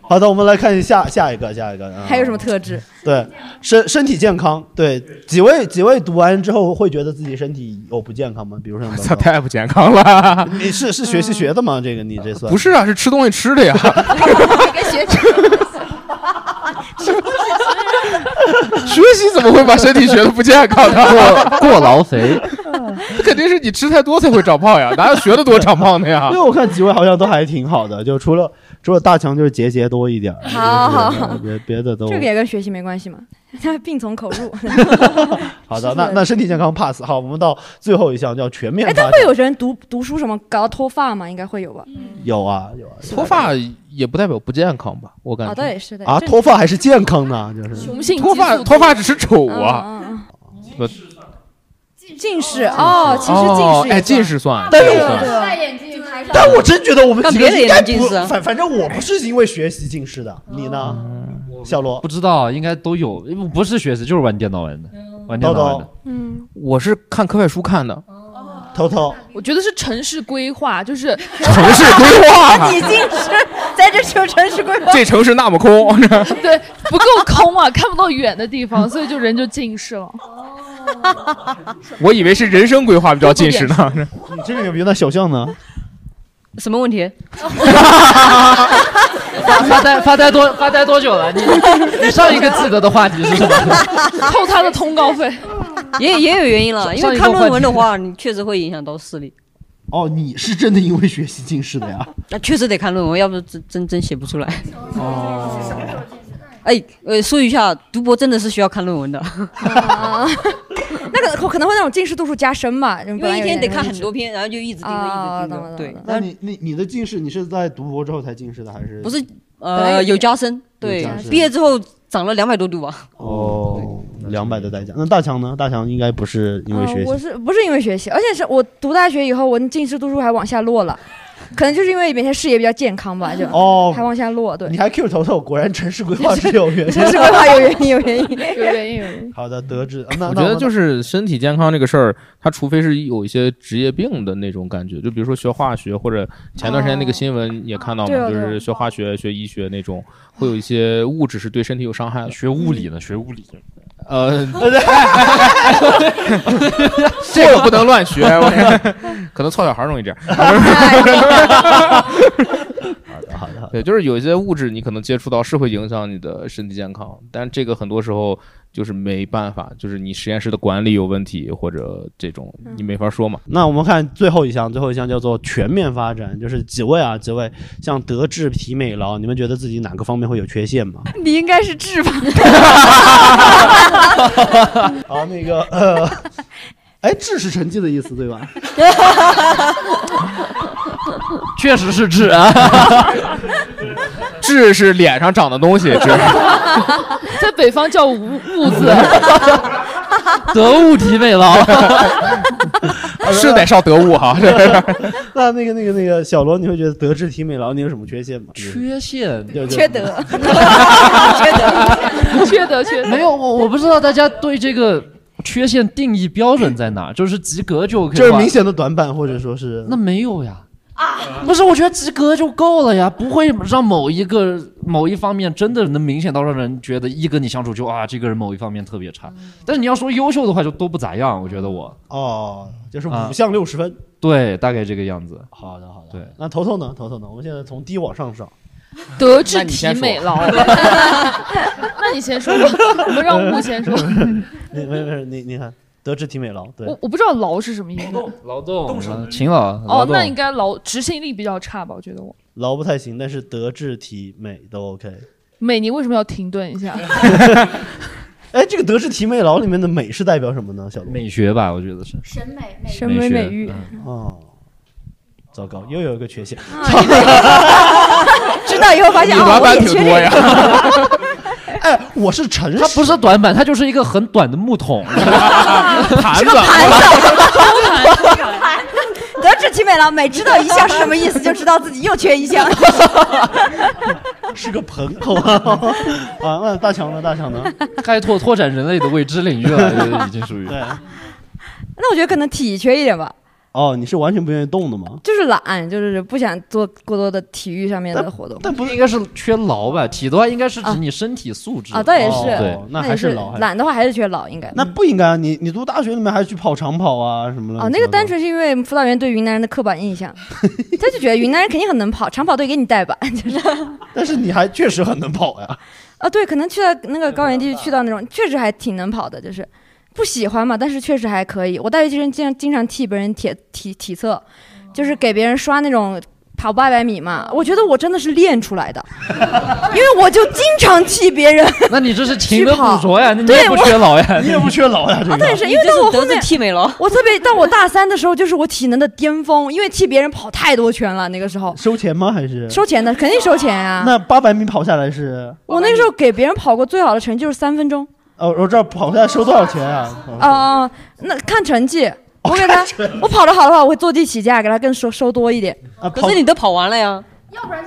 好的，我们来看一下下一个，下一个。嗯、
还有什么特质？
对身身体健康，对几位几位读完之后会觉得自己身体有不健康吗？比如说像等
操，
等，
太不健康了！
你是是学习学的吗？这个你这算
不是啊，是吃东西吃的呀。
跟学
学习怎么会把身体学的不健康呢？
过过 劳肥，
肯定是你吃太多才会长胖 呀，哪有学的多长胖的呀
因为？我看几位好像都还挺好的，就除了除了大强就是结节多一点儿，
好哦好好
别别的都
这个也跟学习没关系嘛，他病从口 入。
好的。那那身体健康 pass 好，我们到最后一项叫全面
哎，
发
但
展。
会有人读读书什么搞到脱发吗？应该会有吧。
嗯
有啊有啊，
脱发也不代表不健康吧？我感觉
哦，倒也是的。
啊，
这嗯
脱发还是健康呢，就是
雄性
脱发
激素
脱发只是丑啊。
嗯嗯嗯
不
近视哦，其实近视也
哎，近
算
视算，
但是
近视
我
算
戴眼镜还
但我真觉得我们
让
几个
别人
应
也
该
能近
不
视啊
反反正我不是因为学习近视的，你呢？
嗯
小罗
不知道，应该都有，因为不是学习就是玩电脑玩的，玩电
叨
脑玩
叨
的。，
嗯，
我是看课外书看的，
哦
偷偷
我觉得是城市规划，就是
城市规划
你
近视，在这城城市规划
这城市那么空，
对不够空啊， 看不到远的地方，所以就人就近视了。
我以为是人生规划比较近视呢。
你这个牛逼，那小象呢？
什么问题？
发发呆发呆多发呆多久了？你你上一个记得的话题是什么？
扣他的通告费，
也也有原因了，因
上
为
一个
看论
话
文
题
的话，你确实会影响到视力。
哦，你是真的因为学习近视的呀？
那确实得看论文，要不真真真写不出来。
哦，
哎，呃，说一下，读博真的是需要看论文的。
那个可能会那种近视度数加深嘛，因
因为一天得看很多篇，然后就一直盯着，一直盯着。对，
那你你你的近视，你是在读博之后才近视的，还是
不是呃有加深，对，毕业之后长了两百多度吧。
哦，两百的代价。那大强呢？大强应该不是因为学
嗯我
习，
是不是因为学习？而且是我读大学以后，我近视度数还往下落了，可能就是因为每天视野比较健康吧，就
哦
还往下落。对，
你还 Q 头头，果然城市规划是有原因，
城市规划有原因， 有原因，有原因，有原因。
好的，得知。啊那
我
那
觉得
们
就是身体健康这个事儿，它除非是有一些职业病的那种感觉，就比如说学化学，或者前段时间那个新闻也看到嘛，
对啊
就
对啊
是学化学、学医学那种，会有一些物质是对身体有伤害的。学物理
呢？学物理？
呃， 这个不能乱学，我可能凑小孩儿容易 这样。好
的，好的。
对，就是有一些物质你可能接触到是会影响你的身体健康，但这个很多时候就是没办法，就是你实验室的管理有问题或者这种你没法说嘛。
那我们看最后一项，最后一项叫做全面发展，就是几位啊，几位像德智体美劳，你们觉得自己哪个方面会有缺陷吗？
你应该是智吧？
好，那 个呃，哎，智是成绩的意思对吧？
确实是痣 啊，
痣是脸上长的东 西，痣。
在北方叫物物字，
得物体美 劳，
是得上德物哈。
那那个那个那个小罗，你会觉得德智体美劳你有什么缺陷吗？
缺陷
有
缺 德 缺德缺德
没有我我不知道大家对这个缺陷定义标准在哪，就是及格就 OK，
就是明显的短板，或者说是
那没有呀。不是，我觉得及格就够了呀，不会让某一个某一方面真的能明显到让人觉得一跟你相处就啊，这个人某一方面特别差。
嗯
但是你要说优秀的话，就都不咋样，我觉得我
哦，就是
啊
五项六十分。
对，大概这个样子。
好的，好的。
对，
那头头呢？头头呢？我们现在从低往上上。
德智体美劳。 那你先说吧，我们让雾先说。
你没没事，你你看德智体美劳， 对
我我不知道劳是什么意思。
劳动勤劳
哦，那应
该
该劳执行力比较差吧？我觉得我。
劳不太行，但是德智体美都 OK。
美，你为什么要停顿一下？
哎，这个德智体美劳里面的美是代表什么呢？小罗，
美学吧，我觉得是嗯
审美
美审美美育
哦，糟糕，又有一个缺陷。
知道以后发现
你
哦
啊，
短
我
板
也
挺
缺
多
这
呀
个。
哎，我是诚实，
它不是短板，它就是一个很短的 木桶，
盘
子。
啊
德智体美劳，每知道一项是什么意思，就知道自己又缺一项。
是个盆，好吧？ 啊，那大强呢？大强呢？
开拓拓展人类的未知领域了，我觉得已经属于。
对。
那我觉得可能体缺一点吧，
哦，你是完全不愿意动的吗？
就是懒，就是不想做过多的体育上面的活动。
但不应该是缺劳吧？体的话应该是指你身体素质
啊，倒也是，
对，
那也是懒的话还是缺老应该。
那不应该啊，你你读大学里面还去跑长跑啊什么的
哦，那个单纯是因为辅导员对云南人的刻板印 象，他就觉得云南人肯定很能跑，长跑队给你带吧， 就是
但是你还确实很能跑 呀。
啊，对，可能去到那个高原地区，去到那种确实还挺能跑的，就是不喜欢嘛，但是确实还可以。我大学期间经经常替别人体体体测，就是给别人刷那种跑八百米嘛，我觉得我真的是练出来的，因为我就经常替别人。
那你这是勤能补拙呀，那你
对
也不缺劳呀，
我
你也不缺劳呀，这
啊，
个。
对，是因为到我后面
体美了。
我特别到我大三的时候，就是我体能的巅峰，因为替别人跑太多圈了。那个时候
收钱吗？还是
收？钱的，肯定收钱啊。
那八百米跑下来是？
我那个时候给别人跑过最好的成绩就是三分钟。
哦，我知道跑下来收多少钱啊？
啊、啊、那看成绩，我给他，我跑得好的话，我会坐地起价，给他更收收多一点。
啊，
可是你都跑完了呀。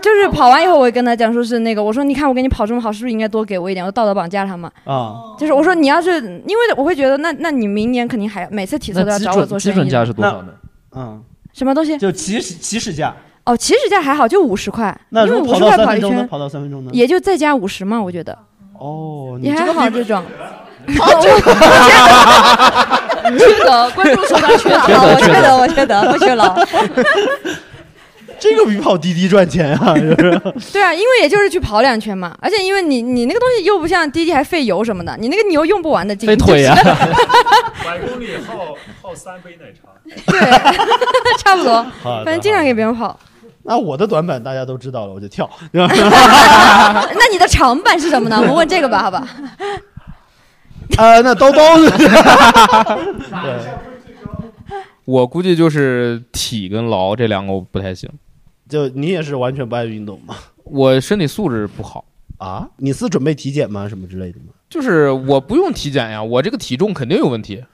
就是跑完以后，我会跟他讲说是那个，我说你看我给你跑这么好，是不是应该多给我一点？我道德绑架他嘛。
啊，
就是我说你要是，因为我会觉得那那你明年肯定还每次体测都
那
要
基
找我
准
做
基
生
准
意
价
的。
是多少呢？
嗯，
什么东西？
就起始起始价。
哦，起始价还好，就五十块。
那
因为
如
五
果
十
跑到
块跑
三
一
分钟呢？
圈，
跑到三分钟呢？
也就再加五十嘛，我觉得
哦，你
也
这
还
个
好
比
这种。
缺德，观众说 他缺德，
我缺德
我缺德，不缺劳。
这个比跑滴滴赚钱啊，是不是？
对啊，因为也就是去跑两圈嘛，而且因为你你那个东西又不像滴滴还费油什么的，你那个牛用不完的劲。
费腿啊呀
就是
百公里耗耗三杯奶茶。
差不多，
好的
反正经常给别人跑。
那我的短板大家都知道了，我就跳， 对吧？
那你的长板是什么呢？我们问这个吧，好吧？
呃，那兜兜是
我估计就是体跟劳这两个我不太行，
就你也是完全不爱运动吗？
我身体素质不好
啊。你是准备体检吗？什么之类的吗？
就是我不用体检呀，我这个体重肯定有问题，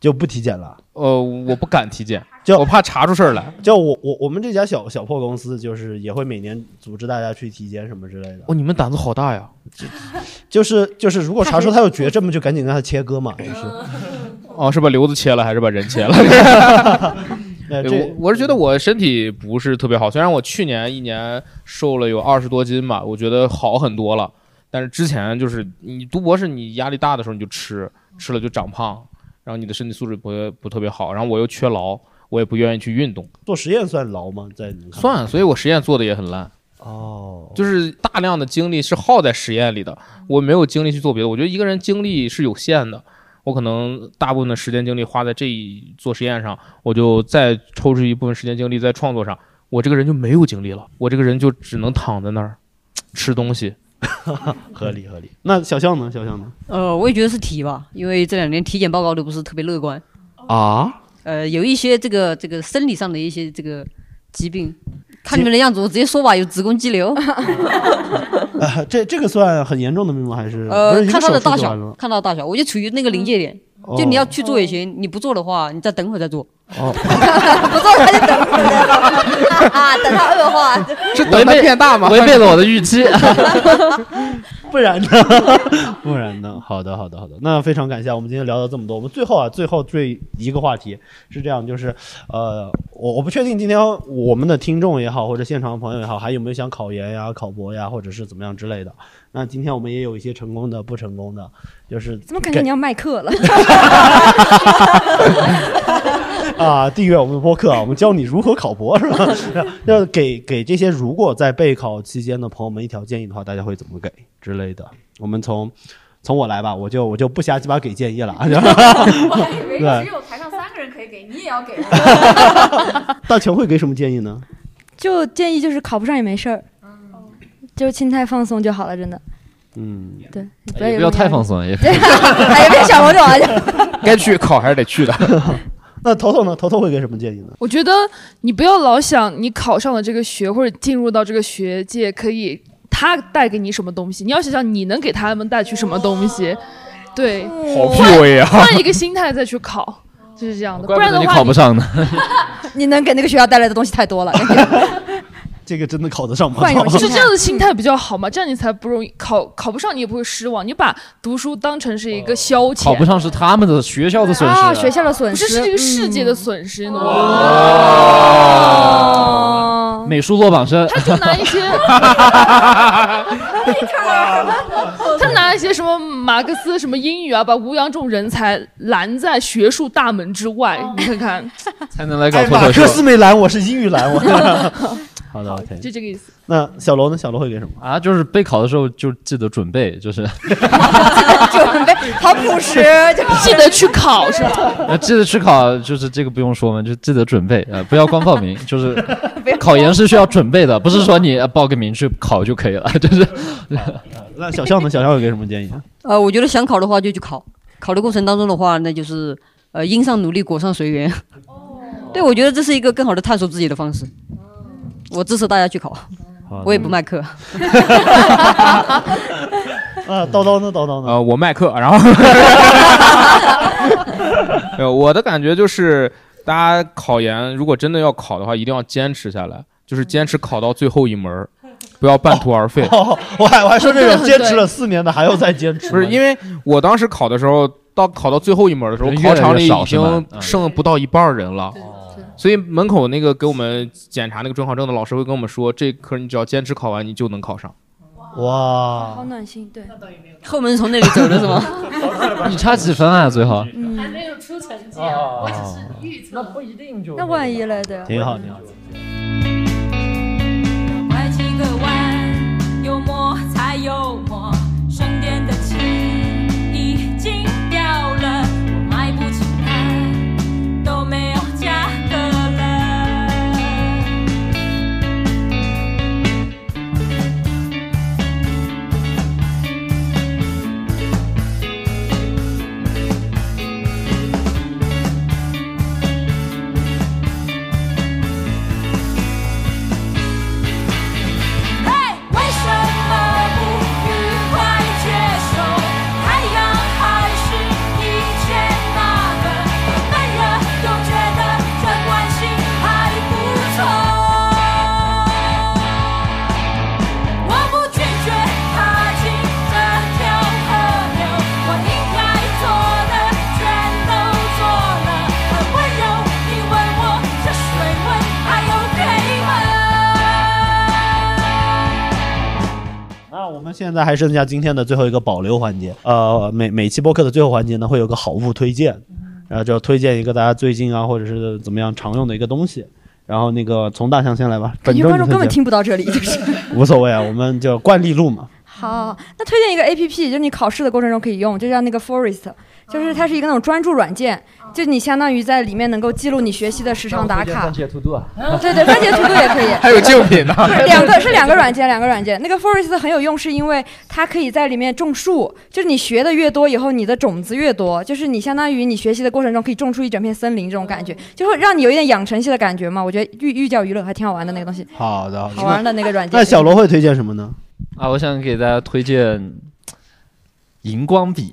就不体检了。
呃，我不敢体检，
就
我怕查出事儿来。
就我我我们这家小小破公司，就是也会每年组织大家去体检什么之类的。
哦，你们胆子好大呀！
就是就是，如果查出他有绝症，就赶紧让他切割嘛，就是。
哦，是把瘤子切了还是把人切了？
呃
对
这
我我是觉得我身体不是特别好，虽然我去年一年瘦了有二十多斤吧，我觉得好很多了。但是之前就是你读博士，你压力大的时候你就吃，吃了就长胖，然后你的身体素质不不特别好，然后我又缺劳，我也不愿意去运动，
做实验算劳吗？在你看
算，所以我实验做的也很烂。
哦，
就是大量的精力是耗在实验里的，我没有精力去做别的。我觉得一个人精力是有限的，我可能大部分的时间精力花在这一做实验上，我就再抽出一部分时间精力在创作上，我这个人就没有精力了，我这个人就只能躺在那儿吃东西，
合理合理。那小象呢？小象呢？
呃，我也觉得是体吧，因为这两年体检报告都不是特别乐观。
啊？
呃，有一些这个这个生理上的一些这个疾病，看你们的样子，我直接说吧，有子宫肌 瘤。
啊，这这个算很严重的病吗？还是不
呃
是一，个
看它的
手术
大
就
小
完了吗，
看它的大小，我就处于那个临界点。
哦
就你要去做也行，你不做的话，你再等会儿再做。
哦，
不做他就等会儿再做，等他恶化。
这等 它变大吗？违背了我的预期。
不然呢？不然呢？好的，好的，好的。那非常感谢，我们今天聊到这么多。我们最后啊，最后最一个话题是这样，就是呃，我我不确定今天我们的听众也好，或者现场的朋友也好，还有没有想考研呀、考博呀，或者是怎么样之类的。那今天我们也有一些成功的、不成功的，就是
怎么感觉你要卖课 了？
啊，订阅我们的播客，我们教你如何考博，是吧？要给给这些如果在备考期间的朋友们一条建议的话，大家会怎么给之类的？我们从从我来吧，我就我就不瞎鸡巴给建议了。 对，
有台上三个人可以给，你也要给。
大全会给什么建议呢？
就建议就是考不上也没事儿，就心态放松就好了，真的。
嗯，
对，
也不要太放松，也
哎呀，别想我就完了。
该去考还是得去的。
那头头呢？头头会给什么建议呢？
我觉得你不要老想你考上了这个学或者进入到这个学界可以他带给你什么东西，你要想想你能给他们带去什么东西。对，
好 PUA 啊
换换一个心态再去考，就是这样的。不然的话，
上呢。
你能给那个学校带来的东西太多了。
这个真的考得上吗？
是 这样的心态比较好嘛？这样你才不容易考考不上，你也不会失望。你把读书当成是一个消遣，
考不上是他们的学校的损
啊
失。啊
啊校的损
失，不是嗯是这个世界的损失，你懂吗？
哦
哦
美术落榜生，
拿一些，他拿一些什么马克思什么英语啊，把吴阳这种人才拦在学术大门之外。你 看看，
才能来
哎，马克思没拦我，是英语拦我。 好的，OK。
就这个意思。
那小罗呢？小罗会给什么？
啊，就是备考的时候就记得准备， 就是
准备好朴实，就
记得去考是吧？
呃记得去考，就是这个不用说嘛，就记得准备，呃，不要光报名，就是考研是需要 准备的，不是说你呃报个名去考就可以了，就是
那小象呢？小象会给什么建议？
呃，我觉得想考的话就去考，考的过程当中的话，那就是呃因上努力，果上随缘。 对，我觉得这是一个更好的探索自己的方式。我支持大家去考
好，
我也不卖课。
啊，叨叨呢？叨叨呢？
呃，我卖课，然后，呃，我的感觉就是，大家考研如果真的要考的话，一定要坚持下来，就是坚持考到最后一门儿，不要半途而废。
哦，我还我还说这种坚持了四年的还要再坚持，
不是因为我当时考的时候，到考到最后一门的时候，
人越来
考
越
场里已
少是吧
经
嗯
剩不到一半人了。
哦
所以门口那个给我们检查那个准考证的老师会跟我们说，这科你只要坚持考完，你就能考上。
哇，
好暖心，对。
后门是从那里走的是吗？
你差几分啊？最后
嗯
还没有出成绩啊，我只是预测。那不一定就
那万一嘞，对啊。
挺好挺好。
拐几个弯，幽默才幽默，省点的气已经掉了，我买不起它，都没有价格了。
那我们现在还剩下今天的最后一个保留环节，呃，每每期播客的最后环节呢，会有个好物推荐，然后就推荐一个大家最近啊，或者是怎么样常用的一个东西。然后那个从大象先来吧，
感
本
觉
周
观众根本听
不
不到这里，就是。
无所谓啊，我们就惯例录嘛。
好，那推荐一个 A P P，就是你考试的过程中可以用，就叫那个 Forest，就是它是一个那种专注软件，就你相当于在里面能够记录你学习的时长打卡。
哦
嗯
番茄 to do 啊，
对对，番茄 to do 也 可以。
还有竞品呢，
是两个是两个软件，两个软件。那个 Forest 很有用，是因为它可以在里面种树，就是你学的越多，以后你的种子越多，就是你相当于你学习的过程中可以种出一整片森林，这种感觉就会让你有一点养成系的感觉嘛。我觉得寓寓教于乐还挺好玩的那个东西，
好的，
好玩的那个软件。
那小罗会推荐什么呢？
啊，我想给大家推荐荧光笔。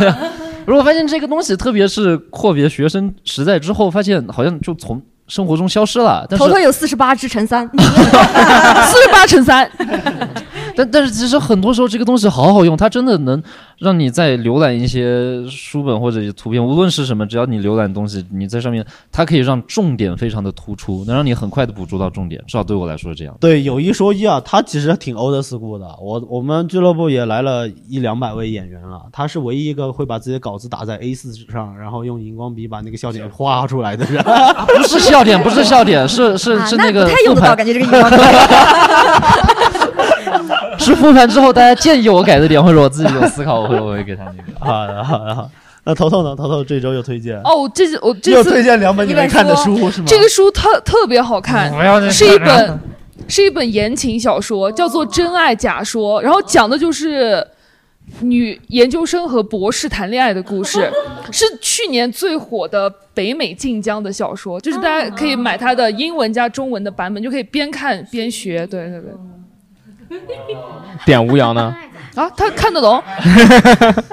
不是，我发现这个东西，特别是阔别学生时代之后，发现好像就从生活中消失了。但是
头头有四十八只乘三， 四十八乘 三，
但但是其实很多时候这个东西好好用，它真的能让你在浏览一些书本或者图片，无论是什么，只要你浏览东西，你在上面，它可以让重点非常的突出，能让你很快的捕捉到重点，至少对我来说是这样。
对，有一说一啊，他其实挺 old school 的。我我们俱乐部也来了一两百位演员了，他是唯一一个会把自己的稿子打在 A 四纸上，然后用荧光笔把那个笑点画出来的人。
不是笑点，不是笑点，是是
啊
是
那
个
不太用
复
得到，
盘，
感觉这个荧光笔。
是复盘之后大家建议我改的点，或者我自己有思考， 我会我会给他那个。
好的好的好的，那头头呢？头头这周又推荐
哦，我这次我这
又
次
推荐两本你
一本
没看的书是吗
这个书特特别好看
不嗯要再，
是一
看了
本是一本言情小说，叫做《真爱假说》，然后讲的就是女研究生和博士谈恋爱的故事，是去年最火的北美晋江的小说，就是大家可以买它的英文加中文的版本，就可以边看边学。对对对，
点吴阳呢？
啊，他看得懂。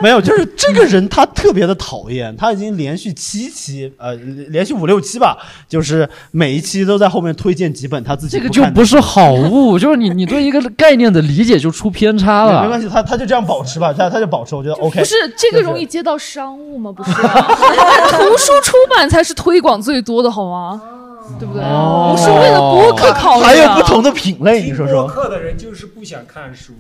没有，就是这个人他特别的讨厌，他已经连续七期，呃，连续五六期吧，就是每一期都在后面推荐几本他自己
这个
不
就
看的
不是好物，就是你你对一个概念的理解就出偏差
没
了
关。系，他他就这样保持吧，他他就保持，我觉得 OK。
不是这个容易接到商务吗？不是，图书出版才是推广最多的好吗？对不对？我是为了播
哦
客
啊
考虑的。
还有不同的品类，你说说。
课的人就是不想看书。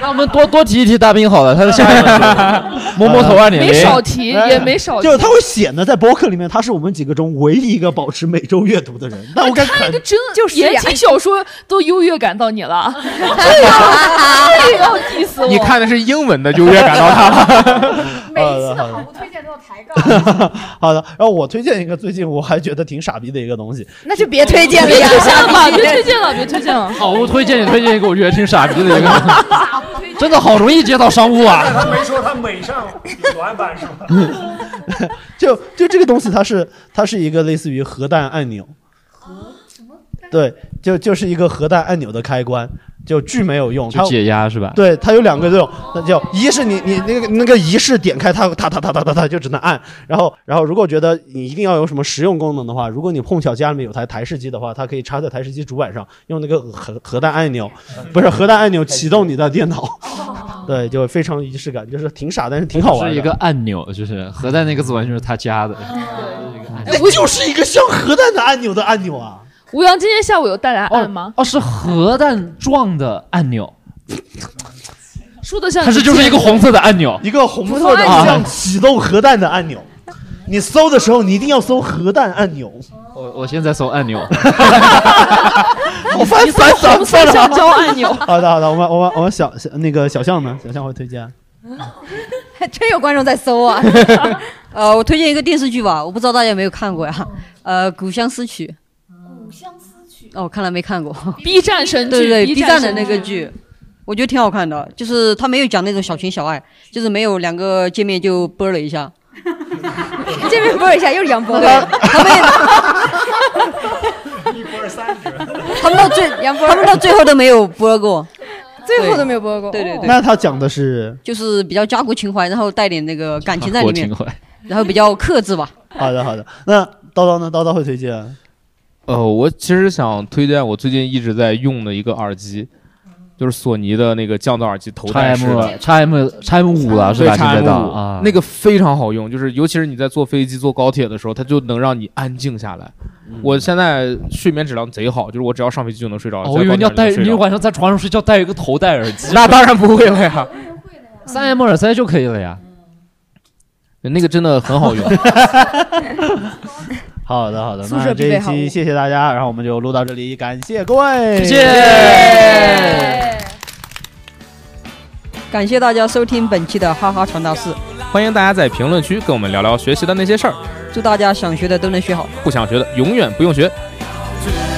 那我们多多提一提大兵好了，他的下一本书摸摸头啊你。
没少提
哎
也没少提
就是他会显得在播客里面，他是我们几个中唯一一个保持每周阅读的人。那我感
他那个
觉
真
就是呀
言情小说都优越感到你了，
这
个这个要 diss 我。
你看的是英文的，就越感到他了。
每一次的好物推荐都要抬杠。好的，然后我推荐一个最近我还觉得挺傻逼的一个东西，
那就别推荐了呀，
别推荐了吧
傻逼
别推荐了别推荐了哎
好物推荐你推荐一个，我觉得挺傻逼的一个，真的好容易接到商务啊。
他没说他美上短板是吧？
就就这个东西，它是它是一个类似于核弹按钮，对，就就是一个核弹按钮的开关，就巨没有用，
就
它
解压是吧？
对，它有两个作用，那就一是你你那个那个仪式点开它，它它它它它它就只能按，然后然后如果觉得你一定要有什么实用功能的话，如果你碰巧家里面有台台式机的话，它可以插在台式机主板上，用那个核核弹按钮，不是核弹按钮启动你的电脑， 对，就非常有仪式感，就是挺傻，但是挺好玩的。
是一个按钮，就是核弹那个字完全是他加的。
那就是一个像核弹的按钮的按钮啊！
吴阳今天下午有带来案吗？
哦，是核弹状的按钮，
说的像
它是就是一个红色的按钮，
一个红色的
啊
像启动核弹的按钮，你搜的时候你一定要搜核弹按钮。
我我现在搜按钮，
我翻
你搜
翻翻
红色橡胶按钮
好的好的，我们我们我们小小那个小象呢？小象会推荐。
真有观众在搜啊。
呃，我推荐一个电视剧吧，我不知道大家有没有看过呀？呃，《古相思曲》。哦，看来没看过。
B 站神剧
对对
B
，B
站
站
神
的那个
剧
剧，我觉得挺好看的。就是他没有讲那种小情小爱，就是没有两个见面就啵了一下。
这边播一下，又是杨波。
一波儿三折。
他们到 最，
杨波，
他们到最后都没有播过，
最后都没有播过。
对对对
那他讲的是
就是比较家国情怀，然后带点那个感情在里面
家国情怀，
然后比较克制吧。
好的好的，那叨叨呢？叨叨会推荐。
呃，我其实想推荐我最近一直在用的一个耳机，就是索尼的那个降噪耳机头
叉
戴式
M
的。
叉 M 叉 M 五了是
对
吧？现
叉
在
M
到
五
啊，
那个非常好用，就是尤其是你在坐飞机、坐高铁的时候，它就能让你安静下来。
嗯
我现在睡眠质量贼好，就是我只要上飞机就能睡着。
哦我以为你要戴，你
管。
晚上在床上睡觉戴一个头戴耳机。
那当然不会了呀，
三 M 耳塞就可以了呀。
那个真的很好用。
好的，好的，
宿
那
舍必
这一
备好
期
物
谢谢大家，然后我们就录到这里，感谢各位，
谢谢
感谢大家收听本期的哈哈传达室，
欢迎大家在评论区跟我们聊聊学习的那些事儿，
祝大家想学的都能学好。
不想学的永远不用学。
Thank